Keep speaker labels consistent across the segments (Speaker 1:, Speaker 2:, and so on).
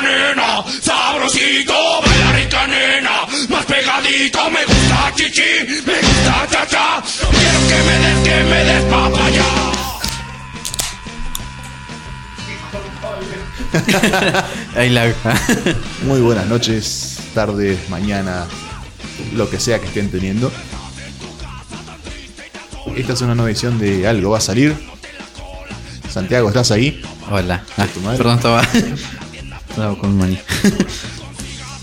Speaker 1: nena, sabrosito, bailarita nena, más pegadito, me gusta chichi, me gusta chacha, quiero que me des, que me des papaya.
Speaker 2: Ahí la.
Speaker 3: Muy buenas noches, tardes, mañana, lo que sea que estén teniendo. Esta es una nueva edición de Algo va a salir. Santiago, ¿estás ahí?
Speaker 2: Hola. Ah,
Speaker 3: tu madre?
Speaker 2: perdón, estaba. Estaba con maní.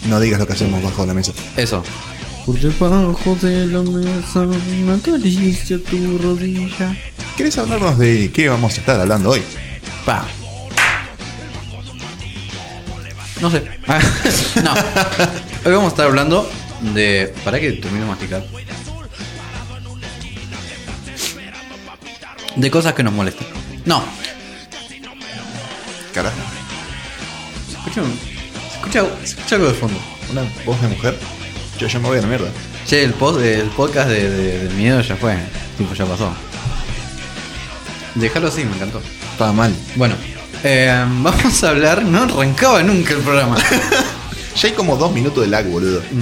Speaker 3: No digas lo que hacemos bajo la mesa.
Speaker 2: Eso. Por debajo de la mesa, acaricia tu rodilla.
Speaker 3: ¿Querés hablarnos de qué vamos a estar hablando hoy?
Speaker 2: Pa. No sé. no. Hoy vamos a estar hablando de. ¿Para que termine de masticar? De cosas que nos molestan. No.
Speaker 3: Carajo,
Speaker 2: Se escucha, un- se escucha, se escucha algo de fondo.
Speaker 3: una voz de mujer. Yo ya me voy a la mierda.
Speaker 2: Che, el, pod- el podcast de, de- del miedo ya fue. Tipo, ya pasó. Déjalo así, me encantó.
Speaker 3: Estaba mal.
Speaker 2: Bueno, eh, vamos a hablar. No arrancaba nunca el programa.
Speaker 3: Ya hay como dos minutos de lag, boludo.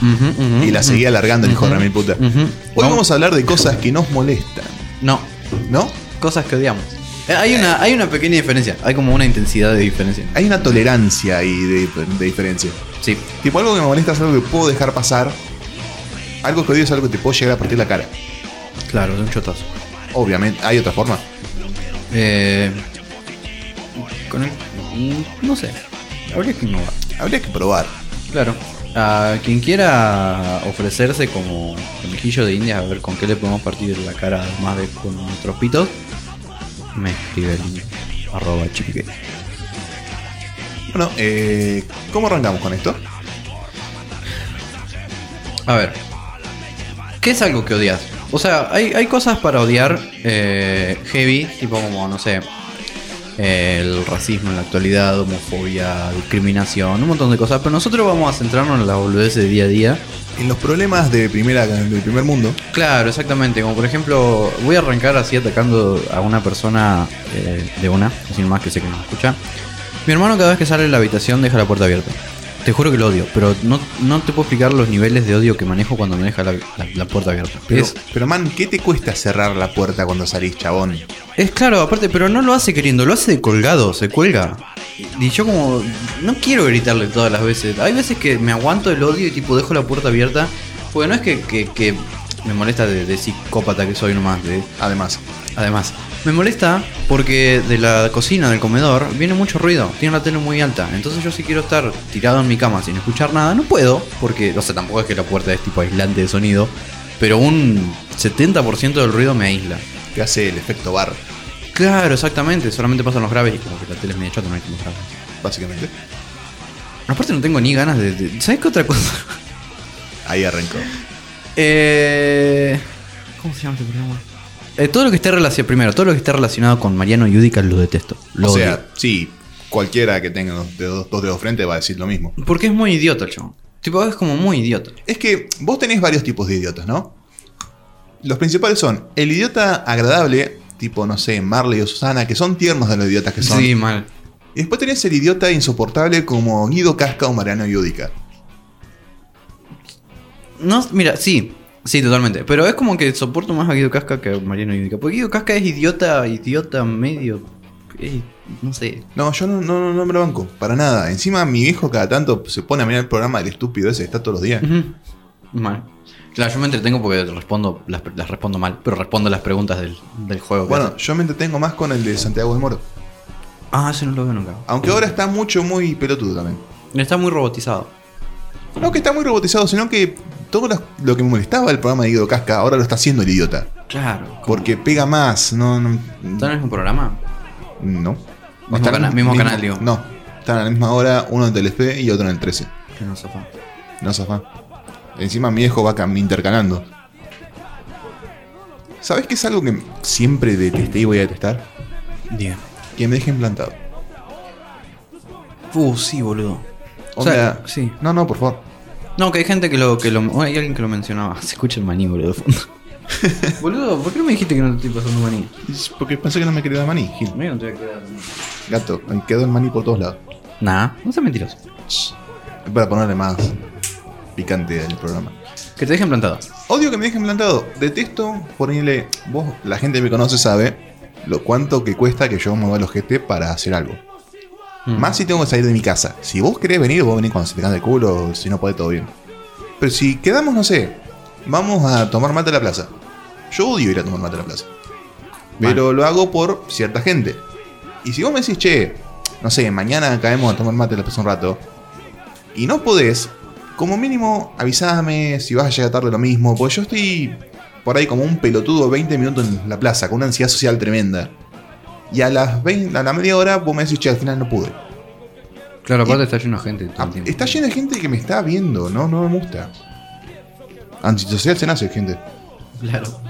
Speaker 2: Ujú, ujú.
Speaker 3: Y la seguía alargando el hijo de la mil puta. Hoy vamos a hablar de cosas que nos molestan,
Speaker 2: No,
Speaker 3: ¿no?
Speaker 2: cosas que odiamos. Eh, Hay una, hay una pequeña diferencia. Hay como una intensidad de diferencia.
Speaker 3: Hay una tolerancia ahí de, de diferencia.
Speaker 2: Sí.
Speaker 3: Tipo, algo que me molesta es algo que puedo dejar pasar. Algo que odio es algo que te puedo llegar a partir la cara.
Speaker 2: Claro, es un chotazo.
Speaker 3: Obviamente, hay otra forma.
Speaker 2: Eh, con el- no sé. Habría que innovar.
Speaker 3: Habría que probar.
Speaker 2: Claro. A quien quiera ofrecerse como conejillo de indias a ver con qué le podemos partir la cara, además de con nuestros pitos, me escribe el arroba chipique.
Speaker 3: Bueno, eh, ¿cómo arrancamos con esto?
Speaker 2: A ver. ¿Qué es algo que odias? O sea, hay, hay cosas para odiar eh, heavy, tipo como, no sé, el racismo en la actualidad, homofobia, discriminación, un montón de cosas. Pero nosotros vamos a centrarnos en las boludeces de día a día.
Speaker 3: En los problemas de primera, del primer mundo.
Speaker 2: Claro, exactamente. Como por ejemplo, voy a arrancar así atacando a una persona eh, de una, sin más que sé que nos escucha. Mi hermano cada vez que sale de la habitación deja la puerta abierta. Te juro que lo odio, pero no, no te puedo explicar los niveles de odio que manejo cuando me deja la, la- la puerta abierta.
Speaker 3: Pero,
Speaker 2: es,
Speaker 3: pero man, ¿qué te cuesta cerrar la puerta cuando salís, chabón?
Speaker 2: es claro, aparte, pero no lo hace queriendo, lo hace de colgado, se cuelga. Y yo como, no quiero gritarle todas las veces. Hay veces que me aguanto el odio y tipo dejo la puerta abierta. Porque no es que, que- que me molesta de, de psicópata que soy nomás, de,
Speaker 3: Además,
Speaker 2: Además, me molesta porque de la cocina, del comedor, viene mucho ruido. Tiene la tele muy alta. Entonces yo si quiero estar tirado en mi cama sin escuchar nada, no puedo. Porque, o sea, tampoco es que la puerta es tipo aislante de sonido. Pero un 70% del ruido me aísla.
Speaker 3: te hace el efecto bar,
Speaker 2: Claro, exactamente. Solamente pasan los graves y como que la tele es media chata, no hay que mostrarla.
Speaker 3: básicamente.
Speaker 2: Aparte no tengo ni ganas de... de- ¿Sabes qué otra cosa?
Speaker 3: Ahí arrancó.
Speaker 2: Eh, ¿Cómo se llama este programa? Eh, todo lo que esté relacionado... Primero, todo lo que esté relacionado con Mariano Yudica lo detesto. Lo
Speaker 3: o
Speaker 2: odio.
Speaker 3: sea, sí, cualquiera que tenga dos dedos, dos dedos frente va a decir lo mismo.
Speaker 2: Porque es muy idiota el chabón. Tipo, es como muy idiota.
Speaker 3: Es que vos tenés varios tipos de idiotas, ¿no? Los principales son el idiota agradable, tipo, no sé, Marley o Susana, que son tiernos de los idiotas que son.
Speaker 2: Sí, mal.
Speaker 3: Y después tenés el idiota insoportable como Guido Casca o Mariano Yudica.
Speaker 2: No, mira, sí. Sí, totalmente. Pero es como que soporto más a Guido Casca que a Mariano Yudica. Porque Guido Casca es idiota, idiota medio. eh, no sé.
Speaker 3: No, yo no, no, no me lo banco, para nada. Encima mi viejo cada tanto se pone a mirar el programa del estúpido ese que está todos los días.
Speaker 2: Ujú. Mal. Claro, yo me entretengo porque respondo, las, las respondo mal, pero respondo las preguntas del, del juego. que
Speaker 3: Bueno,
Speaker 2: hace.
Speaker 3: yo me entretengo más con el de Santiago del Moro.
Speaker 2: Ah, ese no lo veo nunca.
Speaker 3: Aunque ahora está mucho, muy pelotudo también.
Speaker 2: Está muy robotizado.
Speaker 3: No que está muy robotizado, sino que todo lo, lo que me molestaba del programa de Guido Casca ahora lo está haciendo el idiota.
Speaker 2: Claro. como-
Speaker 3: Porque pega más, no. No.
Speaker 2: ¿Esto no es un programa?
Speaker 3: no.
Speaker 2: Mismo
Speaker 3: Están-
Speaker 2: cana- mismo canal, digo.
Speaker 3: No. Están a la misma hora, uno en Telefe y otro en el 13.
Speaker 2: Que no sepa.
Speaker 3: No zafá. Encima mi viejo va cam- intercalando. ¿Sabes qué es algo que siempre detesté y voy a detestar?
Speaker 2: Bien.
Speaker 3: Que me dejen plantado.
Speaker 2: Uh, sí, boludo. O
Speaker 3: Onda-
Speaker 2: sea, sí.
Speaker 3: No, no, por favor.
Speaker 2: No, que hay gente que lo. Que lo oh, hay alguien que lo mencionaba. Se escucha el maní, boludo, de fondo. boludo, ¿por qué no me dijiste que no te estoy pasando maní?
Speaker 3: Es porque pensé que no me quería dar maní, Gil.
Speaker 2: No, yo no te voy a quedar.
Speaker 3: Gato, me quedó el maní por todos lados.
Speaker 2: Nah, no seas mentiroso.
Speaker 3: Es Para ponerle más picante al programa.
Speaker 2: Que te dejen plantado.
Speaker 3: Odio que me dejen plantado. Detesto ponerle. Vos, la gente que me conoce sabe lo cuánto que cuesta que yo mueva el ojete para hacer algo. Más si tengo que salir de mi casa. Si vos querés venir, vos venís cuando se te canta el culo, si no podés, todo bien. Pero si quedamos, no sé, vamos a tomar mate a la plaza. Yo odio ir a tomar mate a la plaza. Pero lo hago por cierta gente. Y si vos me decís, che, no sé, mañana caemos a tomar mate a la plaza un rato, y no podés, como mínimo avísame si vas a llegar tarde lo mismo, porque yo estoy por ahí como un pelotudo 20 minutos en la plaza, con una ansiedad social tremenda. Y a las 20, a la media hora vos me decís, che, al final no pude.
Speaker 2: Claro, aparte está lleno de gente. todo el
Speaker 3: Ah,
Speaker 2: tiempo.
Speaker 3: Está llena de gente que me está viendo, no, no me gusta. Antisocial se nace, gente.
Speaker 2: Claro.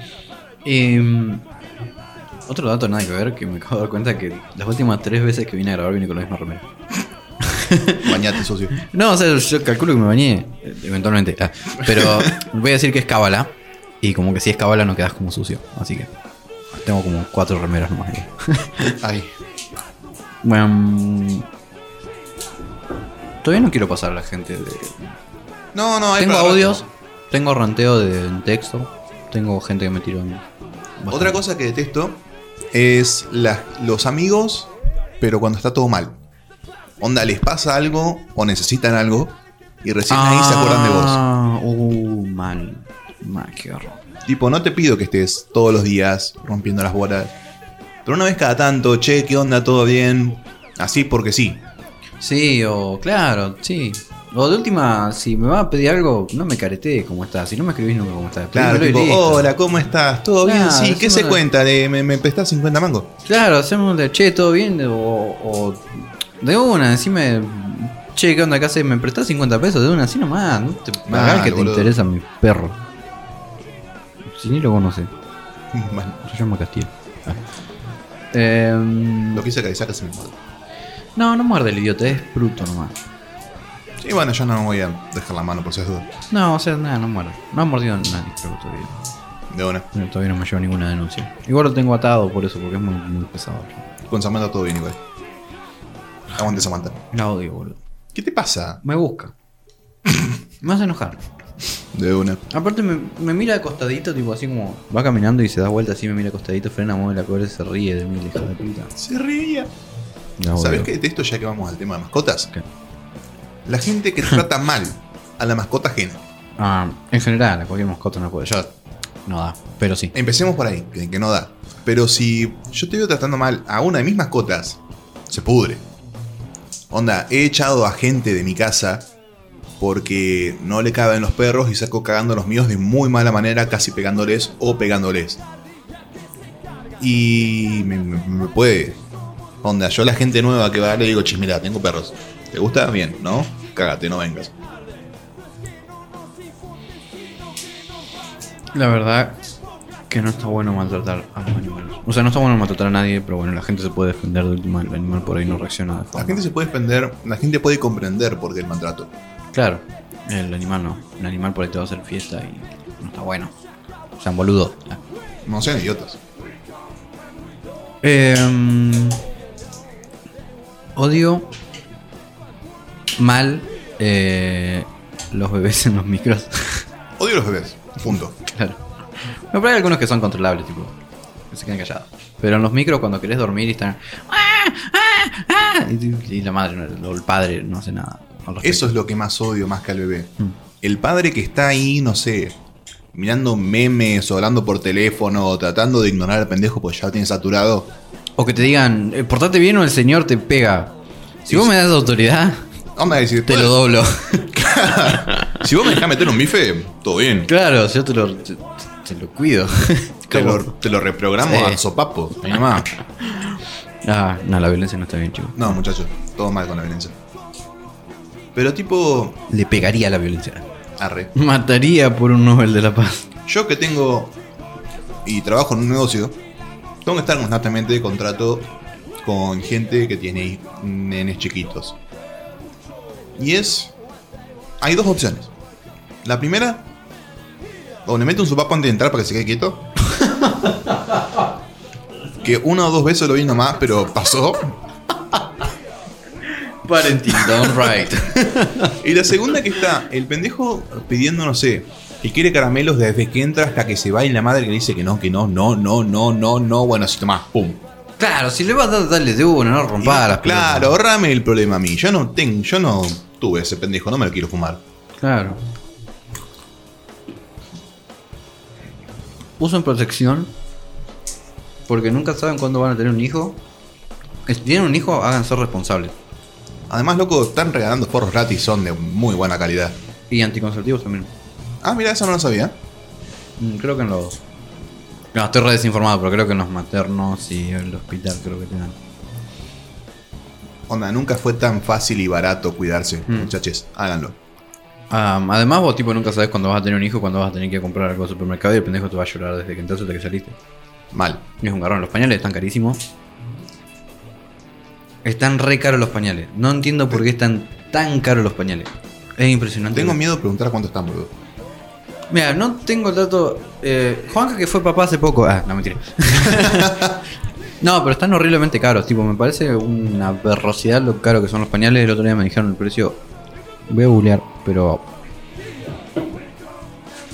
Speaker 2: Em, otro dato nada que ver que me acabo de dar cuenta que las últimas tres veces que vine a grabar vine con la misma remera.
Speaker 3: Bañate, socio.
Speaker 2: No, o sea, yo calculo que me bañé eh, eventualmente. Ah, pero voy a decir que es cábala. Y como que si es cábala no quedas como sucio. Así que tengo como cuatro remeras nomás. ahí.
Speaker 3: Ay.
Speaker 2: Bueno, mm, todavía no quiero pasar a la gente de,
Speaker 3: No, no, hay
Speaker 2: Tengo
Speaker 3: para rato.
Speaker 2: audios, tengo ranteo de en texto, tengo gente que me tiró. en- bastante.
Speaker 3: Otra cosa que detesto es las- los amigos, pero cuando está todo mal. Onda, les pasa algo o necesitan algo y recién ahí se acuerdan de vos.
Speaker 2: Ah, Uh, mal. Mal, qué horror.
Speaker 3: Tipo, no te pido que estés todos los días rompiendo las bolas. Pero una vez cada tanto, che, ¿qué onda? ¿Todo bien? Así porque sí.
Speaker 2: Sí, o claro, sí. O de última, si me va a pedir algo, no me caretee como está. Si no me escribís nunca como está.
Speaker 3: Claro,
Speaker 2: Primero y
Speaker 3: tipo,
Speaker 2: listo.
Speaker 3: hola, ¿cómo estás? ¿Todo
Speaker 2: Claro,
Speaker 3: bien? Sí, ¿qué
Speaker 2: decime
Speaker 3: se
Speaker 2: una-
Speaker 3: cuenta? Eh, ¿Me, me prestás 50 mangos?
Speaker 2: Claro, hacemos un de che, todo bien. O, o de una, decime, che, ¿qué onda? ¿Qué haces? ¿Me prestás 50 pesos? De una, así nomás. No te
Speaker 3: Mal,
Speaker 2: hagas que te
Speaker 3: boludo.
Speaker 2: interesa mi perro. Si ni lo conoces.
Speaker 3: Bueno,
Speaker 2: Se llama Castillo. Ah. Em,
Speaker 3: lo quise acariciar casi me muero.
Speaker 2: no, no muerde el idiota, es bruto nomás.
Speaker 3: Sí, bueno, yo no voy a dejar la mano por si es duda.
Speaker 2: No, o sea, nada, no muerde. No ha mordido a nadie, creo que todavía.
Speaker 3: De una.
Speaker 2: No, todavía no me llevo ninguna denuncia. Igual lo tengo atado por eso, porque es muy, muy pesado.
Speaker 3: Con Samantha todo bien igual. Aguante Samantha.
Speaker 2: La odio, boludo.
Speaker 3: ¿Qué te pasa?
Speaker 2: Me busca. me hace enojar.
Speaker 3: De una.
Speaker 2: Aparte me, me mira acostadito, tipo así como... Va caminando y se da vuelta así, me mira acostadito, frena, mueve la cola y se ríe de mí, la hija de puta.
Speaker 3: Se ría.
Speaker 2: La odio.
Speaker 3: ¿Sabes qué? De esto ya que vamos al tema de mascotas.
Speaker 2: ¿Qué?
Speaker 3: La gente que trata mal a la mascota ajena.
Speaker 2: Ah, en general, a cualquier mascota no puede. Yo... No da, pero sí.
Speaker 3: Empecemos por ahí, que, que no da. Pero si yo te veo tratando mal a una de mis mascotas, se pudre. Onda, he echado a gente de mi casa porque no le caben los perros y saco cagando a los míos de muy mala manera, casi pegándoles o pegándoles. Y me, me- me puede. Onda, yo a la gente nueva que va le digo, che, mira, tengo perros. ¿Te gusta? Bien, ¿no? Cágate, no vengas.
Speaker 2: La verdad que no está bueno maltratar a los animales. O sea, no está bueno maltratar a nadie, pero bueno, la gente se puede defender de última, el animal por ahí no reacciona de
Speaker 3: La
Speaker 2: forma.
Speaker 3: gente se puede defender, la gente puede comprender por qué el maltrato.
Speaker 2: Claro, el animal no. El animal por ahí te va a hacer fiesta y no está bueno. O sea, boludo.
Speaker 3: No sean idiotas.
Speaker 2: Em, odio mal eh, los bebés en los micros.
Speaker 3: Odio los bebés. Punto.
Speaker 2: Claro. No, pero hay algunos que son controlables, tipo. Que se quedan callados. Pero en los micros, cuando querés dormir y están. "Ah, ah, ah", Y, y la madre no- o el padre no hace nada. al respecto.
Speaker 3: Eso es lo que más odio más que al bebé.
Speaker 2: Mm.
Speaker 3: El padre que está ahí, no sé, mirando memes o hablando por teléfono o tratando de ignorar al pendejo porque ya lo tiene saturado.
Speaker 2: O que te digan, eh, portate bien o el señor te pega. Si vos me das autoridad,
Speaker 3: Onda, y si,
Speaker 2: te lo doblo.
Speaker 3: si vos me dejás meter un bife, todo bien.
Speaker 2: claro, yo te lo, te, te lo cuido.
Speaker 3: Te lo, te lo reprogramo
Speaker 2: Sí.
Speaker 3: a sopapo. mi mamá.
Speaker 2: Ah, no, la violencia no está bien, chico.
Speaker 3: No, muchachos, todo mal con la violencia. Pero tipo,
Speaker 2: Le pegaría a la violencia.
Speaker 3: arre.
Speaker 2: Mataría por un Nobel de la Paz.
Speaker 3: Yo que tengo y trabajo en un negocio, tengo que estar constantemente de contrato con gente que tiene nenes chiquitos. Y es. Hay dos opciones. La primera, o le meto un sopapo antes de entrar para que se quede quieto. que una o dos veces lo vi nomás, pero pasó.
Speaker 2: Parenting, don't right.
Speaker 3: Y la segunda que está, el pendejo pidiendo, no sé, que quiere caramelos desde que entra hasta que se va y la madre que le dice que no, que no, no, no, no, no, no. Bueno, si tomás, pum.
Speaker 2: claro, si le vas a dar, dale de uno, no
Speaker 3: Y-
Speaker 2: rompa las pelotas.
Speaker 3: claro, ahorrame el problema a mí. Yo no tengo, yo no tuve ese pendejo, no me lo quiero fumar.
Speaker 2: Claro. Usen protección. Porque nunca saben cuándo van a tener un hijo. Eh, Si tienen un hijo, hagan ser responsables.
Speaker 3: Además, loco, están regalando forros gratis, son de muy buena calidad.
Speaker 2: Y anticonceptivos también.
Speaker 3: Ah, mira, eso no lo sabía.
Speaker 2: Mm, Creo que en los. No, estoy re desinformado, pero creo que en los maternos y el hospital creo que te dan.
Speaker 3: Onda, nunca fue tan fácil y barato cuidarse,
Speaker 2: Mm.
Speaker 3: muchachos. Háganlo.
Speaker 2: Am, además, vos tipo nunca sabes cuándo vas a tener un hijo, cuándo vas a tener que comprar algo al supermercado y el pendejo te va a llorar desde que entraste hasta que saliste.
Speaker 3: Mal.
Speaker 2: Es un garrón, los pañales están carísimos. Están re caros los pañales. No entiendo por qué están tan caros los pañales. Es impresionante.
Speaker 3: Tengo miedo de preguntar cuánto están, boludo.
Speaker 2: Mira, no tengo el dato. eh, Juanca, que fue papá hace poco. Ah, no, mentira. no, pero están horriblemente caros. Tipo, me parece una verrosidad lo caro que son los pañales. El otro día me dijeron el precio. Voy a googlear, pero.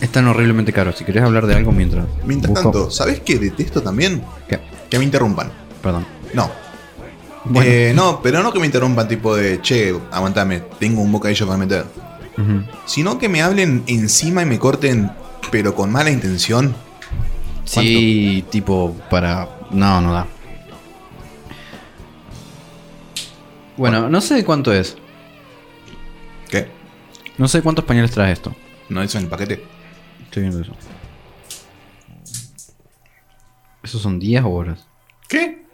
Speaker 2: Están horriblemente caros. Si querés hablar de algo mientras.
Speaker 3: Mientras
Speaker 2: busco-
Speaker 3: tanto, ¿sabés qué detesto también?
Speaker 2: ¿Qué?
Speaker 3: Que me interrumpan.
Speaker 2: Perdón.
Speaker 3: No.
Speaker 2: Bueno.
Speaker 3: Eh, no, pero no que me interrumpan tipo de, che, aguantame, tengo un bocadillo para meter.
Speaker 2: Ujú.
Speaker 3: Sino que me hablen encima y me corten, pero con mala intención.
Speaker 2: Sí, tipo, para. No, no da. Bueno, no sé cuánto es.
Speaker 3: ¿Qué?
Speaker 2: No sé cuántos pañales trae esto.
Speaker 3: ¿No hizo en el paquete?
Speaker 2: Estoy viendo eso. ¿Esos son días o horas?
Speaker 3: ¿Qué?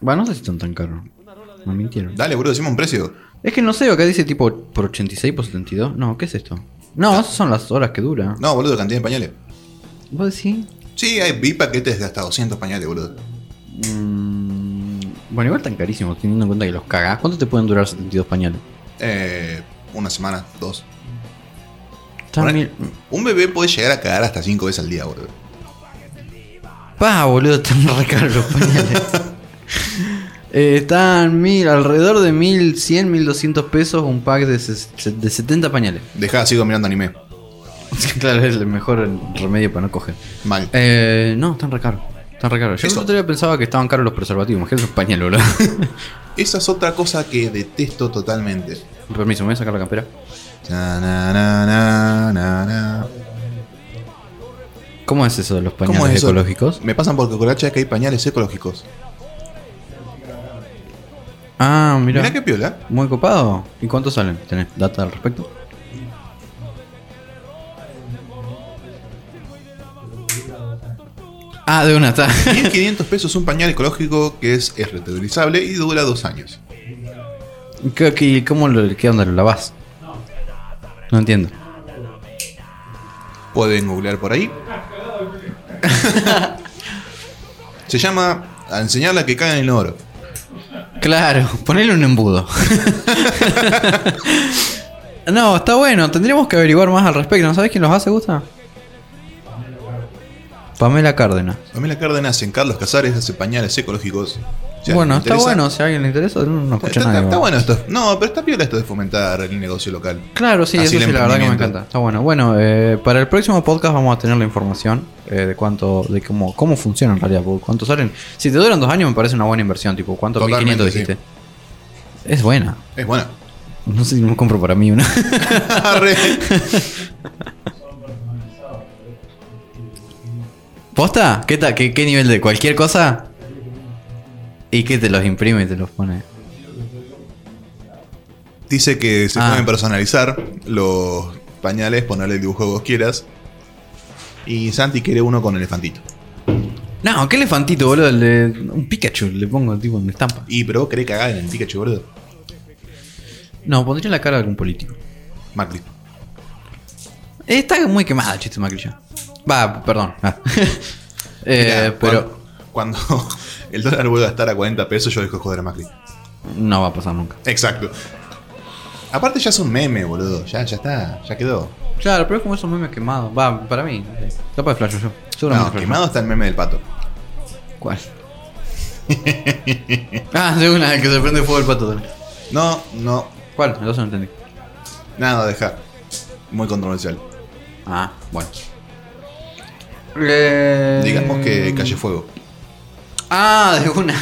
Speaker 2: Bueno, no sé si están tan caros. Me mintieron.
Speaker 3: Dale, boludo, decime un precio.
Speaker 2: Es que no sé, acá dice tipo por 86 por 72. No, ¿qué es esto? No, esas son las horas que dura.
Speaker 3: No, boludo, cantidad de pañales.
Speaker 2: ¿Vos decís?
Speaker 3: Sí, hay, vi paquetes de hasta 200 pañales, boludo.
Speaker 2: Mm, bueno, igual tan carísimos, teniendo en cuenta que los cagás. ¿Cuánto te pueden durar 72 pañales?
Speaker 3: Eh, una semana, dos.
Speaker 2: Están
Speaker 3: Poné-
Speaker 2: mil-
Speaker 3: Un bebé puede llegar a cagar hasta 5 veces al día, boludo.
Speaker 2: Pa, boludo, están re caros los pañales. Eh, están mil, alrededor de 1100, 1200 pesos un pack de, ses- de 70 pañales.
Speaker 3: Dejá, sigo mirando anime.
Speaker 2: claro, es el mejor remedio para no coger.
Speaker 3: Mal.
Speaker 2: Eh, no, están re caros. Están re caros. Yo el
Speaker 3: Eso.
Speaker 2: otro día pensaba que estaban caros los preservativos. Imagínate un pañal, boludo.
Speaker 3: Esa es otra cosa que detesto totalmente.
Speaker 2: Permiso, me voy a sacar la campera.
Speaker 3: Na, na, na, na, na, na.
Speaker 2: ¿Cómo es eso de los pañales
Speaker 3: ¿Cómo es eso?
Speaker 2: ecológicos?
Speaker 3: Me pasan por cucaracha que hay pañales ecológicos.
Speaker 2: Ah, mira.
Speaker 3: Mirá qué piola.
Speaker 2: Muy copado. ¿Y cuánto salen? ¿Tenés data al respecto? Ah, de una está.
Speaker 3: 1500 pesos un pañal ecológico que es, es reutilizable y dura dos años.
Speaker 2: ¿Qué, qué, cómo lo, ¿Qué onda? ¿Lo lavás? No entiendo.
Speaker 3: Pueden googlear por ahí. Se llama A enseñarle a que cagan en el oro.
Speaker 2: Claro, ponele un embudo. no, está bueno. Tendríamos que averiguar más al respecto. ¿No sabés quién los hace, Gusta? Pamela Cárdenas.
Speaker 3: Pamela Cárdenas en Carlos Casares hace pañales ecológicos. Si a alguien
Speaker 2: bueno,
Speaker 3: le
Speaker 2: está
Speaker 3: interesa,
Speaker 2: bueno. Si a alguien le interesa, no no
Speaker 3: Está,
Speaker 2: escucha
Speaker 3: está-
Speaker 2: nadie.
Speaker 3: está
Speaker 2: bueno.
Speaker 3: bueno esto. No, pero está piola esto de fomentar el negocio local.
Speaker 2: Claro, sí,
Speaker 3: Así
Speaker 2: eso
Speaker 3: el
Speaker 2: sí, la verdad que me
Speaker 3: emprendimiento.
Speaker 2: encanta. Está bueno. Bueno, eh, para el próximo podcast vamos a tener la información eh, de cuánto, de cómo, cómo funciona en realidad, porque cuánto salen. Si te duran dos años me parece una buena inversión, tipo, ¿cuánto?
Speaker 3: Totalmente,
Speaker 2: 1500 dijiste. Es buena.
Speaker 3: Es bueno.
Speaker 2: No sé si me compro para mí una.
Speaker 3: Arre.
Speaker 2: ¿Posta? ¿Qué, tal? ¿Qué, ¿Qué nivel de cualquier cosa? ¿Y qué te los imprime y te los pone?
Speaker 3: Dice que se
Speaker 2: Ah.
Speaker 3: pueden personalizar los pañales, ponerle el dibujo que vos quieras. Y Santi quiere uno con elefantito.
Speaker 2: No, qué elefantito, boludo. el de- un Pikachu le pongo tipo en estampa.
Speaker 3: Y pero vos querés cagar en el Pikachu, boludo.
Speaker 2: No, pondría la cara de algún político. Eh,
Speaker 3: Macri.
Speaker 2: Está muy quemada el chiste de Macri ya. Va, perdón. Ah. eh,
Speaker 3: Mirá,
Speaker 2: pero
Speaker 3: Cuando, cuando el dólar vuelva a estar a 40 pesos, yo dejo de joder a Macri.
Speaker 2: no va a pasar nunca.
Speaker 3: Exacto. Aparte ya es un meme, boludo. Ya, ya está, ya quedó.
Speaker 2: Claro, pero es como esos memes quemados. Va, para mí. no sé. Capaz de flash yo. Seguramente
Speaker 3: No,
Speaker 2: flasho.
Speaker 3: quemado está el meme del pato.
Speaker 2: ¿Cuál? ah, de una que se prende fuego el pato también.
Speaker 3: No, no,
Speaker 2: ¿Cuál? El 12 no entendí.
Speaker 3: nada, deja. Muy controversial.
Speaker 2: Ah, bueno. Eh,
Speaker 3: Digamos que calle fuego.
Speaker 2: Ah, de una.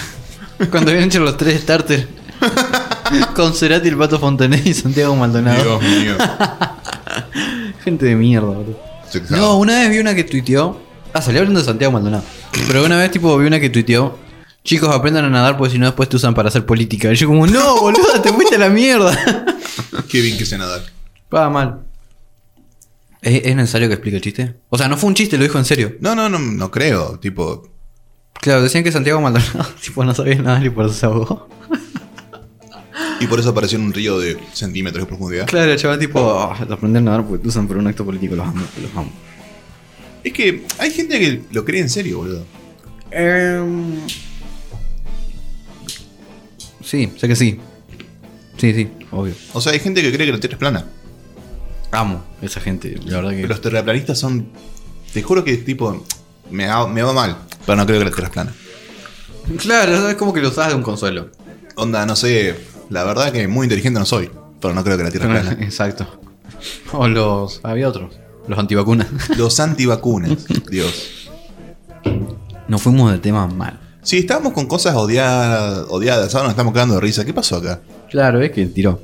Speaker 2: Cuando habían hecho los tres starters. Con Cerati, el Pato Fontanet y Santiago Maldonado.
Speaker 3: Dios mío.
Speaker 2: Gente de mierda, boludo.
Speaker 3: Se quejaba.
Speaker 2: No, una vez vi una que tuiteó. Ah, salió hablando de Santiago Maldonado. Pero una vez, tipo, vi una que tuiteó. Chicos, aprendan a nadar porque si no después te usan para hacer política. Y yo como, no, boludo, te fuiste a la mierda.
Speaker 3: Qué bien que se nadar.
Speaker 2: Va mal. ¿Es, es necesario que explique el chiste? O sea, no fue un chiste, lo dijo en serio.
Speaker 3: No, no, no, no creo. Tipo,
Speaker 2: Claro, decían que Santiago Maldonado, tipo, no sabía nadar y por eso se ahogó.
Speaker 3: y por eso apareció en un río de centímetros de profundidad.
Speaker 2: Claro, el chaval, tipo, "Oh, aprender a nadar porque te usan por un acto político, los amo, los amo.
Speaker 3: Es que hay gente que lo cree en serio, boludo.
Speaker 2: Em. Sí, sé que sí. Sí, sí, obvio.
Speaker 3: O sea, hay gente que cree que la Tierra es plana.
Speaker 2: Amo esa gente, la verdad que.
Speaker 3: Los terraplanistas son. Te juro que tipo. Me, ha- me va mal, pero no creo que la Tierra es plana.
Speaker 2: Claro, es como que lo usas de un consuelo.
Speaker 3: Onda, no sé. La verdad que muy inteligente no soy, pero no creo que la Tierra es plana.
Speaker 2: Exacto. O los. Había otros. Los antivacunas.
Speaker 3: Los antivacunas, Dios.
Speaker 2: Nos fuimos de tema mal.
Speaker 3: Si estábamos con cosas odiadas, odiadas, ahora nos estamos quedando de risa. ¿Qué pasó acá?
Speaker 2: Claro, es que tiró.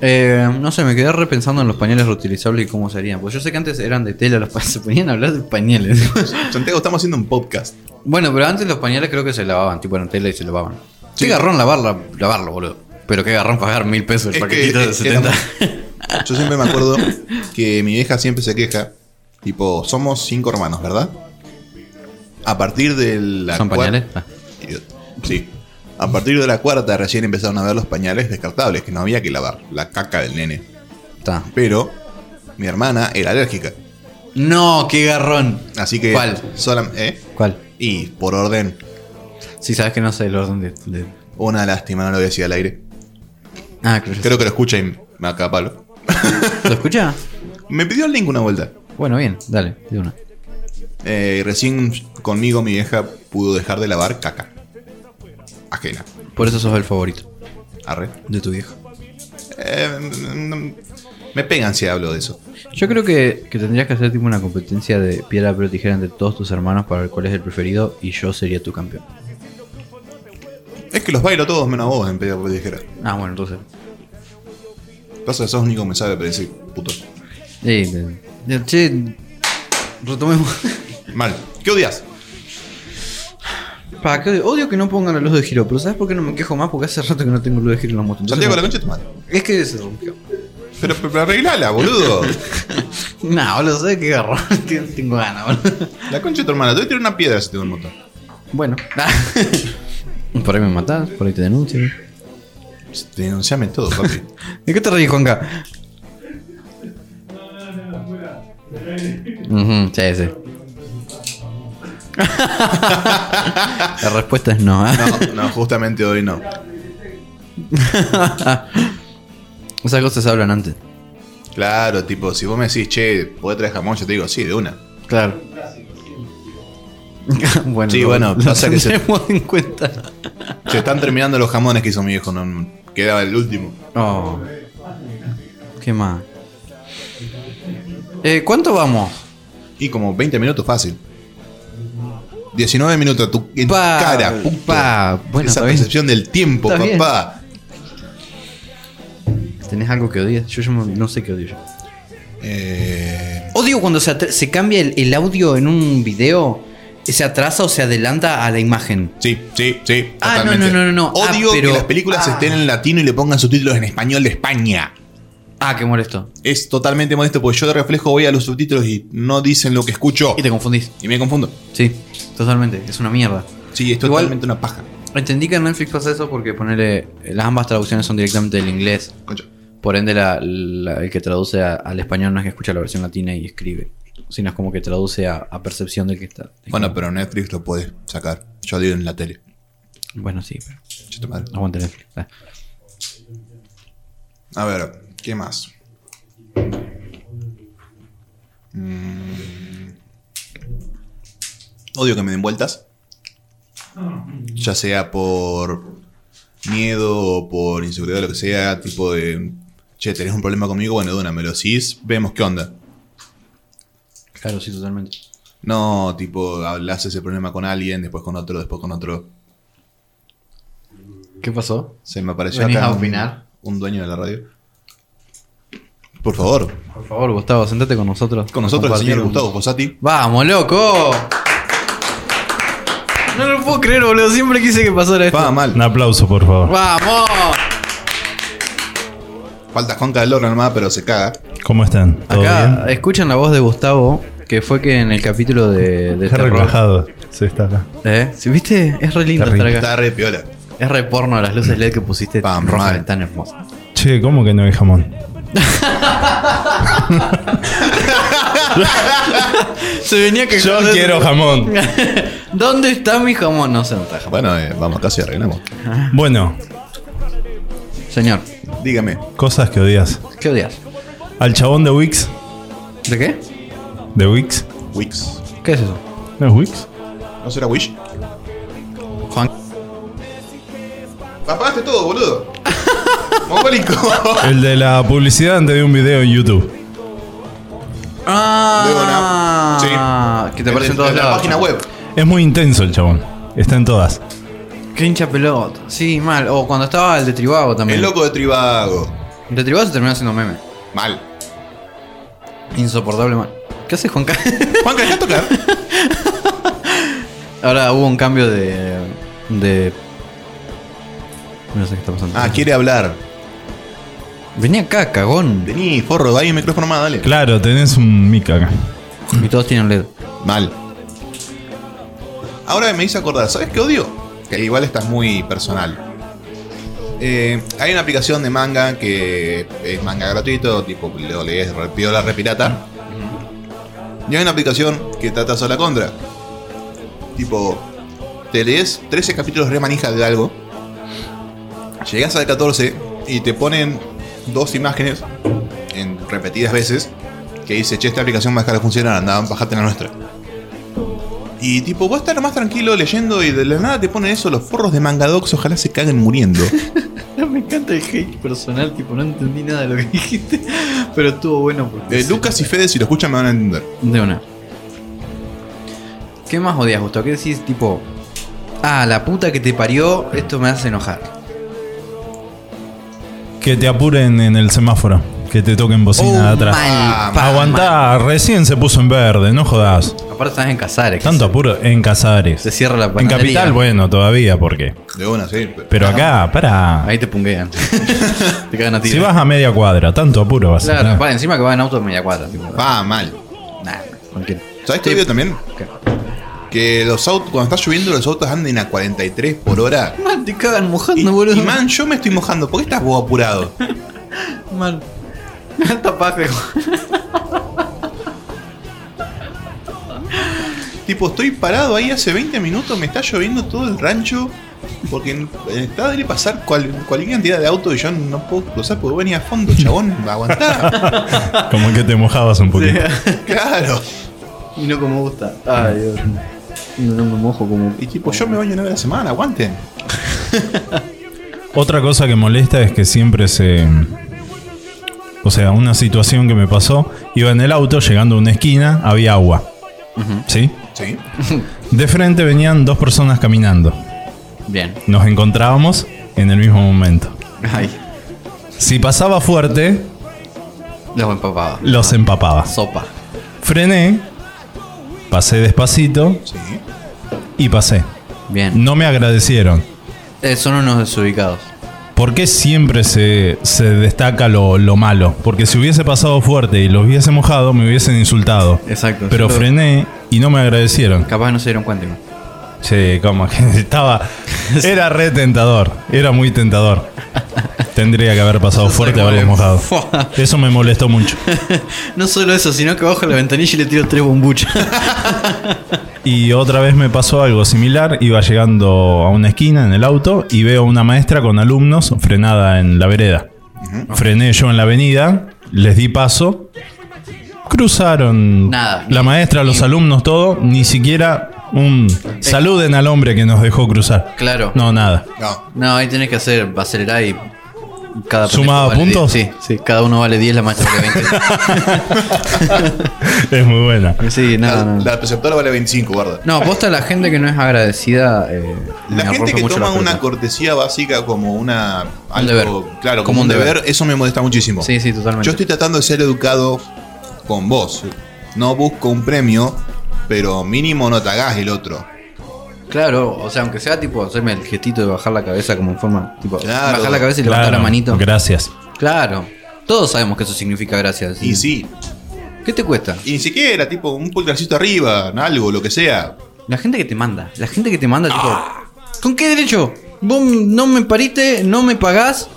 Speaker 2: Eh, no sé, me quedé repensando en los pañales reutilizables y cómo serían. Pues yo sé que antes eran de tela, los pa- se ponían a hablar de pañales.
Speaker 3: Santiago, estamos haciendo un podcast.
Speaker 2: bueno, pero antes los pañales creo que se lavaban, tipo eran tela y se lavaban.
Speaker 3: Sí.
Speaker 2: Qué garrón lavarla, lavarlo, boludo. Pero qué garrón pagar mil pesos el
Speaker 3: Es que,
Speaker 2: paquetito
Speaker 3: eh,
Speaker 2: de 70.
Speaker 3: Yo siempre me acuerdo que mi vieja siempre se queja. Tipo, somos cinco hermanos, ¿verdad? A partir de la
Speaker 2: ¿Son
Speaker 3: cuar-
Speaker 2: pañales? Ah.
Speaker 3: Idiota. Sí. A partir de la cuarta recién empezaron a ver los pañales descartables, que no había que lavar, la caca del nene.
Speaker 2: Está.
Speaker 3: Pero mi hermana era alérgica.
Speaker 2: No, qué garrón.
Speaker 3: Así que.
Speaker 2: ¿Cuál?
Speaker 3: solam- ¿eh?
Speaker 2: ¿Cuál?
Speaker 3: Y por orden,
Speaker 2: Si sabes que no sé el orden de. de-
Speaker 3: una lástima, no lo voy a decir al aire.
Speaker 2: Ah, creo que
Speaker 3: Creo que lo escucha y me acá palo.
Speaker 2: ¿Lo escucha?
Speaker 3: Me pidió el link una vuelta.
Speaker 2: Bueno, bien, dale, de una.
Speaker 3: Eh, recién conmigo mi vieja pudo dejar de lavar caca. Ajena.
Speaker 2: Por eso sos el favorito
Speaker 3: Arre.
Speaker 2: de tu viejo.
Speaker 3: Eh, mm, mm, me pegan si hablo de eso.
Speaker 2: Yo creo que, que tendrías que hacer tipo una competencia de piedra, papel o tijera entre todos tus hermanos para ver cuál es el preferido y yo sería tu campeón.
Speaker 3: Es que los bailo todos menos a vos en pedo porque dijera.
Speaker 2: Ah, bueno, entonces.
Speaker 3: Pasa que sos el único que me sabe predecir, puto.
Speaker 2: Sí, de- de- che, retomemos.
Speaker 3: Mal. ¿Qué odias?
Speaker 2: Pa, que odio que no pongan la luz de giro, pero ¿sabes por qué no me quejo más? Porque hace rato que no tengo luz de giro en la moto. Entonces,
Speaker 3: Santiago, la concha de tu madre.
Speaker 2: Es que se rompió.
Speaker 3: Pero, pero arreglala, boludo.
Speaker 2: No, boludo, ¿sabes qué garrón? Tengo- tengo ganas, boludo.
Speaker 3: La concha de tu hermana. Te voy a tirar una piedra si te doy un motor.
Speaker 2: Bueno. por ahí me matás, por ahí te denuncio.
Speaker 3: Denunciame todo, papi.
Speaker 2: ¿De qué te reís, Juanca? Ujú, sí, sí. La respuesta es no. ¿eh?
Speaker 3: No, no, justamente hoy no.
Speaker 2: Esas cosas se hablan antes.
Speaker 3: Claro, tipo, si vos me decís, che, ¿podés traer jamón? Yo te digo, sí, de una.
Speaker 2: Claro. bueno,
Speaker 3: Sí,
Speaker 2: lo-
Speaker 3: bueno,
Speaker 2: lo
Speaker 3: pasa que se-
Speaker 2: tendremos en cuenta.
Speaker 3: Se están terminando los jamones que hizo mi viejo, no quedaba el último.
Speaker 2: Oh. ¿Qué más? Eh, ¿Cuánto vamos?
Speaker 3: Y como 20 minutos fácil. 19 minutos a tu en tu
Speaker 2: Pa,
Speaker 3: cara, puto.
Speaker 2: pa. Bueno,
Speaker 3: Esa
Speaker 2: está bien.
Speaker 3: percepción del tiempo,
Speaker 2: Está bien.
Speaker 3: papá.
Speaker 2: ¿Tenés algo que odias? Yo, yo no sé qué odio yo.
Speaker 3: Eh,
Speaker 2: Odio cuando se, atra- se cambia el, el audio en un video, eh, se atrasa o se adelanta a la imagen.
Speaker 3: sí, sí, sí.
Speaker 2: Ah, no,
Speaker 3: totalmente.
Speaker 2: no, no, no, no. Ah,
Speaker 3: Odio
Speaker 2: pero-
Speaker 3: que las películas
Speaker 2: ah.
Speaker 3: estén en latino y le pongan subtítulos en español de España.
Speaker 2: Ah, qué molesto.
Speaker 3: Es totalmente modesto porque yo de reflejo voy a los subtítulos y no dicen lo que escucho.
Speaker 2: Y te confundís.
Speaker 3: Y me confundo.
Speaker 2: Sí, totalmente. Es una mierda.
Speaker 3: Sí, es
Speaker 2: Igual-
Speaker 3: totalmente una paja.
Speaker 2: Entendí que en Netflix pasa eso porque ponele. Las ambas traducciones son directamente del inglés.
Speaker 3: Concha.
Speaker 2: Por ende, la- la- el que traduce a- al español no es que escucha la versión latina y escribe. Sino es como que traduce a, a percepción del que está.
Speaker 3: Bueno, pero Netflix lo puede sacar. Yo digo en la tele.
Speaker 2: Bueno, sí, pero.
Speaker 3: Chata madre.
Speaker 2: Aguante Netflix. Ah.
Speaker 3: A ver, ¿qué más? Mm. Odio que me den vueltas. Ya sea por miedo o por inseguridad o lo que sea, tipo de, che, tenés un problema conmigo, bueno, de una, me lo decís, vemos qué onda.
Speaker 2: Claro, sí, totalmente.
Speaker 3: No, tipo, hablas ese problema con alguien, después con otro, después con otro.
Speaker 2: ¿Qué pasó?
Speaker 3: Se me apareció
Speaker 2: ¿Venís
Speaker 3: acá
Speaker 2: a
Speaker 3: un-
Speaker 2: opinar?
Speaker 3: Un, dueño de la radio. Por favor,
Speaker 2: Por favor, Gustavo, sentate con nosotros.
Speaker 3: con nosotros el
Speaker 2: Compartir
Speaker 3: señor
Speaker 2: un-
Speaker 3: Gustavo Posati.
Speaker 2: ¡Vamos, loco! No lo puedo creer, boludo. Siempre quise que pasara esto.
Speaker 3: Va mal.
Speaker 4: Un aplauso, por favor.
Speaker 2: ¡Vamos!
Speaker 3: Falta Juanca del Horno nomás, pero se caga.
Speaker 4: ¿Cómo están? ¿Todo
Speaker 2: Acá
Speaker 3: eh,
Speaker 4: bien?
Speaker 2: escuchan la voz de Gustavo, que fue que en el capítulo de, de
Speaker 4: Está
Speaker 2: terror-
Speaker 4: relajado. Sí, está acá.
Speaker 2: ¿Eh? ¿Sí, ¿Viste? Es re lindo
Speaker 4: Está
Speaker 2: estar acá.
Speaker 4: rico.
Speaker 3: Está re piola.
Speaker 2: Es re porno las luces LED que pusiste.
Speaker 3: Pam,
Speaker 2: rojas,
Speaker 3: mal.
Speaker 2: están hermosas.
Speaker 4: Che, ¿cómo que no hay jamón?
Speaker 2: Se venía que
Speaker 4: Yo quiero jamón.
Speaker 2: ¿Dónde está mi jamón? No se nota jamón.
Speaker 3: Bueno, eh, vamos, casi arreglamos.
Speaker 4: Bueno,
Speaker 2: Señor,
Speaker 3: Dígame.
Speaker 4: cosas que odias.
Speaker 2: ¿qué odias?
Speaker 4: Al chabón de Wix.
Speaker 2: ¿De qué?
Speaker 4: ¿De Wix?
Speaker 3: Wix.
Speaker 2: ¿Qué es eso?
Speaker 4: ¿No es Wix?
Speaker 3: ¿No será Wish?
Speaker 2: Juan.
Speaker 3: Apagaste todo, boludo. Mongólico.
Speaker 4: El de la publicidad antes de un video en YouTube.
Speaker 2: Ah,
Speaker 3: Sí.
Speaker 2: que te
Speaker 3: El-
Speaker 2: aparece en
Speaker 3: el-
Speaker 2: todos
Speaker 3: el de
Speaker 2: lados.
Speaker 3: La página web.
Speaker 4: Es muy intenso el chabón. Está en todas.
Speaker 2: Qué hincha pelota. Sí, mal. O cuando estaba el de Tribago también.
Speaker 3: El loco de Tribago.
Speaker 2: El de Tribago se terminó haciendo meme.
Speaker 3: Mal.
Speaker 2: Insoportable mal. ¿Qué haces, Juan Carlos?
Speaker 3: Juanca, ¿dejás tocar?
Speaker 2: Ahora hubo un cambio de. de. No sé qué está pasando.
Speaker 3: Ah, quiere hablar.
Speaker 2: Venía acá, cagón.
Speaker 3: Vení, forro, hay un micrófono más, dale.
Speaker 4: Claro, tenés un mic acá.
Speaker 2: Y todos tienen E LED.
Speaker 3: Mal. Ahora me hice acordar, ¿sabes qué odio? Que igual estás muy personal. Eh, hay una aplicación de manga que es manga gratuito, tipo lo lees re piola, re pirata. Y hay una aplicación que trata solo la contra. Tipo, te lees 13 capítulos re manija de algo, llegas al 14 y te ponen dos imágenes en repetidas veces que dice, che, esta aplicación va a dejar de funcionar, andá, bajate la nuestra. Y tipo, vos estar más tranquilo leyendo y de la nada te ponen eso, los forros de Mangadox ojalá se caguen muriendo.
Speaker 2: Me encanta el hate personal, tipo, no entendí nada de lo que dijiste, pero estuvo bueno porque.
Speaker 3: Eh, Lucas y Fede, si lo escuchan, me van a entender.
Speaker 2: De una. ¿Qué más odias, Gustavo? ¿Qué decís, tipo. Ah, la puta que te parió, esto me hace enojar.
Speaker 4: Que te apuren en el semáforo. Que te toquen bocina de
Speaker 2: Oh,
Speaker 4: atrás.
Speaker 3: Ah,
Speaker 2: mal, pa-
Speaker 4: Aguantá, recién se puso en verde, no jodas.
Speaker 2: mal. Aparte estás en Casares. que
Speaker 4: Tanto apuro en Casares.
Speaker 2: Se cierra la
Speaker 4: En
Speaker 2: panadería.
Speaker 4: Capital, bueno, todavía, ¿por qué?
Speaker 3: De una, sí.
Speaker 4: Pero acá, pará.
Speaker 2: Ahí te punguean. te cagan a ti.
Speaker 4: Si vas a media cuadra, tanto apuro vas a
Speaker 2: Claro,
Speaker 4: tener.
Speaker 2: para encima que va en auto de media cuadra. Tipo,
Speaker 3: Va Ah, mal.
Speaker 2: nah, cualquiera.
Speaker 3: ¿Sabes qué video también?
Speaker 2: ¿Qué?
Speaker 3: Que los autos, cuando está lloviendo, los autos anden a 43 por hora.
Speaker 2: Man, te cagan mojando,
Speaker 3: Y,
Speaker 2: boludo.
Speaker 3: y, man, yo me estoy mojando, ¿por qué estás vos apurado?
Speaker 2: Mal. Tapaje.
Speaker 3: tipo, estoy parado ahí hace 20 minutos, me está lloviendo todo el rancho. Porque en- en estado de pasar cual- cualquier cantidad de auto y yo no puedo cruzar porque venía a fondo, chabón. Aguantá.
Speaker 4: Como que te mojabas un poquito.
Speaker 3: claro.
Speaker 2: Y no como gusta. Ay, Dios. No, no me mojo como.
Speaker 3: Y tipo, yo me baño una vez a la semana, aguanten.
Speaker 4: Otra cosa que molesta es que siempre se. O sea, una situación que me pasó, iba en el auto, llegando a una esquina, había agua. ¿Sí?
Speaker 3: Sí.
Speaker 4: De frente venían dos personas caminando.
Speaker 2: Bien.
Speaker 4: Nos encontrábamos en el mismo momento.
Speaker 2: Ay,
Speaker 4: Si pasaba fuerte,
Speaker 2: los empapaba.
Speaker 4: los empapaba.
Speaker 2: Sopa.
Speaker 4: Frené, pasé despacito
Speaker 3: Sí.
Speaker 4: y pasé.
Speaker 2: Bien.
Speaker 4: No me agradecieron.
Speaker 2: Eh, son unos desubicados.
Speaker 4: ¿Por qué siempre se, se destaca lo, lo malo? Porque si hubiese pasado fuerte y lo hubiese mojado, me hubiesen insultado.
Speaker 2: Exacto.
Speaker 4: Pero
Speaker 2: Yo-
Speaker 4: frené y no me agradecieron.
Speaker 2: Capaz no se dieron cuenta. igual.
Speaker 4: Che, como que estaba. Era re tentador. Era muy tentador. Tendría que haber pasado fuerte y haberlo mojado.
Speaker 2: Fua.
Speaker 4: Eso me molestó mucho.
Speaker 2: No solo eso, sino que bajo la ventanilla y le tiro tres bombuchas.
Speaker 4: Y otra vez me pasó algo similar. Iba llegando a una esquina en el auto y veo a una maestra con alumnos frenada en la vereda. Frené yo en la avenida, les di paso. Cruzaron
Speaker 2: Nada.
Speaker 4: la maestra, los alumnos, todo. Ni siquiera Un saluden al hombre que nos dejó cruzar.
Speaker 2: Claro.
Speaker 4: No, nada.
Speaker 3: No.
Speaker 2: No, ahí tenés que hacer, acelerar y. Cada pendejo
Speaker 4: ¿Sumaba
Speaker 2: vale
Speaker 4: puntos?
Speaker 2: 10. Sí, sí, cada uno vale 10, la maestra vale 20.
Speaker 4: Es muy buena.
Speaker 2: sí,
Speaker 3: La,
Speaker 2: no, no.
Speaker 3: la preceptora vale 25, guarda.
Speaker 2: No, posta la gente que no es agradecida. eh, me
Speaker 3: La gente
Speaker 2: rompe
Speaker 3: que
Speaker 2: mucho
Speaker 3: toma
Speaker 2: las
Speaker 3: una
Speaker 2: pelotas.
Speaker 3: cortesía básica como una.
Speaker 2: deber.
Speaker 3: Claro, como, un deber, eso me molesta muchísimo.
Speaker 2: Sí, sí, totalmente.
Speaker 3: Yo estoy tratando de ser educado con vos. No busco un premio, pero mínimo no te hagas el otro.
Speaker 2: Claro, o sea, aunque sea tipo hacerme el gestito de bajar la cabeza como en forma. Tipo,
Speaker 3: Claro.
Speaker 2: bajar la cabeza y levantar
Speaker 4: Claro,
Speaker 2: la manito.
Speaker 4: Gracias.
Speaker 2: Claro. Todos sabemos que eso significa gracias.
Speaker 3: Y sí,
Speaker 2: ¿Qué te cuesta?
Speaker 3: y ni siquiera, tipo, un pulgarcito arriba, algo, lo que sea.
Speaker 2: La gente que te manda. La gente que te manda, tipo. ¿Con qué derecho? Vos no me pariste, no me pagás,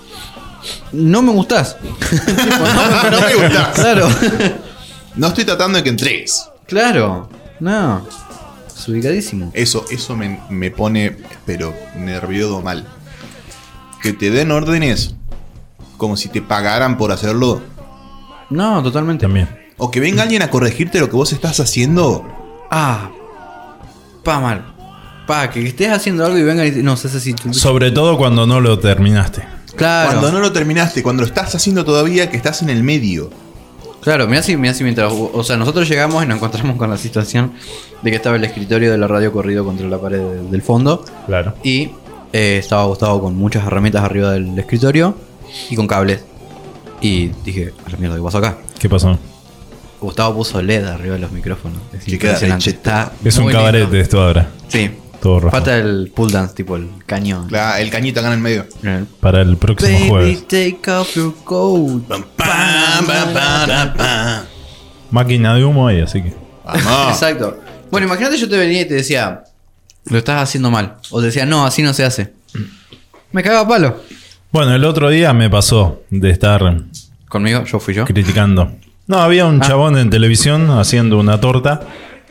Speaker 2: no me gustás.
Speaker 3: no me gusta.
Speaker 2: claro.
Speaker 3: No estoy tratando de que entregues.
Speaker 2: claro. No. Es ubicadísimo.
Speaker 3: Eso, eso me, me pone, pero nervioso mal. Que te den órdenes como si te pagaran por hacerlo.
Speaker 2: No, totalmente.
Speaker 4: También.
Speaker 3: O que venga alguien a corregirte lo que vos estás haciendo.
Speaker 2: Ah. Pa mal. Pa, que estés haciendo algo y vengan y te- no sé si
Speaker 4: Sobre todo cuando no lo terminaste.
Speaker 2: Claro.
Speaker 3: Cuando no lo terminaste, cuando lo estás haciendo todavía, que estás en el medio.
Speaker 2: Claro, mirá si, mirá si mientras. O sea, nosotros llegamos y nos encontramos con la situación de que estaba el escritorio de la radio corrido contra la pared de- del fondo.
Speaker 4: Claro.
Speaker 2: Y eh, estaba Gustavo con muchas herramientas arriba del escritorio y con cables. Y dije, a la mierda, ¿qué pasó acá?
Speaker 4: ¿Qué pasó?
Speaker 2: Gustavo puso LED arriba de los micrófonos. Es
Speaker 3: Qué
Speaker 2: impresionante. Está
Speaker 4: Es un
Speaker 2: muy
Speaker 4: cabaret
Speaker 2: lindo.
Speaker 4: esto ahora.
Speaker 2: Sí.
Speaker 4: Todo rojo.
Speaker 2: Falta el pull dance, tipo el cañón.
Speaker 3: La- el cañito acá en el medio.
Speaker 2: Eh,
Speaker 4: Para el próximo
Speaker 2: Baby,
Speaker 4: jueves.
Speaker 2: take off your coat.
Speaker 4: Máquina de humo ahí, así que.
Speaker 3: Ah, Vamos.
Speaker 2: Ah. Exacto. Bueno, imagínate yo te venía y te decía, lo estás haciendo mal. O te decía, no, así no se hace. Mm. Me cago a palo.
Speaker 4: Bueno, el otro día me pasó de estar
Speaker 2: Conmigo, yo fui yo.
Speaker 4: criticando. No, había un chabón en televisión haciendo una torta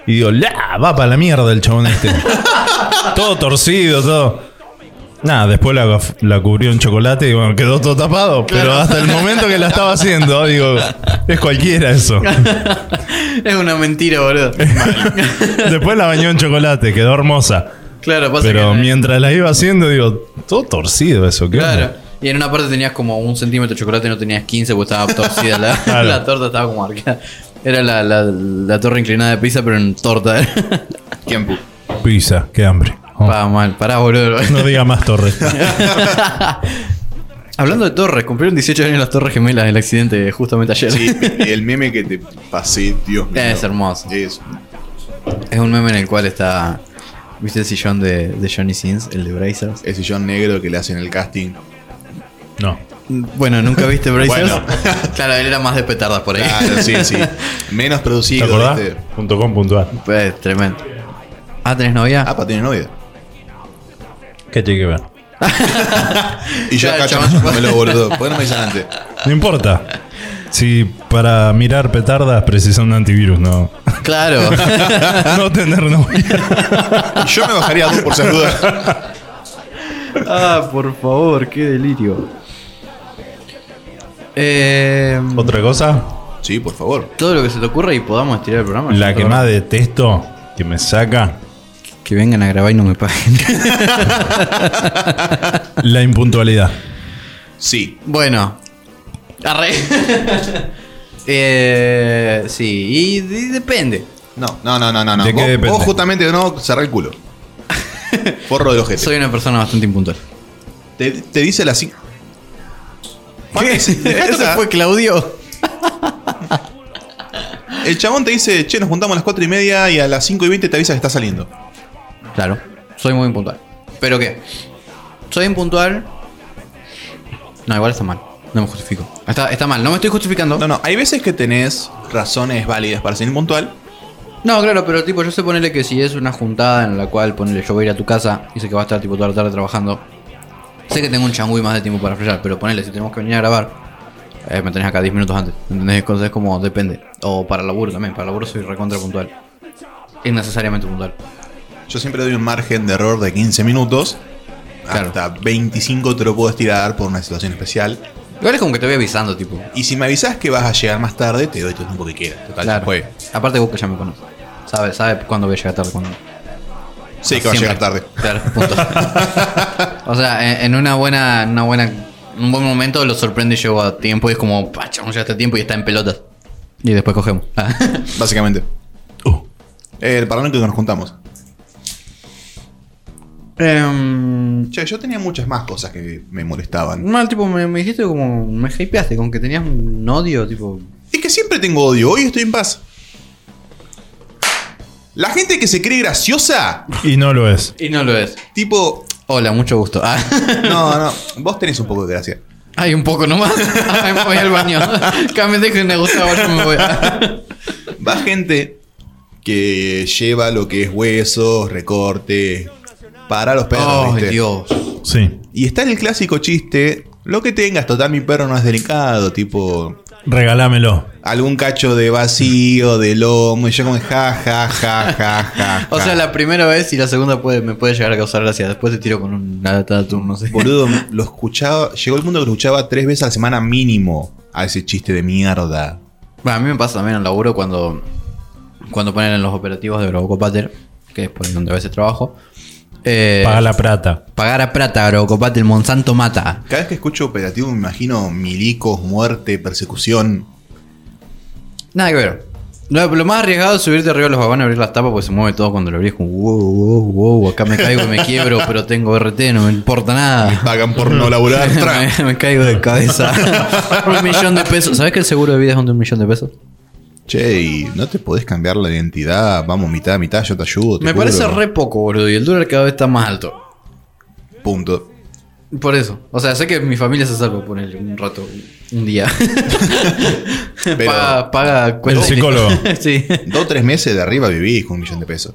Speaker 4: y digo, ¡la! Va para la mierda el chabón este. todo torcido, todo. Nada, después la, la cubrió en chocolate y bueno, quedó todo tapado. Pero hasta el momento que la estaba haciendo, digo, es cualquiera eso.
Speaker 2: es una mentira, boludo.
Speaker 4: después la bañó en chocolate, quedó hermosa.
Speaker 2: claro, pasa
Speaker 4: Pero
Speaker 2: que...
Speaker 4: mientras la iba haciendo, digo, todo torcido eso, ¿qué onda?
Speaker 2: Claro. Y en una parte tenías como un centímetro de chocolate, no tenías 15 porque estaba torcida la,
Speaker 4: Claro.
Speaker 2: la torta, estaba como arqueada. Era la, la- la torre inclinada de pizza, pero en torta.
Speaker 3: Tiempo.
Speaker 4: Pizza, qué hambre. Oh,
Speaker 2: Pa, mal, pará, boludo.
Speaker 4: no diga más torres.
Speaker 2: Hablando de torres, cumplieron 18 años las torres gemelas del accidente justamente ayer.
Speaker 3: Sí, el meme que te pasé, Dios mío.
Speaker 2: Es hermoso.
Speaker 3: Es-
Speaker 2: Es un meme en el cual está. ¿Viste el sillón de, de Johnny Sins, el de Brazers?
Speaker 3: el sillón negro que le hacen el casting.
Speaker 4: No.
Speaker 2: Bueno, ¿nunca viste Brazers?
Speaker 3: Bueno.
Speaker 2: claro, él era más de petardas por ahí.
Speaker 3: Claro, sí, sí. Menos
Speaker 4: ¿Te
Speaker 3: producido.
Speaker 4: acordás?
Speaker 3: ¿viste?
Speaker 4: Punto com, punto ar.
Speaker 2: Pues, tremendo. Ah, ¿tenés novia?
Speaker 3: Ah, para tener novia.
Speaker 4: ¿Qué tiene que ver?
Speaker 3: Y yo
Speaker 2: Claro,
Speaker 3: acá
Speaker 2: chabón.
Speaker 3: chamándome lo boludo. ¿Por qué no me dicen antes?
Speaker 4: No importa. Si para mirar petardas precisa un antivirus, no.
Speaker 2: Ah, Claro.
Speaker 4: No tener novia.
Speaker 3: Y yo me bajaría a dos por saludar.
Speaker 2: ah, por favor, qué delirio. Eh,
Speaker 4: Otra cosa,
Speaker 3: Sí, por favor.
Speaker 2: todo lo que se te ocurra y podamos estirar el programa.
Speaker 4: la que
Speaker 2: Todo.
Speaker 4: más detesto, que me saca,
Speaker 2: Que vengan a grabar y no me paguen.
Speaker 4: la impuntualidad.
Speaker 3: Sí.
Speaker 2: Bueno. Arre. eh, sí, y, y depende.
Speaker 3: No, no, no, no, no. no.
Speaker 4: ¿De qué
Speaker 3: vos,
Speaker 4: depende?
Speaker 3: vos justamente no cerrar el culo. Forro de los
Speaker 2: Soy una persona bastante impuntual.
Speaker 3: Te, te dice la cinco.
Speaker 2: ¿Eso fue Claudio?
Speaker 3: El chabón te dice, che, nos juntamos a las 4 y media y a las 5 y 20 te avisa que está saliendo.
Speaker 2: Claro, soy muy impuntual. ¿Pero qué? Soy impuntual. No, igual está mal. No me justifico. Está, está mal, no me estoy justificando.
Speaker 3: No, no, hay veces que tenés razones válidas para ser impuntual.
Speaker 2: No, claro, pero tipo, yo sé ponerle que si es una juntada en la cual ponele yo voy a ir a tu casa y sé que va a estar tipo toda la tarde trabajando. Sé que tengo un changui más de tiempo para fresar, pero ponele, si tenemos que venir a grabar, eh, me tenés acá 10 minutos antes. ¿Entendés? Entonces como depende. O para laburo también, para laburo soy recontra puntual. Innecesariamente puntual.
Speaker 3: Yo siempre doy un margen de error de 15 minutos.
Speaker 2: Claro.
Speaker 3: Hasta 25 te lo puedo estirar por una situación especial.
Speaker 2: Igual es como que te voy avisando, tipo.
Speaker 3: Y si me avisás que vas a llegar más tarde, te doy todo el tiempo que quieras. Total,
Speaker 2: Claro.
Speaker 3: fue.
Speaker 2: Aparte vos que ya me conoces. Sabe, sabe cuándo voy a llegar tarde. Cuándo. no.
Speaker 3: Sí, que va a
Speaker 2: Siempre.
Speaker 3: llegar tarde.
Speaker 2: Claro, punto. o sea, en, en una buena, en una buena, en un buen momento lo sorprende y llegó a tiempo y es como, "Pa, chabón, ya está a tiempo y está en pelotas. Y después cogemos. Ah.
Speaker 3: Básicamente.
Speaker 4: Uh.
Speaker 3: Eh, El paranoico que nos juntamos.
Speaker 2: Em,
Speaker 3: Che, yo tenía muchas más cosas que me molestaban.
Speaker 2: mal, tipo, me, me dijiste como, me hypeaste, con que tenías un odio, tipo.
Speaker 3: Es que siempre tengo odio. Hoy estoy en paz. La gente que se cree graciosa,
Speaker 4: Y no lo es.
Speaker 2: Y no lo es.
Speaker 3: tipo.
Speaker 2: Hola, mucho gusto. Ah.
Speaker 3: No, no. Vos tenés un poco de gracia.
Speaker 2: Ay, un poco nomás. Ay, me voy al baño. Cambien, déjenme Gustavo, yo me voy.
Speaker 3: Va gente que lleva lo que es huesos, recorte, para los perros,
Speaker 2: oh,
Speaker 3: ¿viste?
Speaker 2: Dios.
Speaker 4: Sí.
Speaker 3: Y está el clásico chiste, lo que tengas, total mi perro no es delicado, tipo
Speaker 4: Regálamelo.
Speaker 3: algún cacho de vacío, de lomo, y yo como ja, ja, ja, ja, ja.
Speaker 2: O
Speaker 3: ja.
Speaker 2: sea, la primera vez y la segunda puede, me puede llegar a causar gracia. Después te tiro con un turno, no sé.
Speaker 3: Boludo, lo escuchaba, llegó el mundo que lo escuchaba tres veces a la semana mínimo a ese chiste de mierda.
Speaker 2: Bueno, a mí me pasa también en el laburo cuando, cuando ponen en los operativos de Grobocopater, que es por donde a veces trabajo. eh,
Speaker 4: Paga la plata.
Speaker 2: Pagar a plata, Grobocopater, Monsanto mata.
Speaker 3: Cada vez que escucho operativo me imagino milicos, muerte, persecución.
Speaker 2: Nada que ver. Lo, lo más arriesgado es subirte arriba de los vagones, abrir las tapas, porque se mueve todo cuando lo abrís. Como, wow, wow, wow, acá me caigo y me quiebro, pero tengo RT, no me importa nada.
Speaker 3: Pagan por no laburar. tra.
Speaker 2: me, me caigo de cabeza. un millón de pesos. ¿Sabes que el seguro de vida es de un millón de pesos?
Speaker 3: Che, ¿y ¿no te podés cambiar la identidad? Vamos, mitad a mitad, yo te ayudo. te
Speaker 2: Me parece
Speaker 3: cubro.
Speaker 2: re poco, boludo. Y el dólar cada vez está más alto.
Speaker 3: Punto.
Speaker 2: Por eso. O sea, sé que mi familia se salva por él un rato, un día. paga, paga cuenta
Speaker 4: El psicólogo.
Speaker 2: sí.
Speaker 3: Dos o tres meses de arriba vivís con un millón de pesos.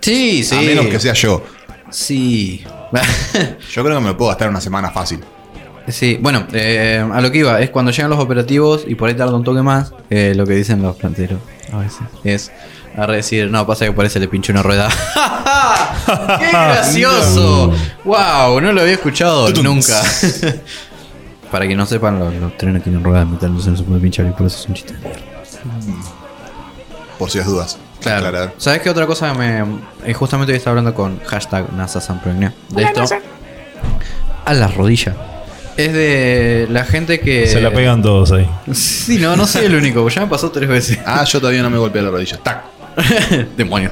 Speaker 2: Sí, sí.
Speaker 3: A menos que sea yo.
Speaker 2: Sí.
Speaker 3: Yo creo que me lo puedo gastar una semana fácil.
Speaker 2: sí. Bueno, eh, a lo que iba, es cuando llegan los operativos y por ahí tarda un toque más, eh, lo que dicen los planteros a veces es a decir, no, pasa que parece le pinché una rueda. ¡Qué gracioso! ¡Wow! No lo había escuchado
Speaker 3: Tutum.
Speaker 2: nunca. Para que no sepan, los, los trenes tienen ruedas de metal, no se los puede pinchar y por eso es un chiste.
Speaker 3: Por si las dudas.
Speaker 2: Claro.
Speaker 3: Aclarar.
Speaker 2: ¿Sabes qué otra cosa me. eh, Justamente hoy estaba hablando con hashtag NASA San Progneo De esto. A la rodilla. Es de la gente que.
Speaker 4: Se la pegan todos ahí.
Speaker 2: Sí, no, no soy el único. Ya me pasó tres veces.
Speaker 3: Ah, yo todavía no me golpeé la rodilla. Tac.
Speaker 2: Demonio.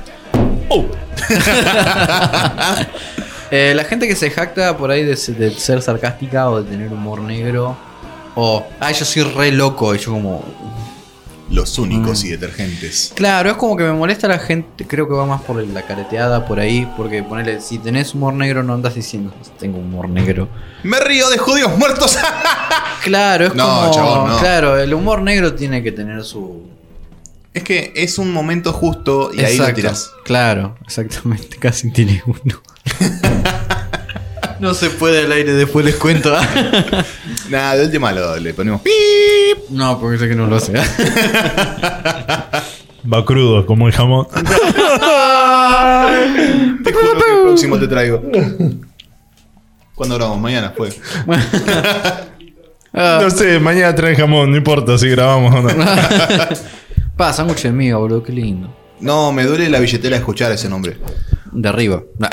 Speaker 3: Oh.
Speaker 2: Eh, la gente que se jacta por ahí de, se- de ser sarcástica o de tener humor negro. O. Ah, yo soy re loco. Y yo como.
Speaker 3: Los únicos y detergentes.
Speaker 2: Claro, es como que me molesta la gente, creo que va más por la careteada por ahí, porque ponele, si tenés humor negro no andas diciendo, tengo humor negro.
Speaker 3: Me río de judíos muertos.
Speaker 2: Claro, es
Speaker 3: No,
Speaker 2: como,
Speaker 3: chabón, no.
Speaker 2: claro, el humor negro tiene que tener su...
Speaker 3: es que es un momento justo y ahí lo
Speaker 2: Exacto,
Speaker 3: tirás.
Speaker 2: Claro, exactamente, casi tiene uno. no se puede al aire, después les cuento. ¿ah?
Speaker 3: Nada, de última lo- le ponemos. pi.
Speaker 2: no, porque sé que no lo hace.
Speaker 4: Va crudo, como el jamón.
Speaker 3: Te juro que el próximo te traigo. ¿Cuándo grabamos? Mañana fue.
Speaker 2: Ah,
Speaker 4: No sé, mañana trae jamón, no importa si grabamos o no.
Speaker 2: pa, sándwich de miga, boludo, qué lindo.
Speaker 3: No, me duele la billetera escuchar ese nombre.
Speaker 2: De arriba.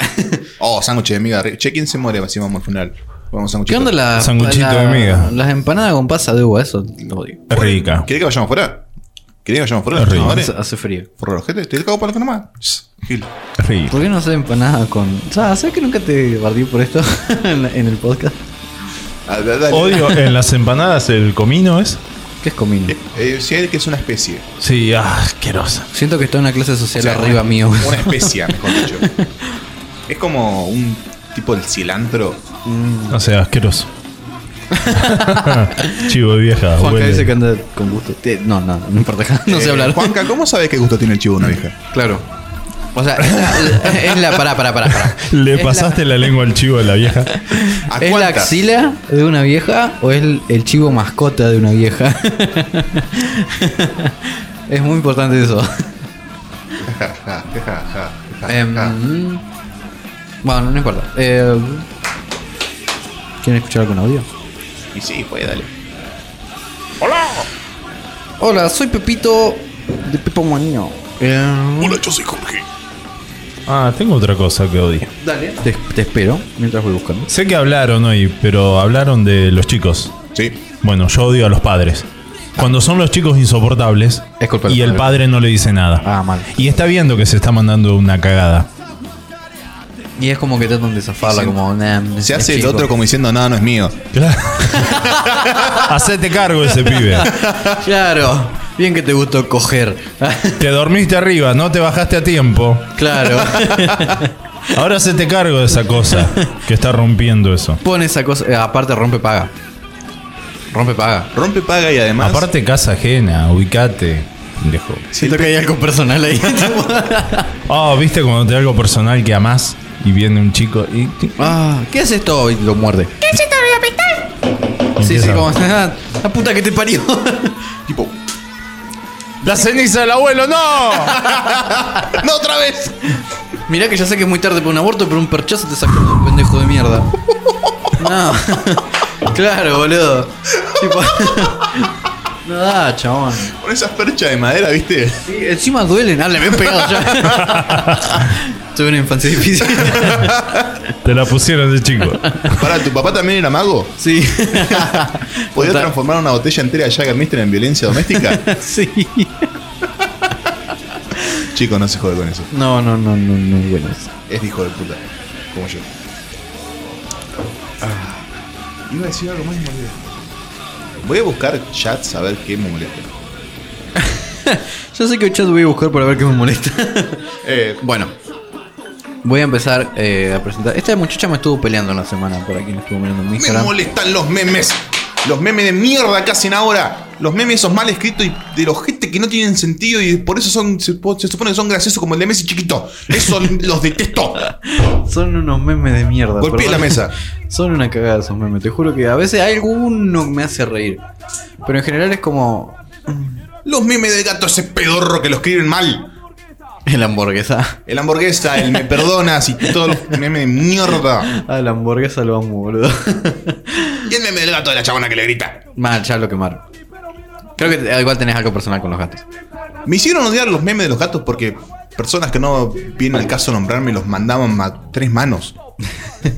Speaker 3: Oh, sándwich de miga. Che, ¿quién se muere? Así vamos al funeral. Vamos a
Speaker 2: ¿Qué onda la,
Speaker 4: Sanguchito
Speaker 2: la-
Speaker 4: de miga.
Speaker 2: Las empanadas con pasa de uva, eso lo odio.
Speaker 4: Es rica.
Speaker 3: ¿Querés que vayamos fuera? ¿Querés que vayamos fuera?
Speaker 4: Es rico.
Speaker 3: ¿No, vale?
Speaker 2: Hace, hace frío.
Speaker 3: Por los ojete, te cago para que nomás. Shh, Gil.
Speaker 4: Es rica.
Speaker 2: ¿Por qué no haces empanadas con.? O sea, ¿sabes que nunca te bardí por esto en, en el podcast?
Speaker 3: Ah, da- dale.
Speaker 4: Odio en las empanadas el comino, ¿es?
Speaker 2: ¿Qué es comino?
Speaker 3: Eh, si hay que es una especie.
Speaker 4: Sí, ah, asquerosa.
Speaker 2: Siento que está en una clase social
Speaker 3: O sea,
Speaker 2: arriba
Speaker 3: una-
Speaker 2: mío.
Speaker 3: Una especie, mejor dicho. es como un tipo del cilantro.
Speaker 4: No sé, asqueroso. Chivo de vieja.
Speaker 2: Juanca
Speaker 4: huele.
Speaker 2: dice que anda con gusto. Te- No, no, no importa. No sé
Speaker 3: Eh,
Speaker 2: hablar.
Speaker 3: Juanca, ¿cómo sabes qué gusto tiene el chivo de una vieja?
Speaker 2: Claro. O sea, es la. Es la pará, pará, pará. pará.
Speaker 4: ¿Le
Speaker 2: Es
Speaker 4: pasaste la... lengua al chivo de la vieja?
Speaker 3: ¿A
Speaker 2: La, ¿Es la
Speaker 3: cuántas?
Speaker 2: axila de una vieja o es el, el chivo mascota de una vieja? es muy importante eso.
Speaker 3: Ja, ja, ja, ja, ja,
Speaker 2: Em,
Speaker 3: ja.
Speaker 2: bueno, no importa. Eh, ¿Quieren escuchar algún audio?
Speaker 3: Y sí, pues dale.
Speaker 2: Hola, soy Pepito de Pepo Manino. Eh,
Speaker 3: Hola, yo soy Jorge.
Speaker 4: Ah, tengo otra cosa que odio.
Speaker 2: Dale. Te, te espero mientras voy buscando.
Speaker 4: Sé que hablaron hoy, pero hablaron de los chicos.
Speaker 3: Sí.
Speaker 4: Bueno, yo odio a los padres. Cuando son los chicos insoportables
Speaker 2: Es culpa del
Speaker 4: y el
Speaker 2: padre.
Speaker 4: padre no le dice nada.
Speaker 2: Ah, mal.
Speaker 4: Y está viendo que se está mandando una cagada.
Speaker 2: Y es como que tratan de zafarla,
Speaker 3: Se-
Speaker 2: como. nah,
Speaker 3: Se
Speaker 2: es
Speaker 3: hace el
Speaker 2: chico.
Speaker 3: otro como diciendo, no, no es mío.
Speaker 4: Claro. Hacete cargo ese pibe.
Speaker 2: Claro, bien que te gustó coger.
Speaker 4: Te dormiste arriba, no te bajaste a tiempo.
Speaker 2: claro.
Speaker 4: Ahora hacete cargo de esa cosa que está rompiendo eso.
Speaker 2: Pone esa cosa. eh, aparte, rompe paga. Rompe paga.
Speaker 3: Rompe, paga y además.
Speaker 4: Aparte casa ajena, ubicate. Pendejo.
Speaker 2: Siento que hay algo personal ahí.
Speaker 4: Oh, viste cuando te da algo personal que amás y viene un chico y. y
Speaker 2: ah, ¿Qué haces todo? Y lo muerde. ¿Qué haces todo? ¿La Sí, sí,
Speaker 4: empieza-
Speaker 2: como. "Ah, La puta que te parió.
Speaker 3: Tipo,
Speaker 4: ¡La ceniza del abuelo, no!
Speaker 3: ¡No otra vez!
Speaker 2: Mirá que ya sé que es muy tarde por un aborto, pero un perchazo te sacó un pendejo de mierda. No. claro, boludo. Tipo. no da, chabón.
Speaker 3: Con esas perchas de madera, ¿viste?
Speaker 2: Sí, encima duelen. Ah, le habían pegado ya. Tuve una infancia difícil.
Speaker 4: Te la pusieron de chico.
Speaker 3: Para, ¿tu papá también era mago?
Speaker 2: sí.
Speaker 3: ¿Podía
Speaker 2: Total.
Speaker 3: transformar una botella entera de Jagger Mister en violencia doméstica?
Speaker 2: Sí.
Speaker 3: Chico, no se jode con eso.
Speaker 2: No, no, no, no, no es bueno. eso.
Speaker 3: Es hijo de puta. Como yo. Ah, iba a decir algo más y me olvidé. Voy a buscar chats a ver qué me molesta.
Speaker 2: Yo sé que chat voy a buscar para ver qué me molesta.
Speaker 3: Eh,
Speaker 2: bueno. Voy a empezar eh, a presentar. Esta muchacha me estuvo peleando en la semana para quien estuvo mirando en mi
Speaker 3: me
Speaker 2: Instagram.
Speaker 3: molestan los memes. Los memes de mierda que hacen ahora. Los memes esos mal escritos y de los gente que no tienen sentido y por eso son se, po- se supone que son graciosos como el de Messi chiquito. Eso los detesto.
Speaker 2: Son unos memes de mierda.
Speaker 3: Golpeé
Speaker 2: perdón.
Speaker 3: la mesa.
Speaker 2: Son una cagada esos memes. Te juro que a veces alguno me hace reír. Pero en general es como
Speaker 3: Los memes del gato ese pedorro que lo escriben mal.
Speaker 2: el hamburguesa.
Speaker 3: El hamburguesa, el me perdonas y todos los memes de mierda.
Speaker 2: Ah, la hamburguesa lo amo, boludo.
Speaker 3: Y el meme del gato de la chabona que le grita.
Speaker 2: Mal, ya lo quemaron. Creo que eh, igual tenés algo personal con los gatos.
Speaker 3: Me hicieron odiar los memes de los gatos porque personas que no vienen al caso nombrarme los mandaban a tres manos.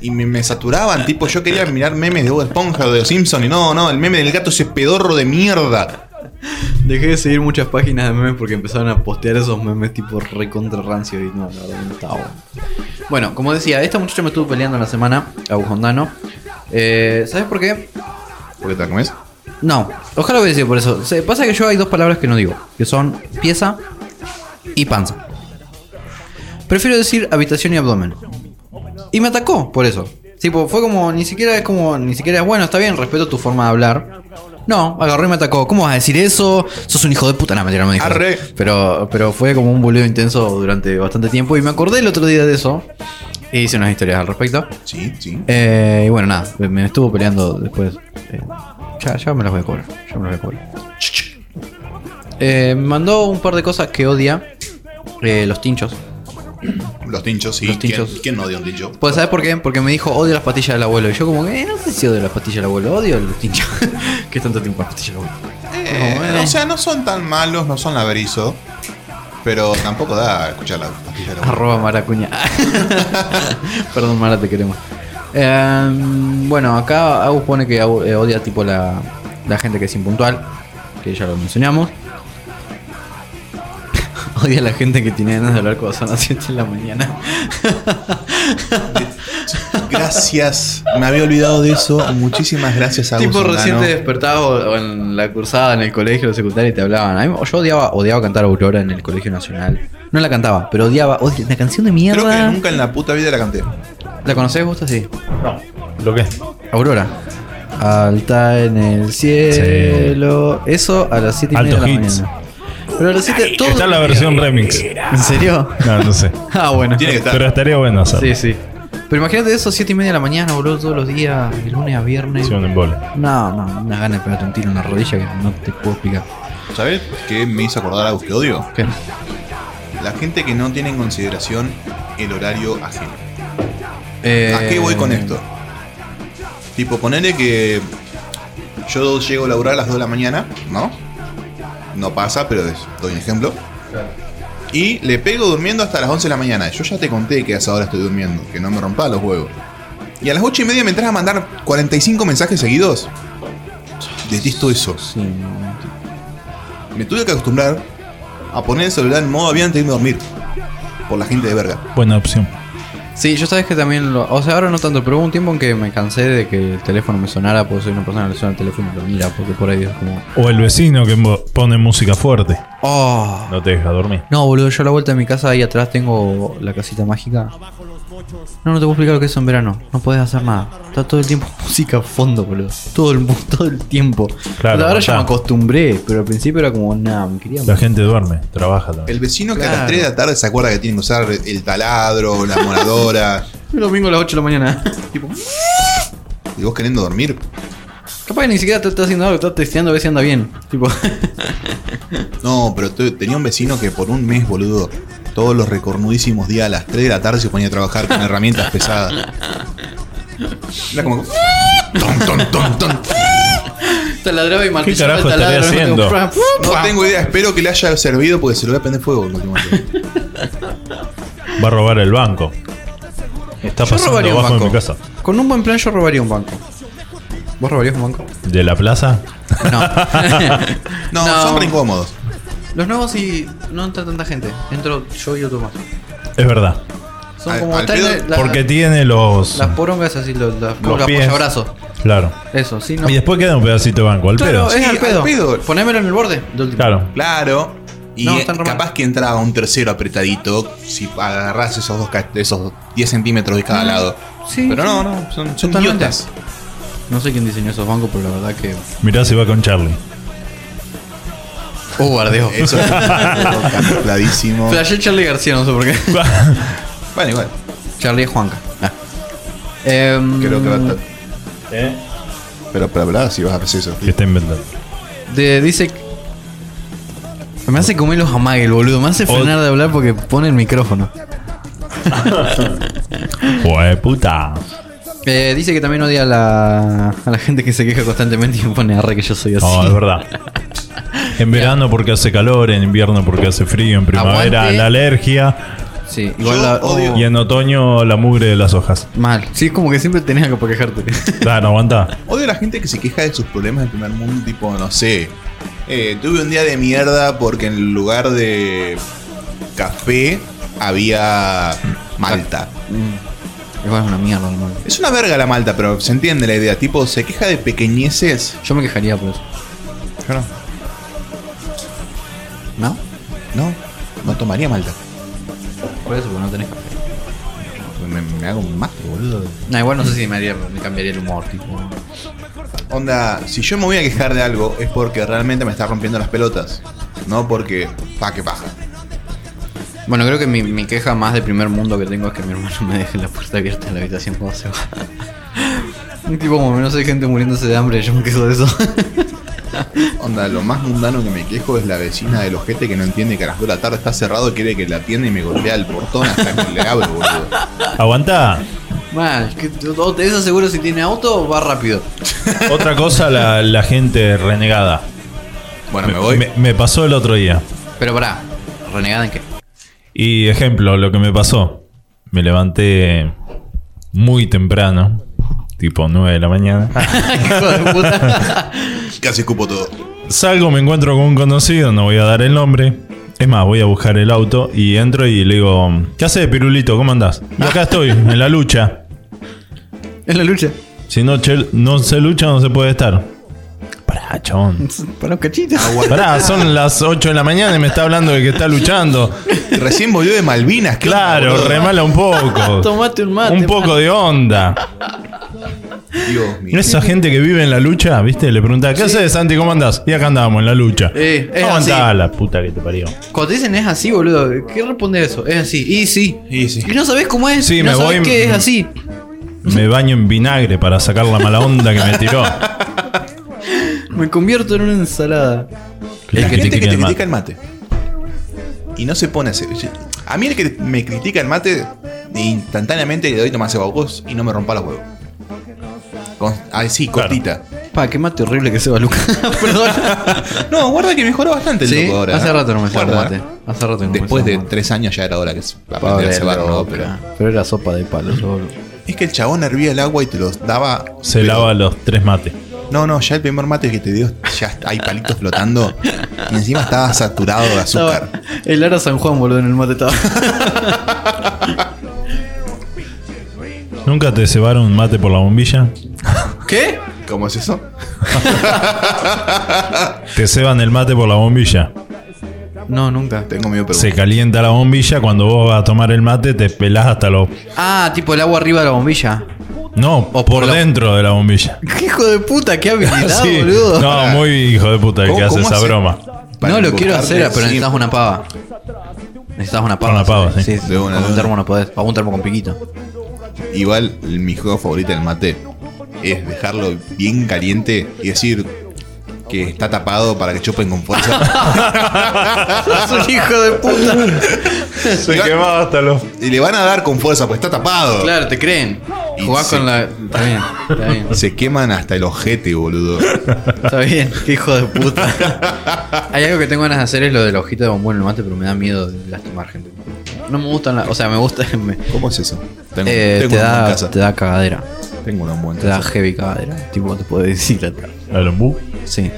Speaker 3: Y me, me saturaban, tipo, yo quería mirar memes de Bob Esponja o de los Simpson y no, no, el meme del gato ese pedorro de mierda.
Speaker 2: Dejé de seguir muchas páginas de memes porque empezaron a postear esos memes tipo recontra rancio y no, la verdad no estaba bueno. Bueno, como decía, esta muchacha me estuvo peleando en la semana, Agujondano. Eh, ¿Sabes por qué?
Speaker 3: ¿Por qué te la comes?
Speaker 2: No, ojalá hubiese sido por eso. Se, pasa que yo hay dos palabras que no digo, que son pieza y panza. Prefiero decir habitación y abdomen. Y me atacó por eso. Tipo, fue como, ni siquiera es como, ni siquiera es bueno, está bien, respeto tu forma de hablar. No, agarró y me atacó. ¿Cómo vas a decir eso? Sos un hijo de puta. No, mentira, no me dijo. eso.
Speaker 3: Arre.
Speaker 2: Pero, pero fue como un boludo intenso durante bastante tiempo. Y me acordé el otro día de eso. E hice unas historias al respecto.
Speaker 3: Sí, sí.
Speaker 2: Eh, y bueno, nada, me- me estuvo peleando después. Eh, ya, ya me las voy a cobrar. Ya me las voy a cobrar. Eh, me mandó un par de cosas que odia. eh, los tinchos.
Speaker 3: Los tinchos, sí.
Speaker 2: Los
Speaker 3: ¿Quién-
Speaker 2: tinchos.
Speaker 3: ¿Quién, no odia un tincho?
Speaker 2: Pues, ¿sabes por qué? Porque me dijo odio las pastillas del abuelo. Y yo, como que, eh, no sé si odio las pastillas del abuelo, odio los tinchos. ¿Qué tanto tiempo las pastillas del abuelo?
Speaker 3: Eh,
Speaker 2: Bueno.
Speaker 3: O sea, no son tan malos, no son laberizo. Pero tampoco da a escuchar la pastilla de la
Speaker 2: Arroba maracuña. Perdón, Mara, te queremos. Eh, bueno, acá Agus pone que Agus, eh, odia tipo la, la gente que es impuntual, que ya lo mencionamos. Odia a la gente que tiene ganas de hablar cuando son las 7 de la mañana.
Speaker 3: Gracias. Me había olvidado de eso. Muchísimas gracias a
Speaker 2: tipo
Speaker 3: Gus
Speaker 2: recién
Speaker 3: Ondano.
Speaker 2: te despertado o en la cursada en el colegio, en la secundaria y te hablaban. A mí- yo odiaba, odiaba cantar Aurora en el colegio nacional. No la cantaba, pero odiaba. odi- la canción de
Speaker 3: Creo que
Speaker 2: mierda.
Speaker 3: nunca en la puta vida la canté.
Speaker 2: ¿La conocés vos? Sí.
Speaker 4: ¿Lo qué?
Speaker 2: Aurora. Alta en el cielo. Eso a las 7 y media
Speaker 4: Altos
Speaker 2: de la
Speaker 4: hits.
Speaker 2: mañana. Pero a las 7 todo.
Speaker 4: Está la versión remix.
Speaker 2: ¿En serio?
Speaker 4: No, no sé.
Speaker 2: Ah, bueno.
Speaker 3: Tiene que estar.
Speaker 4: Pero estaría bueno hacerlo.
Speaker 2: Sí, sí. Pero imagínate eso, 7 y media de la mañana, boludo, todos los días, de lunes a viernes.
Speaker 4: Sí, un embole.
Speaker 2: No, no, una gana de pegarte un tiro en la rodilla que no te puedo explicar.
Speaker 3: ¿Sabes qué me hizo acordar algo que odio?
Speaker 2: ¿Qué?
Speaker 3: La gente que no tiene en consideración el horario ajeno.
Speaker 2: Eh,
Speaker 3: ¿A qué voy con esto? Tipo, ponele que yo llego a laburar a las 2 de la mañana, ¿no? No pasa, pero es- doy un ejemplo. Y le pego durmiendo hasta las 11 de la mañana. Yo ya te conté que a esa hora estoy durmiendo, que no me rompa los huevos. Y a las 8 y media me entras a mandar 45 mensajes seguidos. Detesto eso.
Speaker 2: Sí, no.
Speaker 3: Me tuve que acostumbrar a poner el celular en modo avión antes de irme a dormir. Por la gente de verga.
Speaker 4: Buena opción.
Speaker 2: Sí, yo sabes que también lo- O sea, ahora no tanto, pero hubo un tiempo en que me cansé de que el teléfono me sonara, porque soy una persona que le suena el teléfono y lo mira, porque por ahí es como.
Speaker 4: O el vecino que mo- pone música fuerte.
Speaker 2: ¡Oh!
Speaker 4: No te deja dormir.
Speaker 2: No, boludo, yo a la vuelta de mi casa ahí atrás tengo la casita mágica. No, no te puedo explicar lo que es en verano. No podés hacer nada. Está todo el tiempo música a fondo, boludo. Todo el, mu- todo el tiempo.
Speaker 4: Claro,
Speaker 2: Pero ahora
Speaker 4: está.
Speaker 2: ya me acostumbré, pero al principio era como, nada, me quería
Speaker 4: La
Speaker 2: morir.
Speaker 4: gente duerme, trabaja también.
Speaker 3: El vecino que a las
Speaker 2: Claro.
Speaker 3: 3 de la tarde se acuerda que tiene que usar el taladro, la moradora.
Speaker 2: El domingo a las 8 de la mañana. tipo,
Speaker 3: y vos queriendo dormir.
Speaker 2: capaz que ni siquiera te estás haciendo algo, estás testeando a ver si anda bien. Tipo,
Speaker 3: No, pero te- tenía un vecino que por un mes, boludo, todos los recornudísimos días a las 3 de la tarde se ponía a trabajar con herramientas pesadas. Era como. Ton, ton, ton, ton.
Speaker 2: taladraba y martillaba el
Speaker 4: carajo estaría
Speaker 2: taladro.
Speaker 4: haciendo?
Speaker 3: No tengo idea, espero que le haya servido porque se lo voy a prender fuego. en cualquier momento.
Speaker 4: Va a robar el banco. Está
Speaker 2: Yo
Speaker 4: pasando
Speaker 2: robaría un
Speaker 4: abajo de
Speaker 2: banco.
Speaker 4: mi casa.
Speaker 2: Con un buen plan yo robaría un banco. ¿Vos robarías un banco?
Speaker 4: ¿De la plaza?
Speaker 2: No.
Speaker 3: No, son re incómodos.
Speaker 2: Los nuevos y no entra tanta gente. Entro yo y otro más.
Speaker 4: Es verdad.
Speaker 2: Son
Speaker 3: Al-
Speaker 2: como
Speaker 3: al
Speaker 2: tal-
Speaker 3: pedo,
Speaker 2: la-
Speaker 4: Porque tiene los,
Speaker 2: las porongas así, los, las, como
Speaker 4: los
Speaker 2: los
Speaker 4: pies.
Speaker 2: apoyabrazos.
Speaker 4: Claro.
Speaker 2: Eso, sí, no.
Speaker 4: Y después queda un pedacito de banco, al
Speaker 2: claro, eh.
Speaker 4: pedo.
Speaker 2: es
Speaker 3: Sí,
Speaker 2: al pedo.
Speaker 3: al pedo.
Speaker 2: Ponémelo en el borde. de última.
Speaker 4: Claro.
Speaker 3: Claro. Y
Speaker 2: No, están romanos.
Speaker 3: capaz que entraba un tercero apretadito si agarrás esos dos ca- esos 10 centímetros de cada lado.
Speaker 2: Sí.
Speaker 3: Pero no, no, son, son
Speaker 2: Totalmente.
Speaker 3: idiotas.
Speaker 2: No sé quién diseñó esos bancos, pero la verdad que.
Speaker 4: Mirá si va con Charlie.
Speaker 2: Oh, guardeo.
Speaker 3: Eso es camufladísimo.
Speaker 2: Flashé Charlie García, no sé por qué.
Speaker 3: Bueno, igual.
Speaker 2: Charlie es Juanca. Ah. Em,
Speaker 3: Creo que va a estar.
Speaker 4: ¿Eh?
Speaker 3: Pero, pero, pero, si vas a hacer eso.
Speaker 4: Que está inventando.
Speaker 2: de- dice. que- Me hace comer los amagues, boludo. Me hace frenar de hablar porque pone el micrófono.
Speaker 4: Jue puta.
Speaker 2: Eh, dice que también odia a la, a la gente que se queja constantemente y me pone arre que yo soy así.
Speaker 4: No, es verdad. En verano porque hace calor, en invierno porque hace frío, en primavera
Speaker 2: Aguante.
Speaker 4: la alergia
Speaker 2: Sí, igual
Speaker 3: Yo
Speaker 2: la oh,
Speaker 3: odio-
Speaker 4: y en otoño la mugre de las hojas.
Speaker 2: Mal. Sí, es como que siempre tenías que por quejarte.
Speaker 4: Claro, aguanta.
Speaker 3: Odio a la gente que se queja de sus problemas del primer mundo, tipo, no sé. eh, tuve un día de mierda porque en lugar de café había malta.
Speaker 2: igual es una mierda, hermano.
Speaker 3: Es una verga la malta, pero se entiende la idea. Tipo, se queja de pequeñeces.
Speaker 2: Yo me quejaría por eso.
Speaker 3: Yo no.
Speaker 2: ¿No?
Speaker 3: No, no tomaría malta.
Speaker 2: Por eso, porque no tenés café.
Speaker 3: Me, me hago un mate, boludo.
Speaker 2: No, igual no sé si me, haría, me cambiaría el humor, tipo.
Speaker 3: Onda, si yo me voy a quejar de algo es porque realmente me está rompiendo las pelotas. No porque, pa, que paja.
Speaker 2: Bueno, creo que mi, mi queja más de primer mundo que tengo es que mi hermano me deje la puerta abierta en la habitación cuando se va. Un tipo como menos hay gente muriéndose de hambre, yo me quejo de eso.
Speaker 3: Onda, lo más mundano que me quejo es la vecina del ojete que no entiende que a las 2 de la tarde está cerrado, quiere que la atienda y me golpea el portón hasta que le abro, boludo.
Speaker 4: Aguanta.
Speaker 2: Mal, que- o te aseguro si tiene auto o va rápido.
Speaker 4: Otra cosa, la, la gente renegada.
Speaker 3: Bueno, me
Speaker 4: Me,
Speaker 3: voy.
Speaker 4: me pasó el otro día.
Speaker 2: Pero pará, renegada en qué.
Speaker 4: Y ejemplo, lo que me pasó. Me levanté muy temprano, tipo 9 de la mañana.
Speaker 2: Hijo de puta.
Speaker 3: Casi escupo todo.
Speaker 4: Salgo, me encuentro con un conocido, no voy a dar el nombre. Es más, voy a buscar el auto y entro y le digo, ¿qué haces, Pirulito? ¿Cómo andás? Y acá estoy, en la lucha.
Speaker 2: Es la lucha.
Speaker 4: Si no, che- no se lucha, no se puede estar. Pará, chabón.
Speaker 2: Para un cachito.
Speaker 4: Pará, son las 8 de la mañana y me está hablando de que está luchando.
Speaker 3: Recién volvió de Malvinas, ¿qué onda,
Speaker 4: Claro,
Speaker 3: boludo?
Speaker 4: remala un poco.
Speaker 2: Tomate un mate. pues.
Speaker 4: Un poco de onda.
Speaker 3: Dios
Speaker 4: No
Speaker 3: mío.
Speaker 4: esa gente que vive en la lucha, ¿viste? Le preguntaba, ¿qué haces, Santi? ¿Cómo andás? Y acá andábamos en la lucha.
Speaker 2: Eh, es
Speaker 4: Aguantá
Speaker 2: así.
Speaker 4: la puta que te parió.
Speaker 2: Cuando te dicen es así, boludo, ¿qué responde eso? Es así. Y sí.
Speaker 3: Y sí.
Speaker 2: Y no sabes cómo es.
Speaker 4: Sí,
Speaker 2: y no
Speaker 4: me
Speaker 2: sabés
Speaker 4: voy-
Speaker 2: que es así.
Speaker 4: Me baño en vinagre para sacar la mala onda que me tiró.
Speaker 2: Me convierto en una ensalada.
Speaker 3: La
Speaker 4: La
Speaker 3: gente que
Speaker 4: critica
Speaker 3: te
Speaker 4: el
Speaker 3: critica
Speaker 4: mate.
Speaker 3: el mate. Y no se pone a hacer. A mí el que me critica el mate, instantáneamente le doy tomar cebabocos y no me rompa los huevos. Con- Así, ah, cortita.
Speaker 2: Pa, qué mate horrible que se va Lucas. Perdón.
Speaker 3: No, guarda que mejoró bastante el
Speaker 2: Sí,
Speaker 3: loco ahora.
Speaker 2: hace
Speaker 3: ¿eh?
Speaker 2: rato no me saco
Speaker 3: Guarda.
Speaker 2: mate. Hace rato que no me
Speaker 3: Después
Speaker 2: saco
Speaker 3: de
Speaker 2: mate.
Speaker 3: tres años ya era hora que se aprendiera a
Speaker 2: Pobre
Speaker 3: cebar, ¿no?
Speaker 2: loco,
Speaker 3: Pero
Speaker 2: pero era sopa de palo. solo.
Speaker 3: es que el chabón hervía el agua y te los daba.
Speaker 4: Se
Speaker 3: pero-
Speaker 4: lava los tres mates.
Speaker 3: No, no, ya el primer mate que te dio, ya hay palitos flotando. Y encima estaba saturado de azúcar.
Speaker 2: Estaba- el Ara San Juan, boludo, en el mate estaba.
Speaker 4: ¿Nunca te cebaron un mate por la bombilla?
Speaker 2: ¿Qué?
Speaker 3: ¿Cómo es eso?
Speaker 4: Te ceban el mate por la bombilla.
Speaker 2: No, nunca.
Speaker 3: Tengo miedo, pero.
Speaker 4: Se calienta la bombilla, cuando vos vas a tomar el mate te pelás hasta los...
Speaker 2: Ah, tipo el agua arriba de la bombilla.
Speaker 4: No,
Speaker 2: O
Speaker 4: por,
Speaker 2: por la-
Speaker 4: dentro de la bombilla.
Speaker 2: ¡Qué hijo de puta! ¡Qué habilidad,
Speaker 4: Sí.
Speaker 2: boludo! No,
Speaker 4: No, muy hijo de puta el que
Speaker 3: ¿Cómo-
Speaker 4: hace
Speaker 3: cómo
Speaker 4: esa
Speaker 3: hace?
Speaker 4: broma.
Speaker 3: para
Speaker 2: lo quiero
Speaker 3: empujarle,
Speaker 2: hacer, pero
Speaker 3: sí.
Speaker 2: necesitas una pava. Necesitas una pava.
Speaker 4: Una pava, sí.
Speaker 2: sí.
Speaker 3: De una,
Speaker 2: con un
Speaker 3: de una.
Speaker 2: termo no podés. Para un termo con piquito.
Speaker 3: Igual mi juego favorito del mate es dejarlo bien caliente y decir que está tapado para que chupen con fuerza.
Speaker 2: ¡Sos un hijo de puta!
Speaker 3: Y va-
Speaker 4: quemaba hasta los...
Speaker 3: y le van a dar con fuerza, pues está tapado.
Speaker 2: Claro, te creen.
Speaker 3: Y
Speaker 2: Jugás
Speaker 3: sí.
Speaker 2: con la. Está bien, está bien.
Speaker 3: Se queman hasta el ojete, boludo.
Speaker 2: Está bien, qué hijo de puta. Hay algo que tengo ganas de hacer es lo de la hojita de bombón en el mate, pero me da miedo de lastimar gente. No me gustan las. O sea, me gusta. me-
Speaker 3: ¿Cómo es eso? Tengo,
Speaker 2: eh,
Speaker 3: tengo
Speaker 2: te,
Speaker 3: uno en
Speaker 2: da,
Speaker 3: casa.
Speaker 2: te da cagadera.
Speaker 3: Tengo uno en buen
Speaker 2: Te da
Speaker 3: casa.
Speaker 2: heavy cagadera. Tipo, te puede deshidratar.
Speaker 4: A los bu.
Speaker 2: Sí.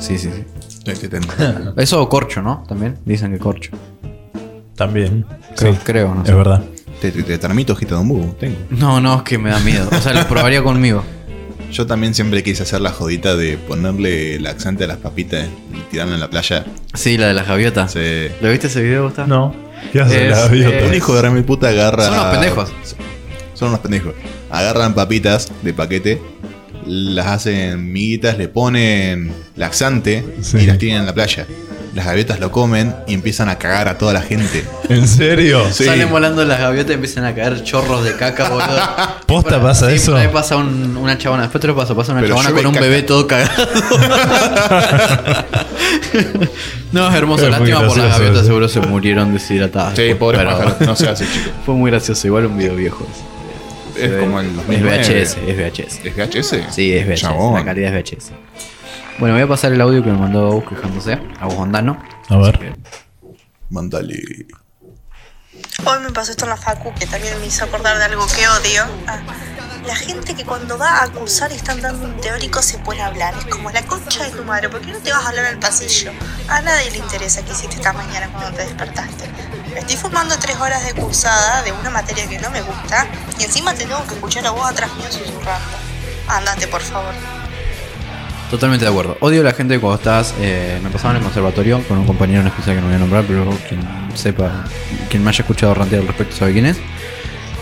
Speaker 2: Sí, sí, sí.
Speaker 3: Este tengo.
Speaker 2: Eso o corcho, ¿no? También dicen que corcho.
Speaker 4: También.
Speaker 2: Creo,
Speaker 4: Sí,
Speaker 2: creo, no
Speaker 4: es
Speaker 2: sé.
Speaker 4: verdad.
Speaker 3: Te, te, te tramito hojita este, de un búho. Tengo.
Speaker 2: No, no, es que me da miedo. O sea, lo probaría conmigo.
Speaker 3: Yo también siempre quise hacer la jodita de ponerle laxante a las papitas y tirarlo en la playa.
Speaker 2: Sí, la de las gaviotas.
Speaker 3: Se-
Speaker 2: ¿Lo viste ese video, Gustavo?
Speaker 4: No. ¿Qué hace
Speaker 2: Es,
Speaker 4: la gaviota?
Speaker 2: eh,
Speaker 3: Un hijo de remil puta agarra.
Speaker 2: Son unos pendejos.
Speaker 3: Son unos pendejos. Agarran papitas de paquete, las hacen miguitas, le ponen laxante
Speaker 4: Sí.
Speaker 3: y las tiran en la playa. Las gaviotas lo comen y empiezan a cagar a toda la gente.
Speaker 4: ¿En serio?
Speaker 3: Sí.
Speaker 2: Salen volando las gaviotas y empiezan a caer chorros de caca, boludo.
Speaker 4: ¿Posta
Speaker 2: Por ahí-
Speaker 4: pasa
Speaker 2: sí,
Speaker 4: eso?
Speaker 2: por ahí pasa un- una chabona, después te lo paso, pasa una
Speaker 3: Pero
Speaker 2: chabona
Speaker 3: llueve
Speaker 2: con un
Speaker 3: caca.
Speaker 2: bebé todo cagado. no, es hermoso,
Speaker 4: Es muy
Speaker 2: lástima por las
Speaker 4: gracioso
Speaker 2: gaviotas,
Speaker 4: eso.
Speaker 2: seguro se murieron deshidratadas.
Speaker 3: Sí,
Speaker 2: después,
Speaker 3: pobre
Speaker 2: pero
Speaker 3: pájaro, no se hace, chico.
Speaker 2: Fue muy gracioso, igual un video viejo. ese.
Speaker 3: Es
Speaker 2: Se ve-
Speaker 3: como el
Speaker 2: Es
Speaker 3: 2009.
Speaker 2: VHS, es VHS.
Speaker 3: ¿Es VHS?
Speaker 2: Sí, es VHS,
Speaker 3: Chabón.
Speaker 2: la calidad es VHS. Bueno, voy a pasar el audio que me mandó Agus quejándose, Agus Ondano.
Speaker 4: A ver.
Speaker 3: Mandale.
Speaker 5: Hoy me pasó esto en la facu, que también me hizo acordar de algo que odio. Ah, la gente que cuando va a cursar y están dando un teórico se pone a hablar. Es como la concha de tu madre, ¿por qué no te vas a hablar al pasillo? A nadie le interesa qué hiciste esta mañana cuando te despertaste. Me estoy fumando tres horas de cursada de una materia que no me gusta y encima te tengo que escuchar a vos atrás mío susurrando. Andate, por favor.
Speaker 2: Totalmente de acuerdo. Odio a la gente cuando estás. eh, me pasaba en el conservatorio con un compañero en especial que no voy a nombrar, pero quien sepa, quien me haya escuchado rantear al respecto sabe quién es.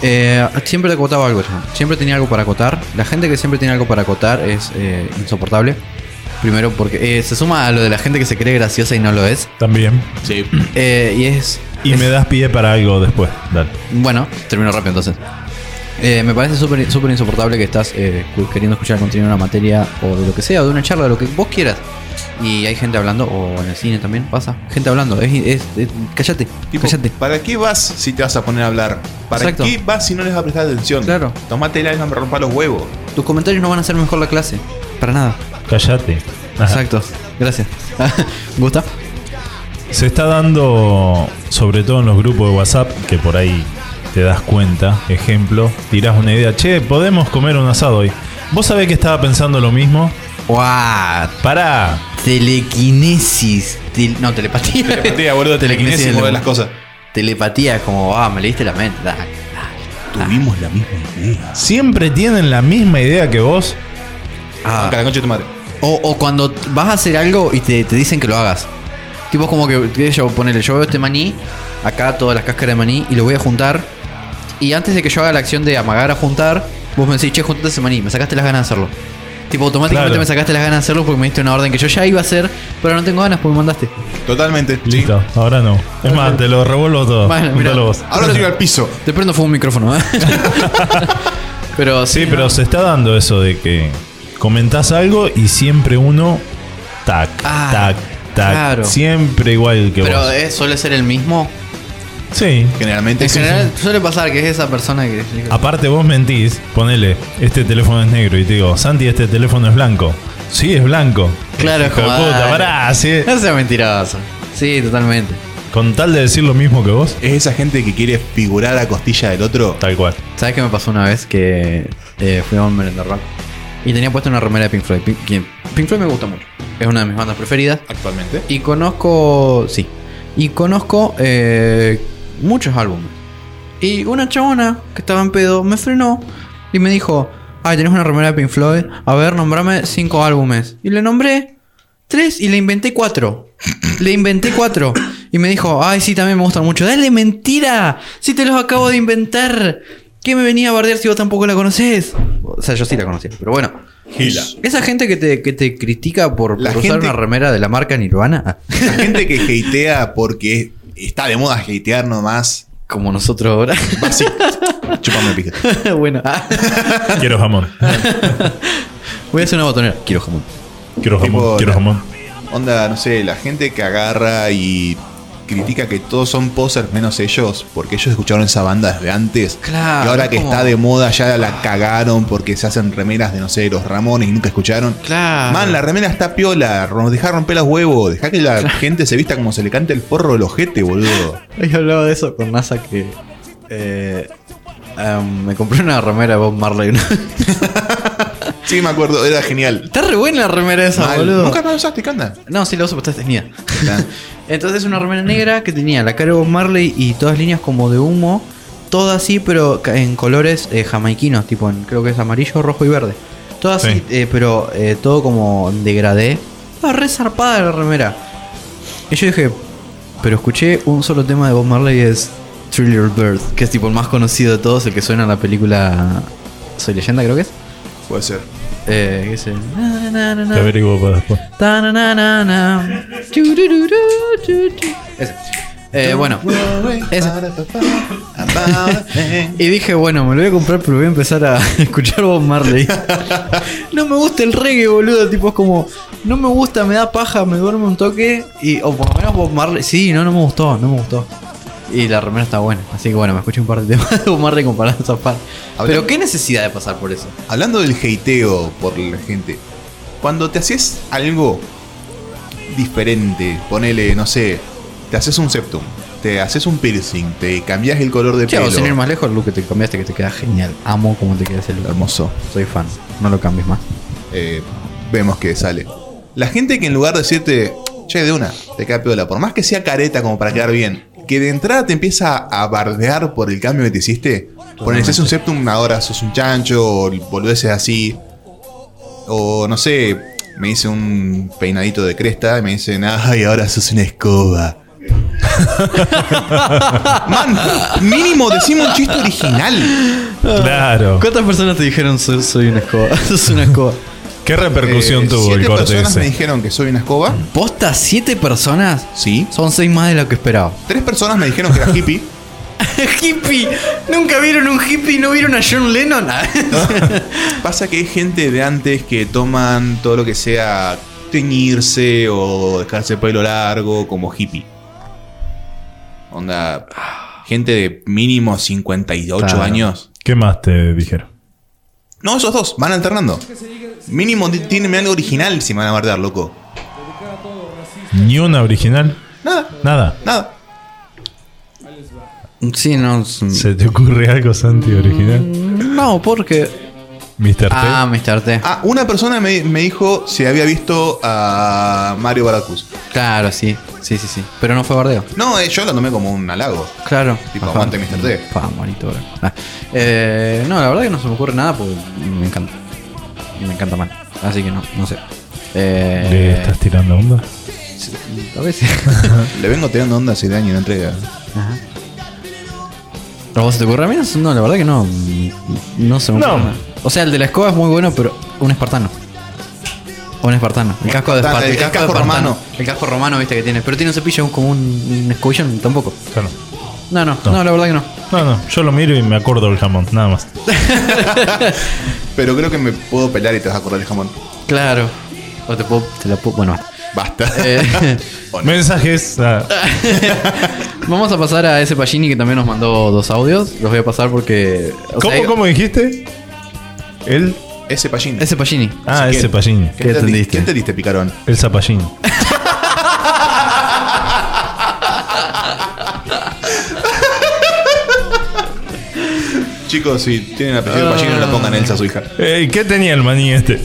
Speaker 2: Eh, siempre te acotaba algo, chabón. siempre tenía algo para acotar. La gente que siempre tiene algo para acotar es eh, insoportable. Primero porque eh, se suma a lo de la gente que se cree graciosa y no lo es.
Speaker 4: También.
Speaker 3: Sí.
Speaker 2: Eh, y es
Speaker 4: Y me das pie para algo después. Dale.
Speaker 2: bueno, termino rápido entonces. Eh, me parece súper súper insoportable que estás eh, cu- queriendo escuchar el contenido de una materia o de lo que sea, o de una charla, de lo que vos quieras. Y hay gente hablando, o en el cine también pasa, gente hablando. Es, es- es- cállate,
Speaker 3: Tipo,
Speaker 2: cállate.
Speaker 3: ¿Para qué vas si te vas a poner a hablar? ¿Para
Speaker 2: Exacto.
Speaker 3: qué vas si no les vas a prestar atención?
Speaker 2: Claro.
Speaker 3: Tomate la y no me rompa los huevos.
Speaker 2: Tus comentarios no van a hacer mejor la clase, para nada.
Speaker 4: Cállate. Ajá.
Speaker 2: Exacto, gracias. ¿Gusta?
Speaker 4: Se está dando, sobre todo en los grupos de WhatsApp, que por ahí te das cuenta, ejemplo, tirás una idea, che, podemos comer un asado hoy. ¿Vos sabés que estaba pensando lo mismo?
Speaker 2: ¡Wow!
Speaker 4: Pará,
Speaker 2: Telequinesis. tel- no, telepatía.
Speaker 3: Telepatía, boludo, telequinesis y
Speaker 2: Telequinesis,
Speaker 3: mover las cosas.
Speaker 2: Telepatía es como, ah, me leíste la mente. da.
Speaker 3: Tuvimos la misma idea.
Speaker 4: siempre tienen la misma idea que vos.
Speaker 2: Ah.
Speaker 3: Arranca la concha de tu madre.
Speaker 2: O, o cuando t- vas a hacer algo y te, te dicen que lo hagas. Tipo es como que, que yo ponele, yo veo este maní, acá todas las cáscaras de maní, y lo voy a juntar. Y antes de que yo haga la acción de amagar a juntar, vos me decís, che, juntate ese maní, me sacaste las ganas de hacerlo. Tipo, automáticamente
Speaker 4: Claro.
Speaker 2: me sacaste las ganas de hacerlo porque me diste una orden que yo ya iba a hacer, pero no tengo ganas porque me mandaste.
Speaker 3: Totalmente.
Speaker 4: Listo, ahora no. Es más, te lo revuelvo todo.
Speaker 2: Bueno, mira.
Speaker 4: Juntalo vos.
Speaker 3: Ahora tiro al piso.
Speaker 2: De pronto fue un micrófono, ¿eh? pero
Speaker 4: Sí, pero se está dando eso de que comentás algo y siempre uno, tac,
Speaker 2: Ah,
Speaker 4: tac, tac.
Speaker 2: claro.
Speaker 4: Siempre igual que
Speaker 2: Pero
Speaker 4: vos.
Speaker 2: eh, suele ser el mismo.
Speaker 4: Sí, Ah.
Speaker 3: Generalmente
Speaker 2: En
Speaker 3: sí.
Speaker 2: general, suele pasar que es esa persona que.
Speaker 4: Aparte vos mentís, ponele, este teléfono es negro y te digo, Santi, este teléfono es blanco. Sí, es blanco.
Speaker 2: Claro,
Speaker 4: Hijo de
Speaker 2: joder.
Speaker 4: puta, pará, sí.
Speaker 2: No sea mentiroso. Sí, totalmente.
Speaker 4: Con tal de decir lo mismo que vos,
Speaker 3: Es esa gente que quiere figurar a costilla del otro.
Speaker 4: tal cual.
Speaker 2: ¿Sabes qué me pasó una vez que eh, fui a un merendarrón? Y tenía puesta una remera de Pink Floyd. Pink, que Pink Floyd me gusta mucho. Es una de mis bandas preferidas.
Speaker 3: Actualmente.
Speaker 2: Y conozco. Sí. Y conozco eh, muchos álbumes. Y una chabona que estaba en pedo me frenó y me dijo: Ay, tenés una remera de Pink Floyd. A ver, nombrame cinco álbumes. Y le nombré tres y le inventé cuatro. Le inventé cuatro. Y me dijo: Ay, sí, también me gustan mucho. Dale, mentira. Si te los acabo de inventar. ¿Qué me venía a bardear si vos tampoco la conocés? O sea, yo sí la conocía, pero bueno.
Speaker 3: Gila.
Speaker 2: Esa gente que te, que te critica por,
Speaker 3: La
Speaker 2: por usar
Speaker 3: gente-
Speaker 2: una remera de la marca Nirvana,
Speaker 3: La gente que hatea porque está de moda hatear nomás.
Speaker 2: como nosotros ahora.
Speaker 3: Así. Chupame pica.
Speaker 2: bueno, ah,
Speaker 4: Quiero jamón.
Speaker 2: voy a hacer una botonera. Quiero jamón.
Speaker 4: Quiero jamón.
Speaker 3: Tipo,
Speaker 4: quiero
Speaker 3: la-
Speaker 4: jamón.
Speaker 3: Onda, no sé, la gente que agarra y critica que todos son posers menos ellos, porque ellos escucharon esa banda desde antes.
Speaker 2: Claro,
Speaker 3: Y ahora que
Speaker 2: ¿cómo?
Speaker 3: está de moda ya la cagaron porque se hacen remeras de, no sé, los Ramones y nunca escucharon.
Speaker 2: Claro.
Speaker 3: Man, la remera está piola, ro- dejá romper los huevos, dejá que la gente se vista como se le cante el forro del ojete, boludo.
Speaker 2: Hoy hablaba de eso con NASA que eh, em, me compré una remera de Bob Marley. una vez.
Speaker 3: Sí, me acuerdo, era genial.
Speaker 2: Está re buena la remera esa,
Speaker 3: Mal.
Speaker 2: boludo.
Speaker 3: Nunca me usaste, ¿qué onda?
Speaker 2: No, sí la uso, pero está tenía.
Speaker 3: Claro.
Speaker 2: Entonces una remera negra que tenía la cara de Bob Marley y todas líneas como de humo. Todo así, pero ca- en colores eh, jamaiquinos, tipo en, creo que es amarillo, rojo y verde. Todo así,
Speaker 4: Sí.
Speaker 2: eh, pero eh, todo como en degradé. Estaba re zarpada la remera. Y yo dije, pero escuché un solo tema de Bob Marley y es Thriller Bird, que es tipo el más conocido de todos, el que suena en la película Soy Leyenda, creo que es.
Speaker 3: Puede ser.
Speaker 2: Eh, que es el na, na, na, na.
Speaker 4: Te averiguo para después.
Speaker 2: Ta-na-na-na-na. Churururu, chu, chu. Ese. Eh, bueno. Ese. Y dije, bueno, me lo voy a comprar, pero voy a empezar a escuchar Bob Marley. No me gusta el reggae, boludo. Tipo, es como, no me gusta, me da paja, me duerme un toque. Y, o por lo menos Bob Marley. Sí, no, no me gustó, no me gustó. Y la remera está buena. Así que bueno, me escuché un par de temas de Bob Marley comparado a esa par. Pero qué necesidad de pasar por eso.
Speaker 3: Hablando del hateo por la gente, cuando te haces algo diferente, ponele, no sé, te haces un septum, te haces un piercing, te cambias el color de
Speaker 2: Che, o sin ir
Speaker 3: pelo.
Speaker 2: más lejos, el look que te cambiaste, que te queda genial. Amo cómo te queda ese look.
Speaker 3: Hermoso.
Speaker 2: Soy fan. No lo cambies más.
Speaker 3: eh, vemos que sale. La gente que en lugar de decirte, che, de una, te queda piola, por más que sea careta como para quedar bien, que de entrada te empieza a bardear por el cambio que te hiciste, por el un septum, ahora sos un chancho, o volveses así, o no sé, me hice un peinadito de cresta y me dicen, ay, ahora sos una escoba. Man, mínimo decimos un chiste original.
Speaker 4: Claro.
Speaker 2: ¿Cuántas personas te dijeron soy, soy una escoba? Sos una escoba.
Speaker 4: ¿Qué repercusión
Speaker 3: Eh,
Speaker 4: tuvo el
Speaker 3: siete
Speaker 4: corte
Speaker 3: personas me
Speaker 4: ese?
Speaker 3: dijeron que soy una escoba.
Speaker 2: ¿Posta siete personas?
Speaker 3: Sí.
Speaker 2: Son seis más de lo que esperaba.
Speaker 3: Tres personas me dijeron que era hippie.
Speaker 2: ¡Hippie! ¿Nunca vieron un hippie y no vieron a John Lennon?
Speaker 3: Pasa que hay gente de antes que toman todo lo que sea teñirse o dejarse el pelo largo como hippie. Onda, gente de mínimo 58
Speaker 2: Claro.
Speaker 3: años.
Speaker 4: ¿Qué más te dijeron?
Speaker 3: No, esos dos, van alternando. Mínimo di- tienen algo original si me van a guardar, loco.
Speaker 4: Ni una original.
Speaker 3: Nada,
Speaker 4: Nada.
Speaker 3: nada.
Speaker 2: sí, no. s-
Speaker 4: ¿Se te ocurre algo, Santi, original?
Speaker 2: No, porque.
Speaker 4: Mr. T.
Speaker 2: Ah, Mr. T.
Speaker 3: Ah, una persona me, me dijo si había visto a Mario Baracus.
Speaker 2: Claro, sí. Sí, sí, sí. Pero no fue bardeo.
Speaker 3: No, eh, yo lo tomé como un halago.
Speaker 2: Claro.
Speaker 3: Tipo, aguante Mr. T.
Speaker 2: Pa, bonito, bro. Ah. Eh, no, la verdad que no se me ocurre nada porque me encanta. Me encanta mal. Así que no, no sé. Eh,
Speaker 4: ¿Le estás tirando onda?
Speaker 2: A veces. Ah.
Speaker 3: Le vengo tirando onda hace años y no entrega.
Speaker 2: ¿A vos se te ocurre a mí? No, la verdad que no. No se me
Speaker 4: No.
Speaker 2: ocurre. nada. O sea, el de la escoba es muy bueno, pero un espartano. Un espartano. El casco de
Speaker 3: Espartano,
Speaker 2: espartano.
Speaker 3: el casco romano.
Speaker 2: El casco romano, viste que tiene. Pero tiene un cepillo como un, un escobillón, tampoco.
Speaker 4: Claro.
Speaker 2: No, no, no,
Speaker 4: No.
Speaker 2: la verdad que no.
Speaker 4: No, no, yo lo miro y me acuerdo del jamón, nada más.
Speaker 3: Pero creo que me puedo pelar y te vas a acordar el jamón.
Speaker 2: Claro. O te puedo. Te la puedo. Bueno.
Speaker 3: Basta.
Speaker 2: Eh,
Speaker 3: Bueno.
Speaker 4: Mensajes. ah,
Speaker 2: vamos a pasar a ese Pagini que también nos mandó dos audios. Los voy a pasar porque. o
Speaker 4: ¿Cómo,
Speaker 2: sea,
Speaker 4: cómo dijiste? El
Speaker 3: Ese Pallini.
Speaker 2: Ese Pagini.
Speaker 4: Ah,
Speaker 3: Así
Speaker 4: ese
Speaker 3: que-
Speaker 4: payín.
Speaker 3: ¿Qué entendiste?
Speaker 2: entendiste?
Speaker 3: ¿Qué entendiste, Picarón?
Speaker 4: El zapallín.
Speaker 3: Chicos, si tienen apellido Pallini, no
Speaker 2: Ah.
Speaker 3: la pongan Elsa a su hija.
Speaker 4: Ey, ¿Qué tenía el maní este?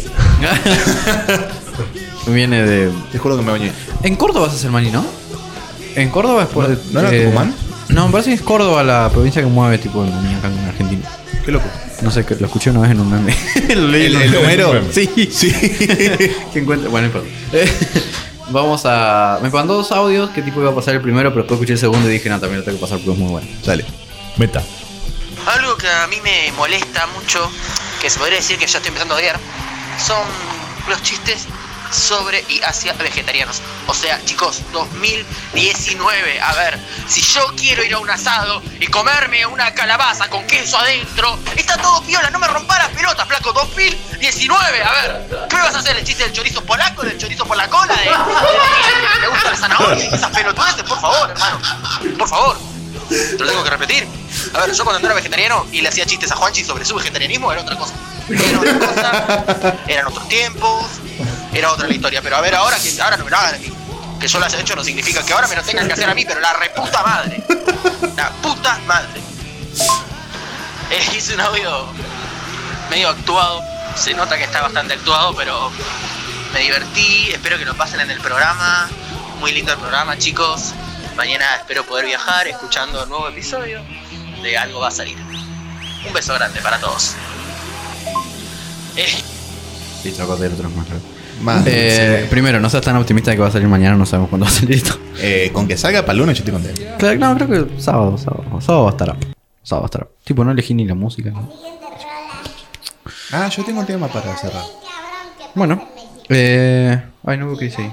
Speaker 2: Viene de.
Speaker 3: Te juro que me bañé.
Speaker 2: En Córdoba es el maní, ¿no? En Córdoba es por.
Speaker 3: ¿No- no era Tucumán?
Speaker 2: No, me parece que es Córdoba la provincia que mueve tipo el maní acá en Argentina.
Speaker 3: Qué loco.
Speaker 2: No sé, que lo escuché una vez en un meme. Lo leí en
Speaker 3: ¿El,
Speaker 2: un
Speaker 3: el
Speaker 2: meme.
Speaker 3: Homero?
Speaker 2: Sí.
Speaker 3: Sí.
Speaker 2: que encuentra. Bueno, perdón. Vamos a. Me mandó dos audios que tipo iba a pasar el primero, pero después escuché el segundo y dije, no, también lo tengo que pasar porque es muy bueno.
Speaker 3: Dale.
Speaker 4: Meta.
Speaker 6: Algo que a mí me molesta mucho, que se podría decir que ya estoy empezando a odiar, son los chistes sobre y hacia vegetarianos. O sea, chicos, 2019. A ver, si yo quiero ir a un asado y comerme una calabaza con queso adentro, está todo piola, no me rompa las pelotas, flaco. 2019, a ver, ¿qué me vas a hacer? ¿El chiste del chorizo polaco, del chorizo por la cola? De, de- me gusta la zanahoria y esas pelotudeces, por favor, hermano. Por favor. Te lo tengo que repetir. A ver, yo cuando era vegetariano y le hacía chistes a Juanchi sobre su vegetarianismo, era otra cosa. Era otra cosa, eran otros tiempos, era otra la historia. Pero a ver, ahora que ahora no me lo hagan a mí. Que yo lo haya hecho no significa que ahora me lo tengan que hacer a mí, pero la reputa madre. La puta madre. Eh, hice un audio medio actuado. Se nota que está bastante actuado, pero me divertí. Espero que lo pasen en el programa. Muy lindo el programa, chicos. Mañana espero poder viajar escuchando el nuevo episodio de Algo va a salir. Un beso grande para todos. Eh,
Speaker 2: Sí, tengo que hacer otros más. claro.
Speaker 3: Más.
Speaker 2: Eh,
Speaker 3: sí.
Speaker 2: Primero, no seas tan optimista que va a salir mañana, no sabemos cuándo va a salir esto.
Speaker 3: Eh, con que salga para el lunes yo estoy contento.
Speaker 2: Claro, no, creo que sábado, sábado. Sábado va a estar. up. Sábado va a estar. up. Tipo, no elegí ni la música. ¿no?
Speaker 3: Ah, yo tengo un tema para cerrar.
Speaker 2: Bueno. Eh, ay, no veo qué dice ahí.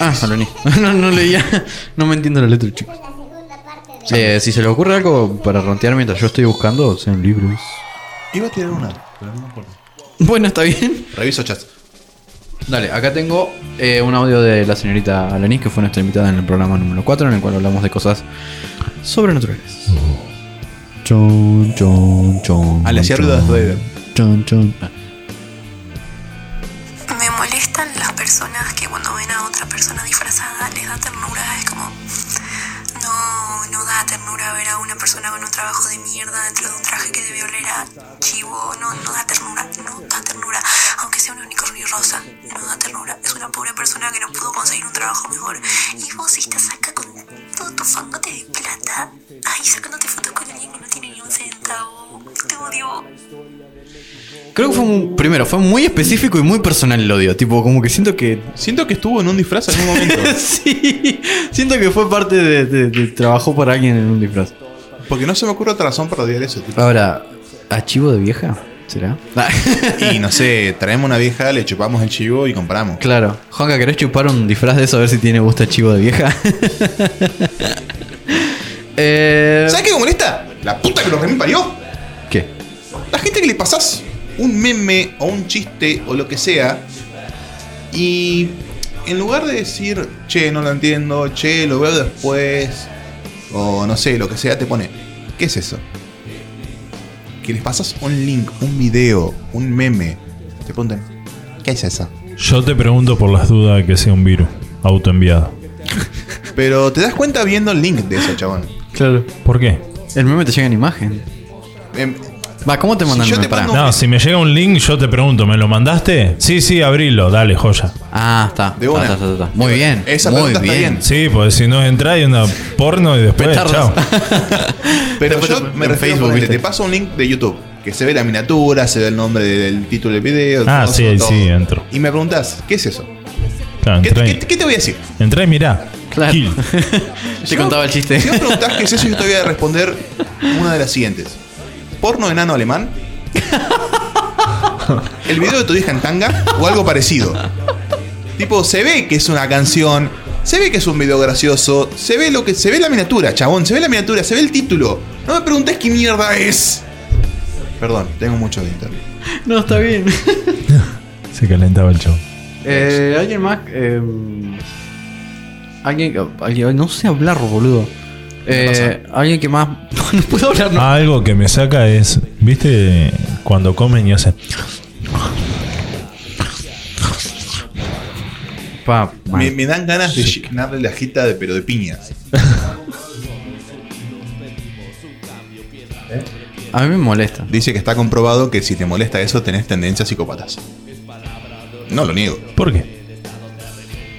Speaker 2: Ah, Saloni. no, no leía. No me entiendo la letra, chicos. Eh, si se le ocurre algo para rontear mientras yo estoy buscando, sean libres.
Speaker 3: Iba a tirar una, pero no me acuerdo.
Speaker 2: Bueno, está bien.
Speaker 3: Reviso chat.
Speaker 2: Dale, acá tengo eh, un audio de la señorita Alanis, que fue nuestra invitada en el programa número 4, en el cual hablamos de cosas sobrenaturales.
Speaker 7: Chon, chon, chon.
Speaker 3: Ah, le hacía
Speaker 7: chon,
Speaker 3: ruido a Darth Vader.
Speaker 7: Chon, chon.
Speaker 8: Me molestan las personas que cuando ven a otra persona disfrazada les da ternura. Es como, no, no da ternura ver a una persona con un trabajo de mierda dentro de un traje que debe oler a chivo. No, no da ternura, no da ternura. Aunque sea un unicornio y rosa, no da ternura. Es una pobre persona que no pudo conseguir un trabajo mejor. Y vos estás acá con todo tu fangote de plata. Ay, sacándote fotos con alguien que no tiene ni un centavo. Te odio.
Speaker 2: Creo que fue un, primero, fue muy específico y muy personal el odio. Tipo, como que siento que.
Speaker 3: Siento que estuvo en un disfraz en algún momento.
Speaker 2: sí, siento que fue parte de, de- de- trabajó para alguien en un disfraz.
Speaker 3: Porque no se me ocurre otra razón para odiar eso. tipo.
Speaker 2: Ahora, ¿archivo de vieja? ¿Será? Ah,
Speaker 3: Y no sé, traemos una vieja, le chupamos el chivo y compramos.
Speaker 2: claro. Juanca, ¿querés chupar un disfraz de eso a ver si tiene gusto a chivo de vieja? eh,
Speaker 3: ¿Sabes qué me molesta? La puta que lo remí parió.
Speaker 2: ¿Qué?
Speaker 3: La gente que le pasás un meme o un chiste o lo que sea y en lugar de decir, che, no lo entiendo, che, lo veo después, o no sé, lo que sea, te pone, ¿qué es eso? Que les pasas un link, un video, un meme, te preguntan, ¿qué es eso?
Speaker 4: Yo te pregunto por las dudas de que sea un virus autoenviado.
Speaker 3: Pero te das cuenta viendo el link de eso, chabón.
Speaker 2: Claro.
Speaker 4: ¿Por qué?
Speaker 2: El meme te llega en imagen.
Speaker 3: Em,
Speaker 2: Va, ¿cómo te
Speaker 3: Si
Speaker 2: mandan
Speaker 3: yo
Speaker 2: el
Speaker 3: te
Speaker 2: meme? Pará.
Speaker 3: mando-
Speaker 4: No, eh. si me llega un link, yo te pregunto, ¿me lo mandaste? Sí, sí, abrilo, dale, joya.
Speaker 2: Ah, está.
Speaker 3: De una.
Speaker 2: Está, está, está, está. Muy bien.
Speaker 3: Esa
Speaker 2: muy
Speaker 3: pregunta está bien.
Speaker 4: Sí, pues si no entra y una porno y después,
Speaker 2: Petardos.
Speaker 4: chao.
Speaker 3: Pero
Speaker 2: Después
Speaker 3: yo
Speaker 2: te-
Speaker 3: me
Speaker 2: en
Speaker 3: refiero
Speaker 2: Facebook,
Speaker 3: ponele,
Speaker 2: ¿viste?
Speaker 3: te paso un link de YouTube, que se ve la miniatura, se ve el nombre del título del video.
Speaker 4: Ah,
Speaker 3: todo,
Speaker 4: sí, ahí
Speaker 3: todo.
Speaker 4: sí, entro.
Speaker 3: Y me preguntas, ¿qué es eso?
Speaker 4: Claro,
Speaker 3: ¿Qué,
Speaker 4: entra,
Speaker 3: qué-
Speaker 4: y,
Speaker 3: qué te voy a decir?
Speaker 4: entra y mirá.
Speaker 2: Claro.
Speaker 4: Kill.
Speaker 2: Te contaba el chiste.
Speaker 3: Si me preguntás qué es eso, yo te voy a responder una de las siguientes. ¿Porno enano alemán? ¿El video de tu hija en tanga? ¿O algo parecido? Tipo, se ve que es una canción, se ve que es un video gracioso, se ve lo que. se ve la miniatura, chabón, se ve la miniatura, se ve el título. No me preguntes qué mierda es. Perdón, tengo mucho de internet.
Speaker 2: No, está bien.
Speaker 4: Se calentaba el show.
Speaker 2: Eh, alguien más. Eh, alguien, alguien- No sé hablar, boludo.
Speaker 4: Ah,
Speaker 2: Eh, alguien que más. No puedo hablar, no.
Speaker 4: Algo que me saca es, ¿viste cuando comen y hacen.
Speaker 2: Pa,
Speaker 3: Me,
Speaker 2: mal.
Speaker 3: me dan ganas de llenarle la jeta de, pero de piñas.
Speaker 2: A mí me molesta.
Speaker 3: Dice que está comprobado que si te molesta eso tenés tendencias psicópatas. No lo niego.
Speaker 4: ¿Por qué?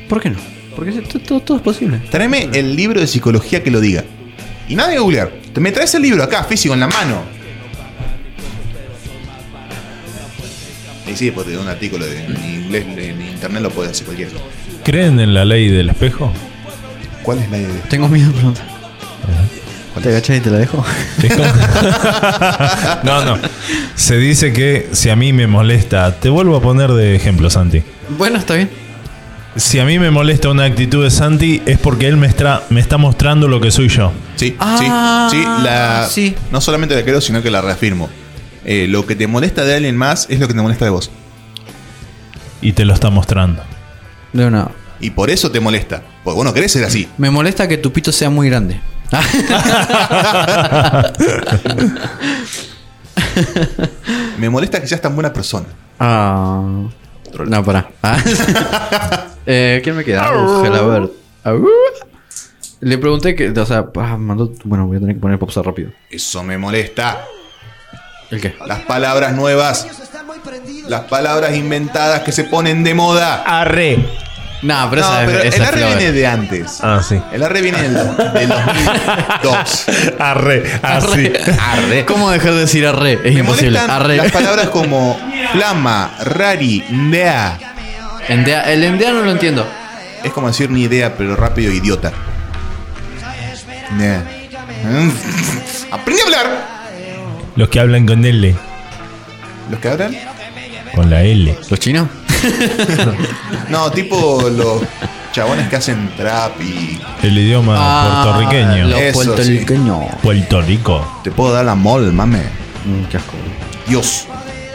Speaker 2: ¿Por qué no? Porque se- to- to- todo es posible.
Speaker 3: Tráeme el libro de psicología que lo diga. Y nadie googlear. Te- Me traes el libro acá, físico, en la mano. Y sí, porque un artículo de, en inglés, en internet lo puede hacer cualquiera.
Speaker 4: ¿Creen en la ley del espejo?
Speaker 3: ¿Cuál es la idea?
Speaker 2: Tengo miedo de preguntar.
Speaker 3: ¿Cuál
Speaker 7: ¿Te
Speaker 3: es?
Speaker 7: agachas y te la dejo?
Speaker 4: Es como- no, no. Se dice que si a mí me molesta, te vuelvo a poner de ejemplo, Santi.
Speaker 2: Bueno, está bien.
Speaker 4: Si a mí me molesta una actitud de Santi es porque él me, estra- me está mostrando lo que soy yo.
Speaker 3: Sí,
Speaker 2: Ah,
Speaker 3: sí, sí, la,
Speaker 2: sí.
Speaker 3: No solamente la creo, sino que la reafirmo. Eh, lo que te molesta de alguien más es lo que te molesta de vos.
Speaker 4: Y te lo está mostrando.
Speaker 2: De una.
Speaker 3: Y por eso te molesta. Porque vos no querés ser así.
Speaker 2: Me molesta que tu pito sea muy grande.
Speaker 3: Me molesta que seas tan buena persona.
Speaker 2: Ah. No, pará. Ah. Eh, ¿Quién me queda? Uh, Jalabert. Ah, uh. Le pregunté que. O sea, ah, mandó. Bueno, voy a tener que poner popstar rápido.
Speaker 3: Eso me molesta.
Speaker 2: ¿El qué?
Speaker 3: Las palabras nuevas. Las palabras inventadas que se ponen de moda.
Speaker 4: Arre.
Speaker 2: Nah, pero
Speaker 3: no,
Speaker 2: esa es-
Speaker 3: pero
Speaker 2: esa
Speaker 3: el
Speaker 2: es
Speaker 3: arre
Speaker 2: Flavor.
Speaker 3: viene de antes.
Speaker 4: Ah, sí.
Speaker 3: El arre viene del, del 2002.
Speaker 4: Arre. Así.
Speaker 3: Arre.
Speaker 2: ¿Cómo dejar de decir arre? Es
Speaker 3: Me
Speaker 2: imposible.
Speaker 3: molestan
Speaker 2: Arre.
Speaker 3: las palabras como flama, rari, nea.
Speaker 2: Endea- el endea no lo entiendo.
Speaker 3: Es como decir ni idea, pero rápido idiota. Nea. Mm. Aprende a hablar.
Speaker 4: Los que hablan con L,
Speaker 3: ¿Los que hablan?
Speaker 4: con la L.
Speaker 2: ¿Los chinos?
Speaker 3: No, tipo los chabones que hacen trap y
Speaker 4: El idioma
Speaker 2: Ah,
Speaker 4: puertorriqueño.
Speaker 2: Los
Speaker 3: Eso sí.
Speaker 2: puertorriqueños.
Speaker 4: Puerto Rico.
Speaker 3: te puedo dar la mol, mame.
Speaker 2: Mm, qué asco.
Speaker 3: Dios.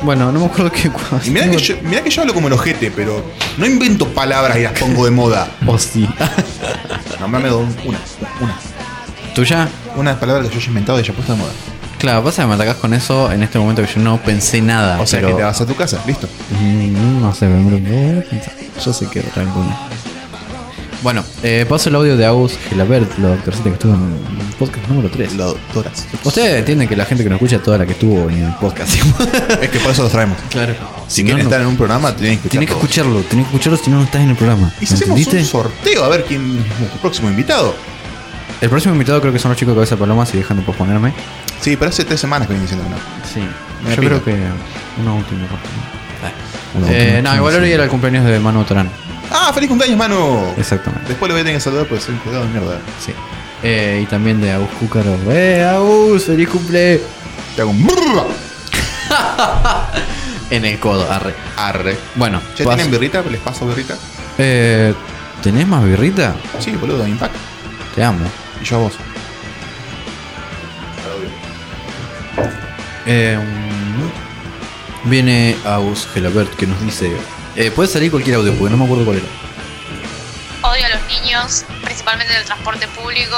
Speaker 2: Bueno, no me acuerdo qué.
Speaker 3: Y mirá que, yo, mirá que yo hablo como el ojete, pero no invento palabras y las pongo de moda.
Speaker 2: Oh, sí.
Speaker 3: Nombrame don- una, una.
Speaker 2: ¿Tuya?
Speaker 3: Una palabra que yo haya inventado y haya puesto de moda.
Speaker 2: Claro, pasa que me atacás con eso en este momento que yo no pensé nada.
Speaker 3: O sea
Speaker 2: pero-
Speaker 3: que te vas a tu casa, listo.
Speaker 2: Mm, No sé, me me- me- Yo sé que era alguna. Bueno, eh, paso el audio de Agus Gilabert, la doctorcita que estuvo en el podcast número 3.
Speaker 3: Lo doctoras.
Speaker 2: Ustedes entienden que la gente que nos escucha es toda la que estuvo en el podcast.
Speaker 3: Es que por eso los traemos.
Speaker 2: claro.
Speaker 3: Si quieren estar en un programa, tienen que escuchar.
Speaker 2: Tienes que
Speaker 3: todo.
Speaker 2: escucharlo, tienes que escucharlo si no, no estás en el programa.
Speaker 3: Y si
Speaker 2: ¿Me
Speaker 3: hacemos
Speaker 2: entendiste?
Speaker 3: un sorteo a ver quién es nuestro próximo invitado.
Speaker 2: El próximo invitado creo que son los chicos de Cabeza Paloma, si dejan de posponerme.
Speaker 3: Sí, pero hace tres semanas que vienen diciendo que no.
Speaker 2: Sí.
Speaker 3: Me
Speaker 2: Yo
Speaker 3: pica.
Speaker 2: creo que una última.
Speaker 3: Una
Speaker 2: Eh,
Speaker 3: última
Speaker 2: no, igual
Speaker 3: chance.
Speaker 2: ahora era el cumpleaños de Manu Torán.
Speaker 3: Ah, feliz cumpleaños, Manu.
Speaker 2: Exactamente.
Speaker 3: Después lo voy a tener que saludar porque soy un cuidado de mierda.
Speaker 2: Sí. Eh, y también de Agus Cúcaro. ¡Eh, Agus! ¡Feliz cumple!
Speaker 3: Te hago un brrr.
Speaker 2: En el codo, arre.
Speaker 3: Arre.
Speaker 2: Bueno,
Speaker 3: ¿Ya
Speaker 2: vas-
Speaker 3: tienen birrita? ¿Les paso birrita?
Speaker 2: eh, ¿tenés más birrita?
Speaker 3: Sí, boludo, Impact.
Speaker 2: Te amo.
Speaker 3: Y yo a vos.
Speaker 2: Eh, mm, viene Agus Gelabert que nos dice... Eh, puede salir cualquier audio, porque no me acuerdo cuál era.
Speaker 9: Odio a los niños, principalmente en el transporte público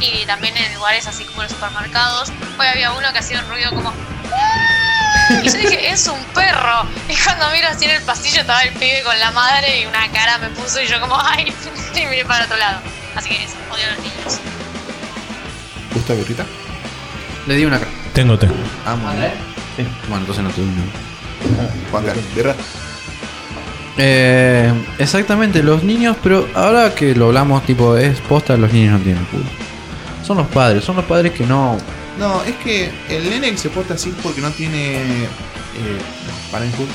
Speaker 9: y también en lugares así como los supermercados. Hoy había uno que hacía un ruido como. "¡Ah!". Y yo dije, es un perro. Y cuando miro así en el pasillo estaba el pibe con la madre y una cara me puso y yo como, ay, y miré para otro lado. Así que eso, odio a los niños.
Speaker 3: ¿Gusta birrita?
Speaker 2: Le di una acá.
Speaker 4: Tengo, tengo.
Speaker 3: Ah, muy bien.
Speaker 2: Bueno, entonces no tuve una.
Speaker 3: Juan Carlos, birra.
Speaker 2: Eh, exactamente, los niños, pero ahora que lo hablamos, tipo, es posta, los niños no tienen culo. Son los padres, son los padres que no.
Speaker 3: No, es que el nene que se porta así porque no tiene. Eh, parenthood.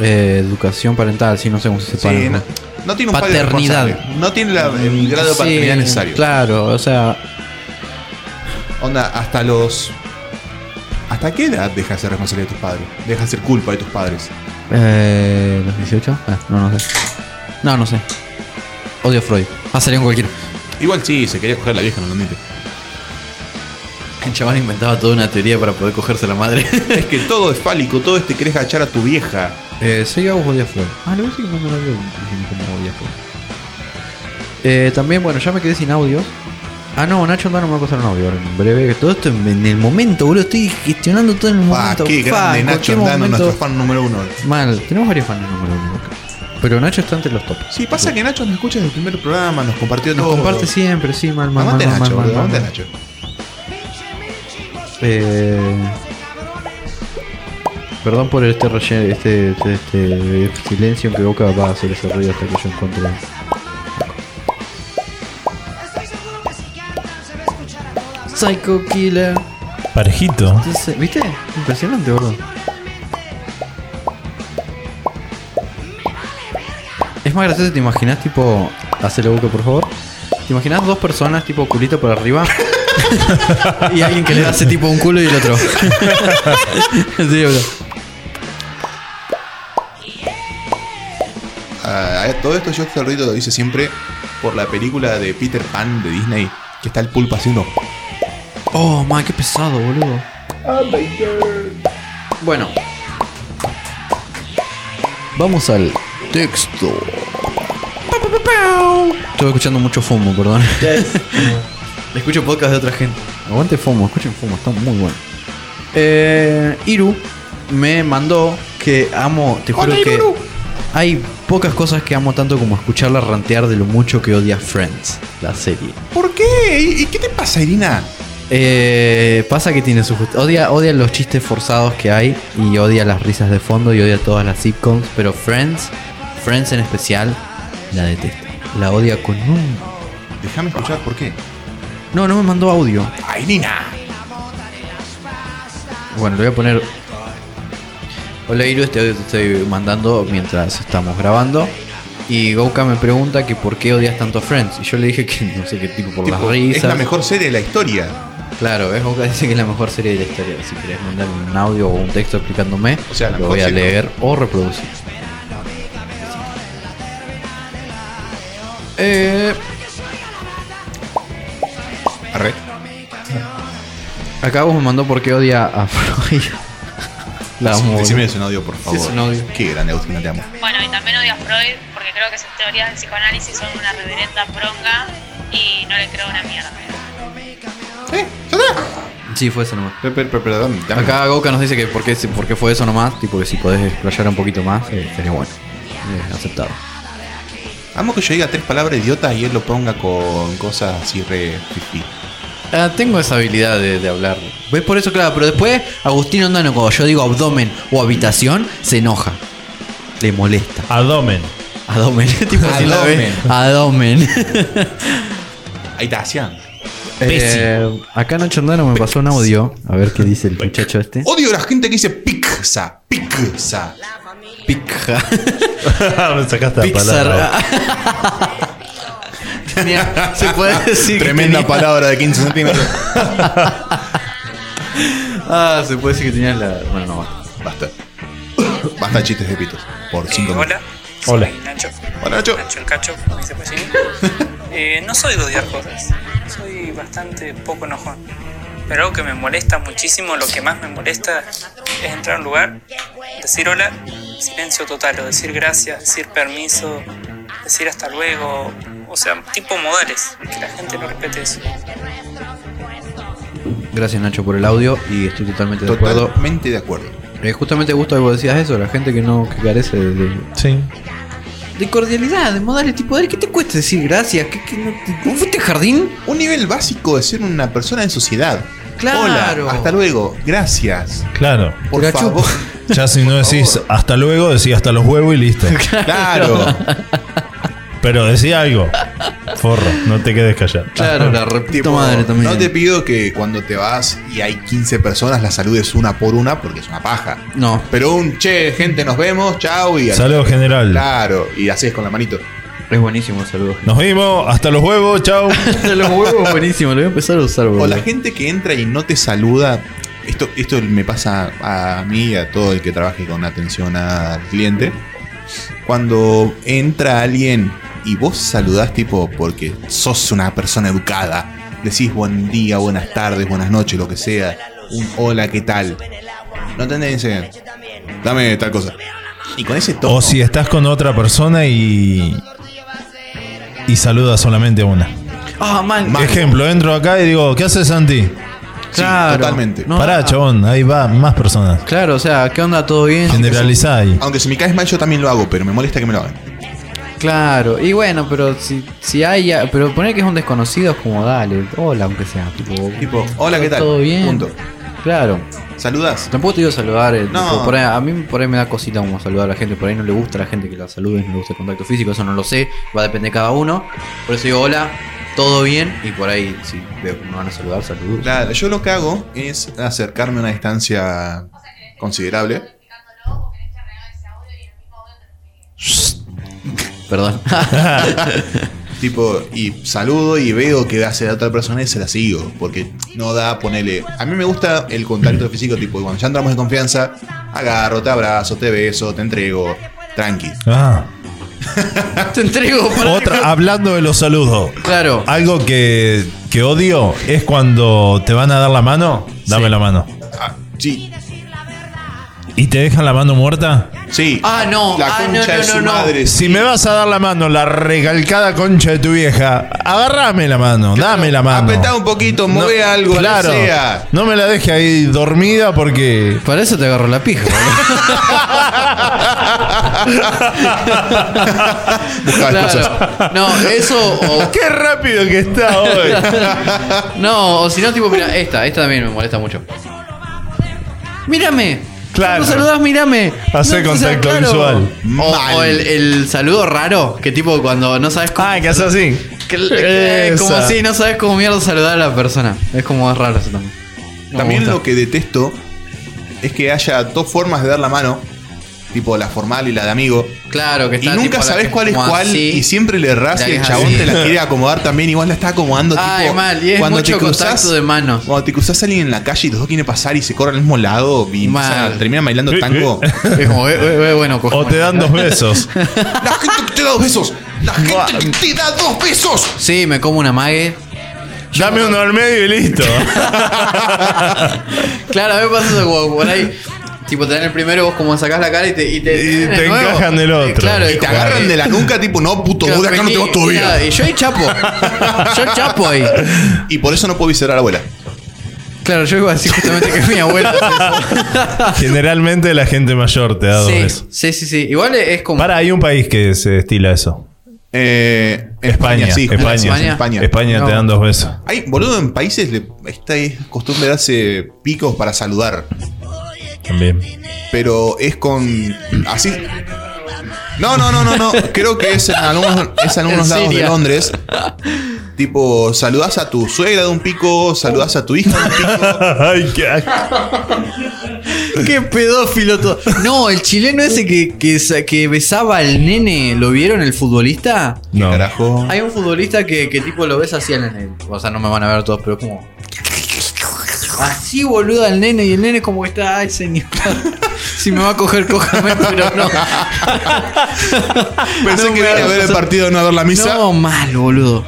Speaker 2: eh, educación parental, si no sé cómo se
Speaker 3: Sí,
Speaker 2: separa.
Speaker 3: no, no tiene un padre
Speaker 2: Paternidad. Mm,
Speaker 3: responsable. No tiene la- el grado de paternidad necesario.
Speaker 2: Claro, o sea,
Speaker 3: Onda, hasta los. ¿Hasta qué edad deja de ser responsabilidad de tus padres? Deja de ser culpa de tus padres.
Speaker 2: eh, ¿los 18? Ah, no, no sé. No, no sé. Odio a Freud. Ah, salió en cualquiera.
Speaker 3: Igual sí, se quería coger a la vieja, no lo admite.
Speaker 2: El chaval inventaba toda una teoría para poder cogerse a la madre.
Speaker 3: Es que todo es fálico, todo es te querés agachar a tu vieja.
Speaker 2: Eh, soy Agus Odia Freud. Ah, lo que no me lo había dicho como Odia Freud. Eh, también, bueno, ya me quedé sin audio. Ah, no, Nacho Andano me va a pasar un audio ahora en breve. Todo esto en, en el momento, boludo. Estoy gestionando todo en el
Speaker 3: Pa,
Speaker 2: momento.
Speaker 3: qué
Speaker 2: Fa,
Speaker 3: grande
Speaker 2: en
Speaker 3: Nacho
Speaker 2: cualquier
Speaker 3: Andano,
Speaker 2: momento-
Speaker 3: nuestro fan número uno.
Speaker 2: Mal, tenemos varios fans de número uno acá. Pero Nacho está entre los tops.
Speaker 3: Sí, pasa que Nacho nos escucha desde el primer programa, nos compartió
Speaker 2: Nos
Speaker 3: todo.
Speaker 2: comparte siempre, sí, mal, mal, mal,
Speaker 3: Aguante
Speaker 2: mal,
Speaker 3: Nacho,
Speaker 2: mal,
Speaker 3: boludo,
Speaker 2: mal,
Speaker 3: aguante
Speaker 2: mal.
Speaker 3: Nacho.
Speaker 2: Eh, Perdón por este, relle- este, este, este silencio que Boca va a hacer ese ruido hasta que yo encuentre. Psycho Killer.
Speaker 4: Parejito.
Speaker 2: Entonces, ¿Viste? Impresionante, boludo. Es más gracioso, ¿te imaginas tipo. Hacele boca, por favor? ¿Te imaginas dos personas tipo culito por arriba? y alguien que le hace tipo un culo y el otro. sí, boludo.
Speaker 3: Ah, a todo esto yo este ruido lo hice siempre por la película de Peter Pan de Disney, que está el pulpo haciendo.
Speaker 2: Oh, man, qué pesado, boludo. Bueno. Vamos al texto. Estuve escuchando mucho FOMO, perdón. Le escucho podcast de otra gente. Aguante FOMO, escuchen FOMO, está muy bueno. Eh, Iru me mandó que amo, te juro que hay pocas cosas que amo tanto como escucharla rantear de lo mucho que odia Friends, la serie.
Speaker 3: ¿Por qué? ¿Y, y qué te pasa, Irina?
Speaker 2: Eh, pasa que tiene su justi- Odia, odia los chistes forzados que hay y odia las risas de fondo y odia todas las sitcoms, pero Friends, Friends en especial, la detesta. La odia con un...
Speaker 3: Déjame escuchar por qué.
Speaker 2: No, no me mandó audio.
Speaker 3: ¡Ah, Irina!
Speaker 2: Bueno, le voy a poner... Hola Iru, este audio te estoy mandando mientras estamos grabando. Y Gouka me pregunta que por qué odias tanto a Friends. Y yo le dije que no sé qué tipo por las
Speaker 3: Tipo,
Speaker 2: risas.
Speaker 3: es la mejor serie de la historia.
Speaker 2: Claro, es Boca dice que es la mejor serie de la historia. Si querés mandarme un audio o un texto explicándome,
Speaker 3: O sea, la
Speaker 2: lo
Speaker 3: mejor
Speaker 2: voy a
Speaker 3: serie.
Speaker 2: leer o reproducir. Eh,
Speaker 3: Arre.
Speaker 2: acá vos me mandó por qué odia a Freud. la amo.
Speaker 3: Decime es un audio, por favor.
Speaker 2: es un audio.
Speaker 3: Qué grande, Agustina, te amo.
Speaker 9: Bueno, y también odio a Freud porque creo que sus teorías del psicoanálisis son una reverenda pronga y no le creo una mierda.
Speaker 3: ¿Eh? ¿Ya está?
Speaker 2: Sí, fue eso nomás.
Speaker 3: Pero, pero, pero, perdón, dame-
Speaker 2: Acá Goka nos dice que por qué, por qué fue eso nomás, tipo que si podés explayar un poquito más, eh, sería bueno. Eh, aceptado.
Speaker 3: Amo que yo diga tres palabras idiotas y él lo ponga con cosas así re fifí.
Speaker 2: Ah, tengo esa habilidad de, de hablar. ¿Ves por eso, claro? Pero después, Agustín Ondano, cuando yo digo abdomen o habitación, se enoja. Le molesta.
Speaker 4: Abdomen.
Speaker 2: Abdomen. tipo así la ve. Abdomen.
Speaker 3: Ahí está, hacían.
Speaker 2: Eh, acá Nacho Ondano me pasó un audio. A ver qué dice el muchacho este.
Speaker 3: Odio a la gente que dice pizza, pizza.
Speaker 2: Pija.
Speaker 4: Ah, Me sacaste la palabra.
Speaker 2: Pixar. ah. Tenía- se puede decir. que
Speaker 3: Tremenda
Speaker 2: tenía-
Speaker 3: palabra de 15 centímetros.
Speaker 2: Ah, se puede decir que tenía la. Bueno, no va.
Speaker 3: Basta. Basta de chistes de pitos. Por 5 minutos.
Speaker 10: Hola.
Speaker 4: Hola.
Speaker 10: Soy Nacho.
Speaker 3: Hola, Nacho.
Speaker 10: Nacho el Cacho, como dice por allí. Eh, no soy de odiar cosas. Soy bastante poco enojón. Pero algo que me molesta muchísimo, lo que más me molesta es entrar a un lugar, decir hola, silencio total, o decir gracias, decir permiso, decir hasta luego. O sea, tipo modales, que la gente no respete eso.
Speaker 2: Gracias, Nacho, por el audio. Y estoy totalmente de acuerdo.
Speaker 3: Totalmente de acuerdo.
Speaker 2: Eh, justamente gusto que vos decías eso, la gente que no que carece de, de-
Speaker 4: Sí.
Speaker 2: de cordialidad, de modales tipo, ¿qué te cuesta decir gracias? ¿Qué, qué no te- ¿No fuiste al jardín?
Speaker 3: Un nivel básico de ser una persona en sociedad.
Speaker 2: Claro.
Speaker 3: Hola, hasta luego. Gracias.
Speaker 4: Claro.
Speaker 3: Por
Speaker 2: Te la
Speaker 3: favor.
Speaker 4: Ya si no decís hasta luego, decís hasta los huevos y listo.
Speaker 3: Claro.
Speaker 4: Pero decí algo. Forro, no te quedes callado.
Speaker 2: Claro, la repito
Speaker 3: Tipo,
Speaker 2: madre también.
Speaker 3: No te pido que cuando te vas y hay 15 personas las saludes una por una porque es una paja.
Speaker 2: No.
Speaker 3: Pero un che, gente, nos vemos, chao y
Speaker 4: Saludos general.
Speaker 3: Claro, y así es con la manito.
Speaker 2: Es buenísimo el saludo.
Speaker 4: Nos vimos, hasta los huevos, chao.
Speaker 2: Los huevos buenísimo, lo voy a empezar a usar,
Speaker 3: O
Speaker 2: boludo.
Speaker 3: la gente que entra y no te saluda. Esto, esto me pasa a mí y a todo el que trabaje con atención al cliente. Cuando entra alguien y vos saludás tipo porque sos una persona educada, decís buen día, buenas tardes, buenas noches, lo que sea, un hola, ¿qué tal? No tenés ese, dame tal cosa. Y con ese tono,
Speaker 4: O si estás con otra persona y. y saluda solamente a una.
Speaker 2: Ah, mal.
Speaker 4: Ejemplo, entro acá y digo, ¿qué haces Santi?
Speaker 2: Claro. totalmente. No,
Speaker 4: Pará,
Speaker 2: no.
Speaker 4: chabón, ahí va más personas.
Speaker 2: Claro, o sea, ¿qué onda? ¿Todo bien?
Speaker 4: Generalizá ahí.
Speaker 3: Aunque si me caes mal, yo también lo hago, pero me molesta que me lo hagan.
Speaker 2: Claro, y bueno, pero si, si hay. Pero poner que es un desconocido es como dale, hola, aunque sea. Tipo,
Speaker 3: Tipo, hola, ¿qué tal?
Speaker 2: ¿Todo bien?
Speaker 3: Punto.
Speaker 2: Claro.
Speaker 3: ¿Saludás?
Speaker 2: Tampoco te digo saludar. eh,
Speaker 3: No.
Speaker 2: tipo, por ahí- a mí por ahí me da cosita como saludar a la gente. Por ahí no le gusta a la gente que la salude, no le gusta el contacto físico, eso no lo sé. Va a depender de cada uno. Por eso digo, hola, todo bien. Y por ahí, si veo que me van a saludar, saludo.
Speaker 3: Claro, yo lo que hago es acercarme a una distancia considerable.
Speaker 2: Perdón.
Speaker 3: tipo, y saludo y veo que hace la otra persona y se la sigo. Porque no da, ponele. A mí me gusta el contacto físico, tipo, cuando ya entramos en confianza, agarro, te abrazo, te beso, te entrego. Tranqui.
Speaker 4: Ah.
Speaker 2: Te entrego para
Speaker 4: Otra, hablando de los saludos.
Speaker 2: Claro.
Speaker 4: Algo que, que odio es cuando te van a dar la mano, dame la mano.
Speaker 3: Ah, sí.
Speaker 4: ¿Y te dejan la mano muerta?
Speaker 3: Sí.
Speaker 2: Ah, no.
Speaker 3: La
Speaker 2: ah, no,
Speaker 3: concha
Speaker 2: no,
Speaker 3: de
Speaker 2: no,
Speaker 3: su
Speaker 2: no.
Speaker 3: madre.
Speaker 4: Si me vas a dar la mano, la recalcada concha de tu vieja, agarrame la mano, dame la
Speaker 2: Ah,
Speaker 4: mano.
Speaker 3: Apretá un poquito, mueve algo,
Speaker 4: claro.
Speaker 3: lo que sea.
Speaker 4: No me la deje ahí dormida porque.
Speaker 2: Para eso te agarro la pija, boludo.
Speaker 3: Buscaba excusas.
Speaker 2: Claro. No, eso o,
Speaker 4: ¡Qué rápido que está hoy!
Speaker 2: No, o si no, tipo, mira, esta, esta también me molesta mucho. ¡Mírame!
Speaker 4: Claro.
Speaker 2: Cuando saludás, mírame.
Speaker 4: Hacer
Speaker 2: o sea,
Speaker 4: contacto visual.
Speaker 2: O, o el, el saludo raro, que tipo cuando no sabes cómo.
Speaker 4: ah, que haces así.
Speaker 2: que- que- como
Speaker 4: Esa.
Speaker 2: si no sabes cómo mierda saludar a la persona. Es como es raro eso también. No me
Speaker 3: También
Speaker 2: gusta.
Speaker 3: lo que detesto es que haya dos formas de dar la mano, tipo la formal y la de amigo.
Speaker 2: Claro, que
Speaker 3: Y
Speaker 2: está tipo
Speaker 3: nunca
Speaker 2: la
Speaker 3: sabés
Speaker 2: que
Speaker 3: cuál es
Speaker 2: como
Speaker 3: cuál
Speaker 2: así.
Speaker 3: y siempre le errás
Speaker 2: La
Speaker 3: y
Speaker 2: que
Speaker 3: el
Speaker 2: es
Speaker 3: chabón
Speaker 2: así.
Speaker 3: te la quiere acomodar también, igual la está acomodando
Speaker 2: Ay,
Speaker 3: tipo.
Speaker 2: mal, y es mucho contacto de manos.
Speaker 3: Cuando te cruzás a alguien en la calle y los dos quieren pasar y se corren al mismo lado y empiezan a-
Speaker 2: Mal.
Speaker 3: terminan bailando tango.
Speaker 2: Es como, eh, eh, eh, bueno,
Speaker 4: O
Speaker 2: cojón.
Speaker 4: te dan dos besos.
Speaker 3: la gente que te da dos besos. La gente que te da dos besos.
Speaker 2: Sí, me como una mague.
Speaker 4: Dame uno al medio y listo.
Speaker 2: Claro, a mí me pasa eso como por ahí. Tipo, te dan el primero, vos como sacás la cara y te. Y te,
Speaker 4: Y
Speaker 2: en
Speaker 4: te
Speaker 2: nuevo.
Speaker 4: encajan el otro.
Speaker 2: Claro,
Speaker 3: Y te
Speaker 2: como-
Speaker 3: agarran de la nuca, tipo, no, puto,
Speaker 2: Claro,
Speaker 3: vos de acá no te
Speaker 2: vení,
Speaker 3: vas todavía.
Speaker 2: claro, Y yo ahí chapo. Yo chapo ahí.
Speaker 3: Y por eso no puedo visitar a la abuela.
Speaker 2: Claro, yo iba a decir justamente que mi abuela. hace
Speaker 4: Generalmente la gente mayor te da dos
Speaker 2: eso.
Speaker 4: besos.
Speaker 2: Sí, sí, sí, sí. Igual es como.
Speaker 4: Para, hay un país que se estila eso.
Speaker 3: Eh,
Speaker 4: España,
Speaker 3: sí,
Speaker 4: España.
Speaker 3: España. España.
Speaker 4: España
Speaker 2: No.
Speaker 4: te dan dos besos.
Speaker 3: Hay, boludo, en países le, esta es costumbre de darse picos para saludar.
Speaker 4: También.
Speaker 3: Pero es con. Así. No, no, no, no, no. Creo que es en algunos, es en algunos
Speaker 2: En
Speaker 3: lados de
Speaker 2: Siria.
Speaker 3: Londres. Tipo, saludás a tu suegra de un pico, saludás a tu hija de un pico.
Speaker 4: Ay, qué
Speaker 2: Qué pedófilo todo. No, el chileno ese que, que, sa- que besaba al nene, ¿lo vieron el futbolista?
Speaker 4: No.
Speaker 3: Carajo.
Speaker 2: Hay un futbolista que, que tipo lo ves así al nene. O sea, no me van a ver todos, pero como. Así boludo al nene y el nene como que está, ay señor. Si me va a coger, cójame, pero no.
Speaker 3: Pensé
Speaker 2: No,
Speaker 3: que
Speaker 2: me
Speaker 3: venía a
Speaker 2: da
Speaker 3: ver el
Speaker 2: razón.
Speaker 3: partido, no a ver la misa.
Speaker 2: No, mal, boludo.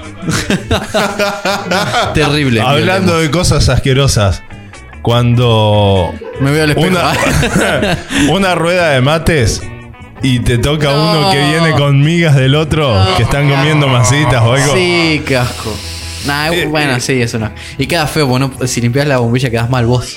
Speaker 2: Terrible.
Speaker 4: Hablando de cosas asquerosas, cuando
Speaker 2: Me veo al espejo.
Speaker 4: una, una rueda de mates y te toca
Speaker 2: No.
Speaker 4: uno que viene con migas del otro, que están comiendo masitas o algo.
Speaker 2: sí, qué asco. Nah,
Speaker 4: Eh,
Speaker 2: bueno,
Speaker 4: eh.
Speaker 2: sí, eso no. Y queda feo, porque no- si limpias la bombilla quedas mal vos.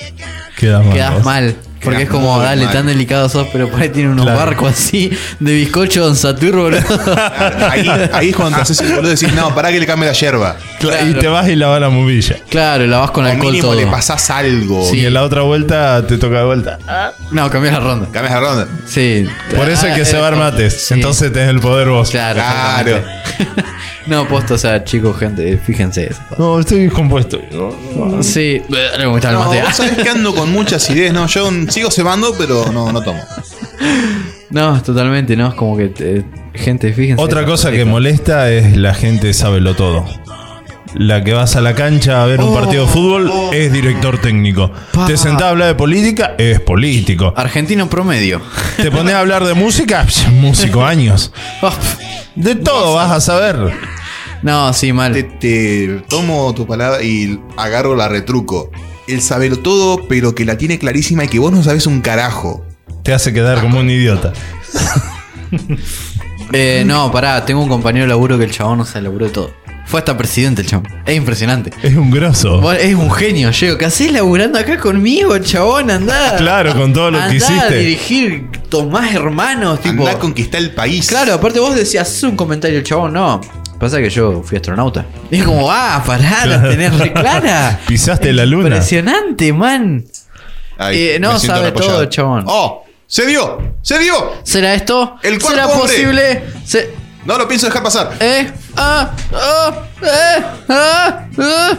Speaker 4: Quedas mal.
Speaker 2: Quedas
Speaker 4: vos.
Speaker 2: mal. Porque
Speaker 3: Quedás
Speaker 2: es como,
Speaker 3: muy
Speaker 2: dale,
Speaker 3: mal.
Speaker 2: tan delicado sos, pero por ahí tiene unos
Speaker 4: Claro.
Speaker 2: barcos así de bizcocho Don Saturno, boludo. Ah.
Speaker 3: Ahí, ahí es cuando te haces el boludo y decís, no, pará que le cambie la yerba.
Speaker 4: Cla- Y
Speaker 2: Claro.
Speaker 4: te vas y lavas la movilla.
Speaker 2: Claro, la vas con
Speaker 3: Al
Speaker 2: alcohol
Speaker 3: mínimo
Speaker 2: todo.
Speaker 3: le pasás algo.
Speaker 2: Sí.
Speaker 4: Y en la otra vuelta te toca de vuelta.
Speaker 2: No, cambiás la ronda.
Speaker 3: Cambias la ronda.
Speaker 2: Sí.
Speaker 4: Por eso hay
Speaker 2: Ah,
Speaker 4: que
Speaker 2: eh,
Speaker 4: cebar mates.
Speaker 2: sí.
Speaker 4: Entonces tenés el poder vos.
Speaker 2: Claro.
Speaker 3: Claro.
Speaker 2: exactamente. no, posto, o sea, chicos, gente, fíjense eso.
Speaker 4: No, estoy descompuesto.
Speaker 2: Sí, no me gusta el
Speaker 3: No,
Speaker 2: mate.
Speaker 3: vos sabés que ando con muchas ideas, no, yo sigo cebando, pero no, no tomo.
Speaker 2: No, totalmente, no, es como que eh, gente, fíjense.
Speaker 4: Otra
Speaker 2: eso,
Speaker 4: cosa que
Speaker 2: esto.
Speaker 4: molesta es la gente sábelo todo. La que vas a la cancha a ver un partido de fútbol es director técnico.
Speaker 2: Oh. Pa.
Speaker 4: Te sentás a hablar de política, es político.
Speaker 2: Argentino promedio.
Speaker 4: Te pones a hablar de música, psh, músico años. De todo vas a saber.
Speaker 2: Oh, no, sí, mal.
Speaker 3: Te, te tomo tu palabra y agarro la retruco. El saberlo todo, pero que la tiene clarísima y que vos no sabés un carajo.
Speaker 4: Te hace quedar como un idiota.
Speaker 2: Eh, no, pará, tengo un compañero de laburo que el chabón, o sea, laburó de todo. Fue hasta presidente el chabón. Es impresionante.
Speaker 4: Es un grosso.
Speaker 2: Vos- Es un genio, llego. ¿Qué hacés laburando acá conmigo, chabón? Andá.
Speaker 4: Claro, con todo lo que
Speaker 2: Andá a
Speaker 4: hiciste.
Speaker 2: dirigir Tomás Hermanos, tipo.
Speaker 3: Andá a conquistar el país.
Speaker 2: Claro, aparte vos decías, haz un comentario, chabón, no. Pasa que yo fui astronauta. Y es como, ah, pará, la tenés re clara.
Speaker 4: Pisaste la luna.
Speaker 2: Impresionante, man.
Speaker 3: Ahí,
Speaker 2: Eh, no
Speaker 3: me siento
Speaker 2: sabe
Speaker 3: reapoyado.
Speaker 2: todo, chabón.
Speaker 3: ¡Oh! ¡Se dio! ¡Se dio!
Speaker 2: ¿Será esto?
Speaker 3: El cuarto
Speaker 2: ¿Será
Speaker 3: hombre.
Speaker 2: posible? Se-
Speaker 3: No lo pienso dejar pasar.
Speaker 2: ¿Eh? Ah, ah, eh, ah, ah.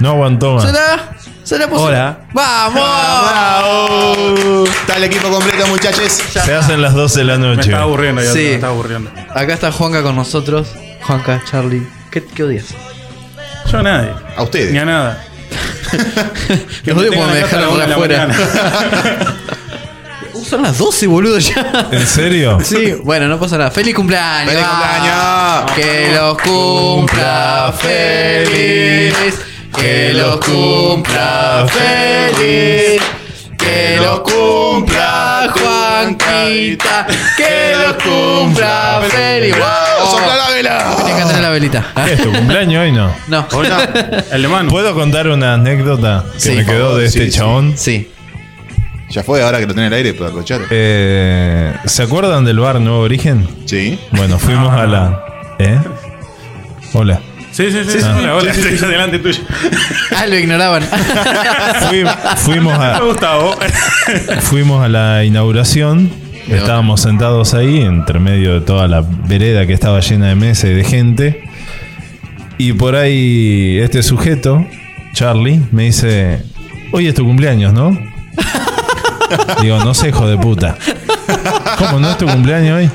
Speaker 4: No aguantó
Speaker 11: Ah.
Speaker 4: más.
Speaker 2: ¿Será? ¿Será posible?
Speaker 4: Hola.
Speaker 2: ¡Vamos!
Speaker 11: Ah,
Speaker 3: Está el equipo completo, muchachos.
Speaker 4: Se hacen las 12 de la
Speaker 11: Me
Speaker 4: noche.
Speaker 11: estaba aburriendo, ya
Speaker 2: Sí.
Speaker 11: me estaba aburriendo.
Speaker 2: Acá está Juanca con nosotros. Juanca, Charlie. ¿Qué, qué odias?
Speaker 11: Yo a nadie.
Speaker 3: A ustedes.
Speaker 11: Ni a nada.
Speaker 2: Los
Speaker 11: me
Speaker 2: odio porque
Speaker 11: tengan
Speaker 2: me
Speaker 11: acá hasta la
Speaker 2: dejaron
Speaker 11: una de la
Speaker 2: afuera.
Speaker 11: mañana.
Speaker 2: Uh, son las 12, boludo, ya.
Speaker 4: ¿En serio?
Speaker 2: Sí, bueno, no pasa nada. ¡Feliz cumpleaños!
Speaker 3: ¡Feliz
Speaker 2: va!
Speaker 3: cumpleaños!
Speaker 2: ¡Que los cumpla feliz! ¡Que los cumpla feliz! ¡Que los cumpla Juanquita! ¡Que los cumpla feliz! ¡Wow!
Speaker 3: ¡Oh! ¡Sopla la
Speaker 2: Oh. Tiene que
Speaker 3: vela!
Speaker 2: tener la velita. ¿ah?
Speaker 4: ¿Qué es tu cumpleaños hoy no?
Speaker 2: No.
Speaker 11: Hola, el de Manu.
Speaker 4: ¿Puedo contar una anécdota que
Speaker 2: Sí.
Speaker 4: me quedó de
Speaker 3: Sí,
Speaker 4: este
Speaker 3: sí.
Speaker 4: chabón?
Speaker 2: Sí.
Speaker 3: Ya fue, ahora que lo tiene el aire, puedo acochar.
Speaker 4: Eh, ¿Se acuerdan del bar Nuevo Origen?
Speaker 3: Sí.
Speaker 4: Bueno, fuimos a la. ¿Eh? Hola.
Speaker 11: Sí, sí, sí. Hola, hola. Estoy delante tuyo.
Speaker 2: Ah, lo ignoraban.
Speaker 4: Fui- fuimos, a,
Speaker 11: Me Gustavo.
Speaker 4: fuimos a la inauguración. Estábamos sentados ahí, entre medio de toda la vereda que estaba llena de mesas y de gente. Y por ahí este sujeto, Charlie, me dice, hoy es tu cumpleaños, ¿no? Digo, no sé, hijo de puta. ¿Cómo no es tu cumpleaños hoy?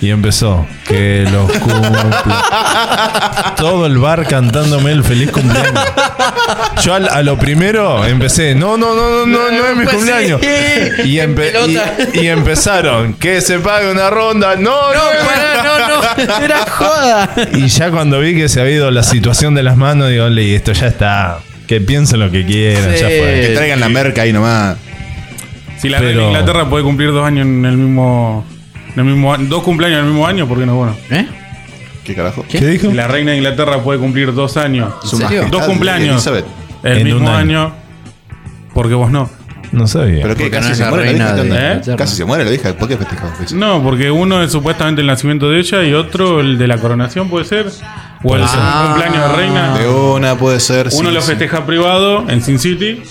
Speaker 4: Y empezó, que los cumpla. Todo el bar cantándome el feliz cumpleaños. Yo al- a, lo primero empecé, no, no, no, no, no, no es mi
Speaker 2: Pues sí.
Speaker 4: cumpleaños. Y, empe-
Speaker 2: Pelota.
Speaker 4: y- y empezaron, que se pague una ronda. No, no, no,
Speaker 2: Pará, no, no. Era joda.
Speaker 4: y ya cuando vi que se había ido la situación de las manos, digo, "Ole, esto ya está. Que piensen lo que quieran,
Speaker 2: Sí.
Speaker 4: ya fue.
Speaker 3: Que traigan la merca ahí nomás.
Speaker 11: Si la reina
Speaker 4: Pero-
Speaker 11: Inglaterra puede cumplir dos años en el mismo. En el mismo a- dos cumpleaños en el mismo año, ¿por qué no? Bueno.
Speaker 2: ¿Eh?
Speaker 3: ¿Qué carajo?
Speaker 4: ¿Qué dijo?
Speaker 11: Si la reina de Inglaterra puede cumplir dos años.
Speaker 3: Su
Speaker 2: serio?
Speaker 3: majestad,
Speaker 11: Dos cumpleaños.
Speaker 3: Elizabeth.
Speaker 11: El
Speaker 4: En un
Speaker 11: mismo
Speaker 4: año.
Speaker 11: año. Porque vos no.
Speaker 4: No sabía.
Speaker 3: ¿Pero qué?
Speaker 2: Porque
Speaker 3: ¿Casi
Speaker 2: no es
Speaker 3: se
Speaker 2: la
Speaker 3: muere la
Speaker 2: reina
Speaker 3: vieja? ¿Qué
Speaker 2: de
Speaker 3: onda?
Speaker 2: Inglaterra.
Speaker 3: ¿Casi se muere la vieja? ¿Por qué festejamos eso?
Speaker 11: No, porque uno es supuestamente el nacimiento de ella y otro el de la coronación, puede ser. O el
Speaker 2: Ah.
Speaker 11: cumpleaños de reina.
Speaker 3: De una puede ser.
Speaker 11: Ah. Uno
Speaker 3: sí,
Speaker 11: lo
Speaker 3: sí.
Speaker 11: festeja privado en Sin City.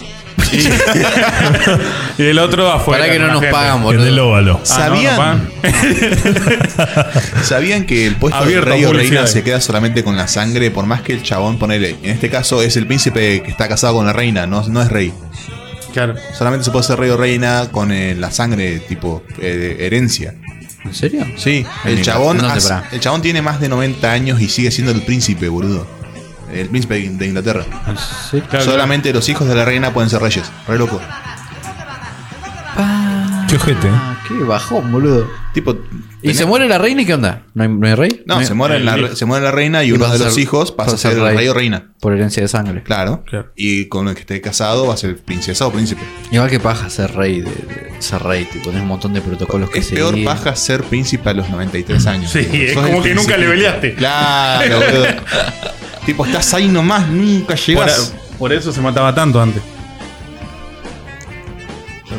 Speaker 11: Y, y el otro afuera.
Speaker 2: Para que
Speaker 11: con
Speaker 2: no
Speaker 11: la
Speaker 2: nos
Speaker 11: gente.
Speaker 2: pagan,
Speaker 4: En el
Speaker 2: boludo.
Speaker 4: óvalo.
Speaker 11: Ah, no,
Speaker 3: ¿Sabían?
Speaker 11: no pagan.
Speaker 3: ¿Sabían que el puesto
Speaker 11: Abierto
Speaker 3: de rey o
Speaker 11: publicidad.
Speaker 3: reina se queda solamente con la sangre? Por más que el chabón ponele. En este caso es el príncipe que está casado con la reina, no, no es rey.
Speaker 11: Claro.
Speaker 3: Solamente se puede ser rey o reina con eh, la sangre tipo eh, de herencia.
Speaker 2: ¿En serio?
Speaker 3: Sí, el
Speaker 2: Mira,
Speaker 3: chabón,
Speaker 2: no sé,
Speaker 3: hace-
Speaker 2: pará.
Speaker 3: el chabón tiene más de 90 años y sigue siendo el príncipe, boludo. El príncipe de Inglaterra.
Speaker 11: Ah, Claro,
Speaker 3: Solamente los hijos de la reina pueden ser reyes. Re loco.
Speaker 4: Qué ojete, ¿eh?
Speaker 2: Ah, qué bajón, boludo.
Speaker 3: Tipo.
Speaker 2: ¿Y
Speaker 3: tenés-
Speaker 2: se muere la reina y qué onda? ¿No hay, no hay rey?
Speaker 3: No,
Speaker 2: hay-
Speaker 3: se muere, la, re- se muere la reina y,
Speaker 2: Y
Speaker 3: uno
Speaker 2: vas a
Speaker 3: de los
Speaker 2: ser-
Speaker 3: hijos pasa a ser rey. o reina.
Speaker 2: Por herencia de sangre.
Speaker 3: Claro.
Speaker 11: Claro.
Speaker 3: Y con el que esté casado va a ser princesa o príncipe.
Speaker 2: Igual que paja ser rey, de, de- ser rey, tipo, tenés un montón de protocolos que
Speaker 3: Es
Speaker 2: seguir.
Speaker 3: peor paja ser príncipe a los 93 años.
Speaker 11: Sí,
Speaker 3: Tipo,
Speaker 11: es
Speaker 3: sos
Speaker 11: como
Speaker 3: el
Speaker 11: que nunca
Speaker 3: principito.
Speaker 11: le peleaste.
Speaker 3: Claro, boludo. tipo, estás ahí nomás, nunca
Speaker 11: Por,
Speaker 3: llegás.
Speaker 11: por eso se mataba tanto antes.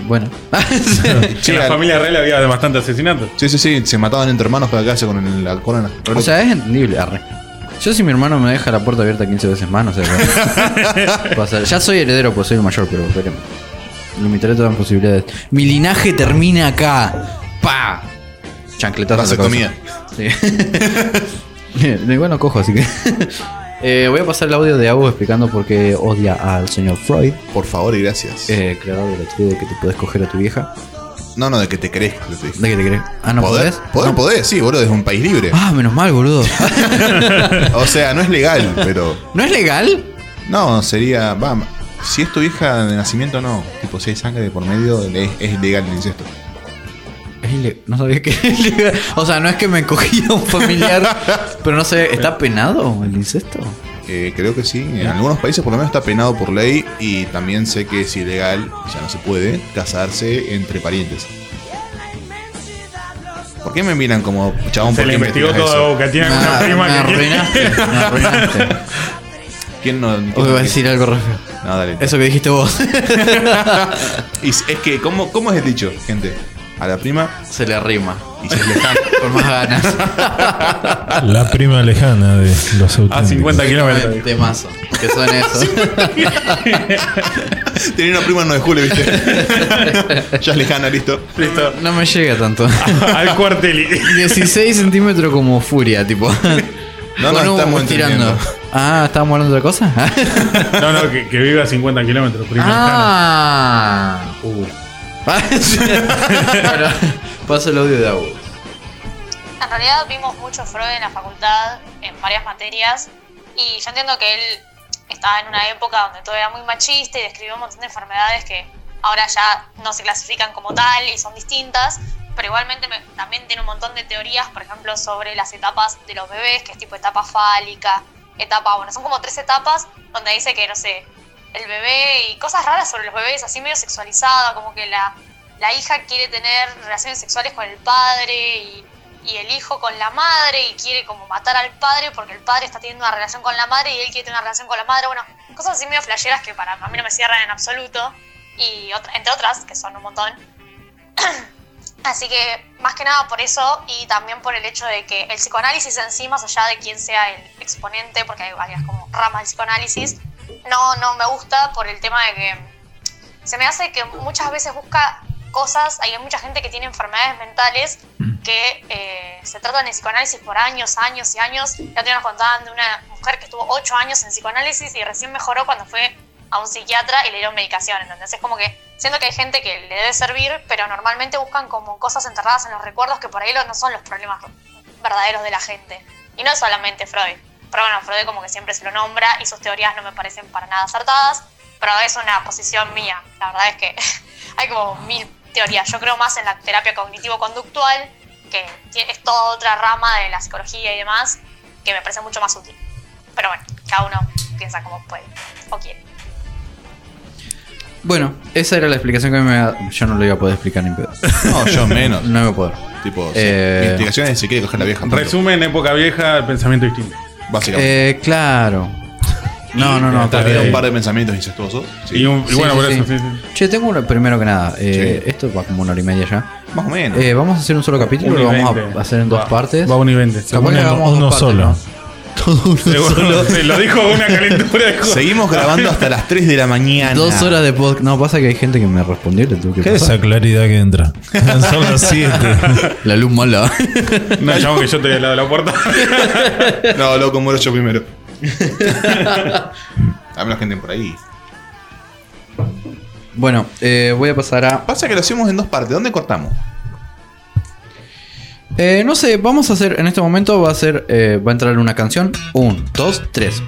Speaker 2: Bueno.
Speaker 11: Sí, en la
Speaker 3: al-
Speaker 11: familia real había bastante asesinatos.
Speaker 3: Sí, sí, sí, se mataban entre hermanos para quedarse con el- la corona. Re
Speaker 2: o
Speaker 3: loco.
Speaker 2: sea, es entendible. arre. Yo si mi hermano me deja la puerta abierta 15 veces más, no sé. qué pasa. Ya soy heredero, pues soy el mayor, pero, pero limitaré todas las posibilidades. Mi linaje termina acá. ¡Pa! Chancletazo. en la
Speaker 3: Vasectomía.
Speaker 2: cabeza. Sí. Igual no cojo, así que... Eh, voy a pasar el audio de Agus explicando por qué odia al señor Freud,
Speaker 3: Por favor y gracias.
Speaker 2: eh, creador de la teoría de que te puedes coger a tu vieja.
Speaker 3: No, no, de que te crees. que te dije.
Speaker 2: ¿De qué te crees? Ah, ¿no
Speaker 3: Poder,
Speaker 2: podés?
Speaker 3: poder,
Speaker 2: No.
Speaker 3: poder, sí, boludo, es un país libre.
Speaker 2: Ah, menos mal, boludo.
Speaker 3: O sea, no es legal, pero.
Speaker 2: ¿No es legal?
Speaker 3: No, sería. Va, si es tu hija de nacimiento, no. Tipo, si hay sangre de por medio, es, es legal el incesto.
Speaker 2: Es ile- No sabía que era ilegal. O sea, no es que me cogía un familiar, pero no sé, ¿está penado el incesto?
Speaker 3: Eh, creo que sí. En algunos países, por lo menos, está penado por ley. Y también sé que es ilegal, ya no se puede, casarse entre parientes. ¿Por qué me miran como chabón?
Speaker 11: Se
Speaker 3: ¿por
Speaker 11: le
Speaker 3: qué me
Speaker 11: investigó
Speaker 3: tirás
Speaker 11: toda
Speaker 3: eso?
Speaker 11: Boca, tiene una prima que-
Speaker 3: ¿Quién no?
Speaker 2: Hoy va a decir algo re feo.
Speaker 3: No, dale.
Speaker 2: Eso que dijiste vos.
Speaker 3: Y es es que, ¿cómo, ¿cómo es el dicho, gente? A la prima
Speaker 2: se le arrima.
Speaker 3: Y se le jala.
Speaker 2: Por más ganas.
Speaker 4: La prima lejana de los autos.
Speaker 2: Un Temazo. Que son esos.
Speaker 3: Tenía una prima en 9 de julio, ¿viste? ya es lejana, listo.
Speaker 11: Listo.
Speaker 2: No me llega tanto.
Speaker 11: Al cuartel.
Speaker 2: 16 centímetros como furia, tipo.
Speaker 11: No, no,
Speaker 2: Con un-
Speaker 11: estamos entendiendo.
Speaker 2: Ah, ¿estábamos hablando de otra cosa?
Speaker 11: No, no, que, que vive a 50 kilómetros. prima
Speaker 2: ah. Uh. Bueno, paso el audio de agua.
Speaker 9: En realidad vimos mucho Freud en la facultad, en varias materias, y yo entiendo que él estaba en una época donde todo era muy machista y describió un montón de enfermedades que ahora ya no se clasifican como tal y son distintas, pero igualmente me- también tiene un montón de teorías, por ejemplo, sobre las etapas de los bebés, que es tipo etapa fálica, etapa, bueno, son como tres etapas donde dice que, no sé, el bebé y cosas raras sobre los bebés, así medio sexualizada, como que la, la hija quiere tener relaciones sexuales con el padre y, y el hijo con la madre y quiere como matar al padre porque el padre está teniendo una relación con la madre y él quiere tener una relación con la madre. Bueno, cosas así medio flasheras que para a mí no me cierran en absoluto y otra- entre otras, que son un montón. Así que más que nada por eso y también por el hecho de que el psicoanálisis en sí, más allá de quién sea el exponente, porque hay varias como ramas del psicoanálisis, no, no me gusta por el tema de que se me hace que muchas veces busca cosas, hay mucha gente que tiene enfermedades mentales que eh, se tratan de psicoanálisis por años, años y años. Ya te nos contaban de una mujer que estuvo ocho años en psicoanálisis y recién mejoró cuando fue a un psiquiatra y le dieron medicación. ¿entendés? es como que siento que hay gente que le debe servir, pero normalmente buscan como cosas enterradas en los recuerdos que por ahí lo- no son los problemas verdaderos de la gente. Y no es solamente Freud. Pero bueno, Freud como que siempre se lo nombra y sus teorías no me parecen para nada acertadas, pero es una posición mía. La verdad es que hay como mil teorías. Yo creo más en la terapia cognitivo-conductual, que tie- es toda otra rama de la psicología y demás, que me parece mucho más útil. Pero bueno, cada uno piensa como puede o quiere.
Speaker 2: Bueno, esa era la explicación que me ha- Yo no lo iba a poder explicar ni pedo.
Speaker 3: No, yo menos.
Speaker 2: No iba a poder.
Speaker 3: Tipo,
Speaker 2: Eh,
Speaker 3: sí, investigaciones se quiere coger la vieja.
Speaker 11: que-
Speaker 3: punto.
Speaker 11: Resumen, época vieja, el pensamiento distinto.
Speaker 3: Básicamente.
Speaker 2: Eh, claro. No, no, no.
Speaker 3: Te
Speaker 2: pero-
Speaker 3: queda un par de pensamientos incestuosos. sí.
Speaker 2: Sí, sí, sí. Che, tengo una, primero que nada. eh, Esto va como una hora y media ya.
Speaker 3: Más o menos.
Speaker 2: Eh, ¿Vamos a hacer un solo capítulo
Speaker 11: Una
Speaker 2: o
Speaker 11: y
Speaker 2: lo vamos
Speaker 11: veinte.
Speaker 2: a hacer en dos
Speaker 11: Va,
Speaker 2: partes?
Speaker 11: va una y veinte.
Speaker 2: Capaz que
Speaker 11: Uno-
Speaker 2: hagamos
Speaker 11: uno
Speaker 2: dos partes,
Speaker 11: solo.
Speaker 2: ¿no?
Speaker 11: Seguro, se lo dijo una calentura de
Speaker 3: Seguimos grabando hasta las 3 de la mañana.
Speaker 2: Dos horas de podcast. No, pasa que hay gente que me respondió y le tuve que
Speaker 4: ¿Qué es
Speaker 2: pasar.
Speaker 4: esa claridad que entra? Son las 7.
Speaker 2: La luz mala.
Speaker 11: No, chabón, que yo estoy al lado de la puerta.
Speaker 3: No, loco, muero yo primero. A menos que entren por ahí.
Speaker 2: Bueno, eh, voy a pasar a.
Speaker 3: Pasa que lo hacemos en dos partes. ¿Dónde cortamos?
Speaker 2: Eh, no sé, vamos a hacer. En este momento va a ser. eh, va a entrar una canción. Un, dos, tres.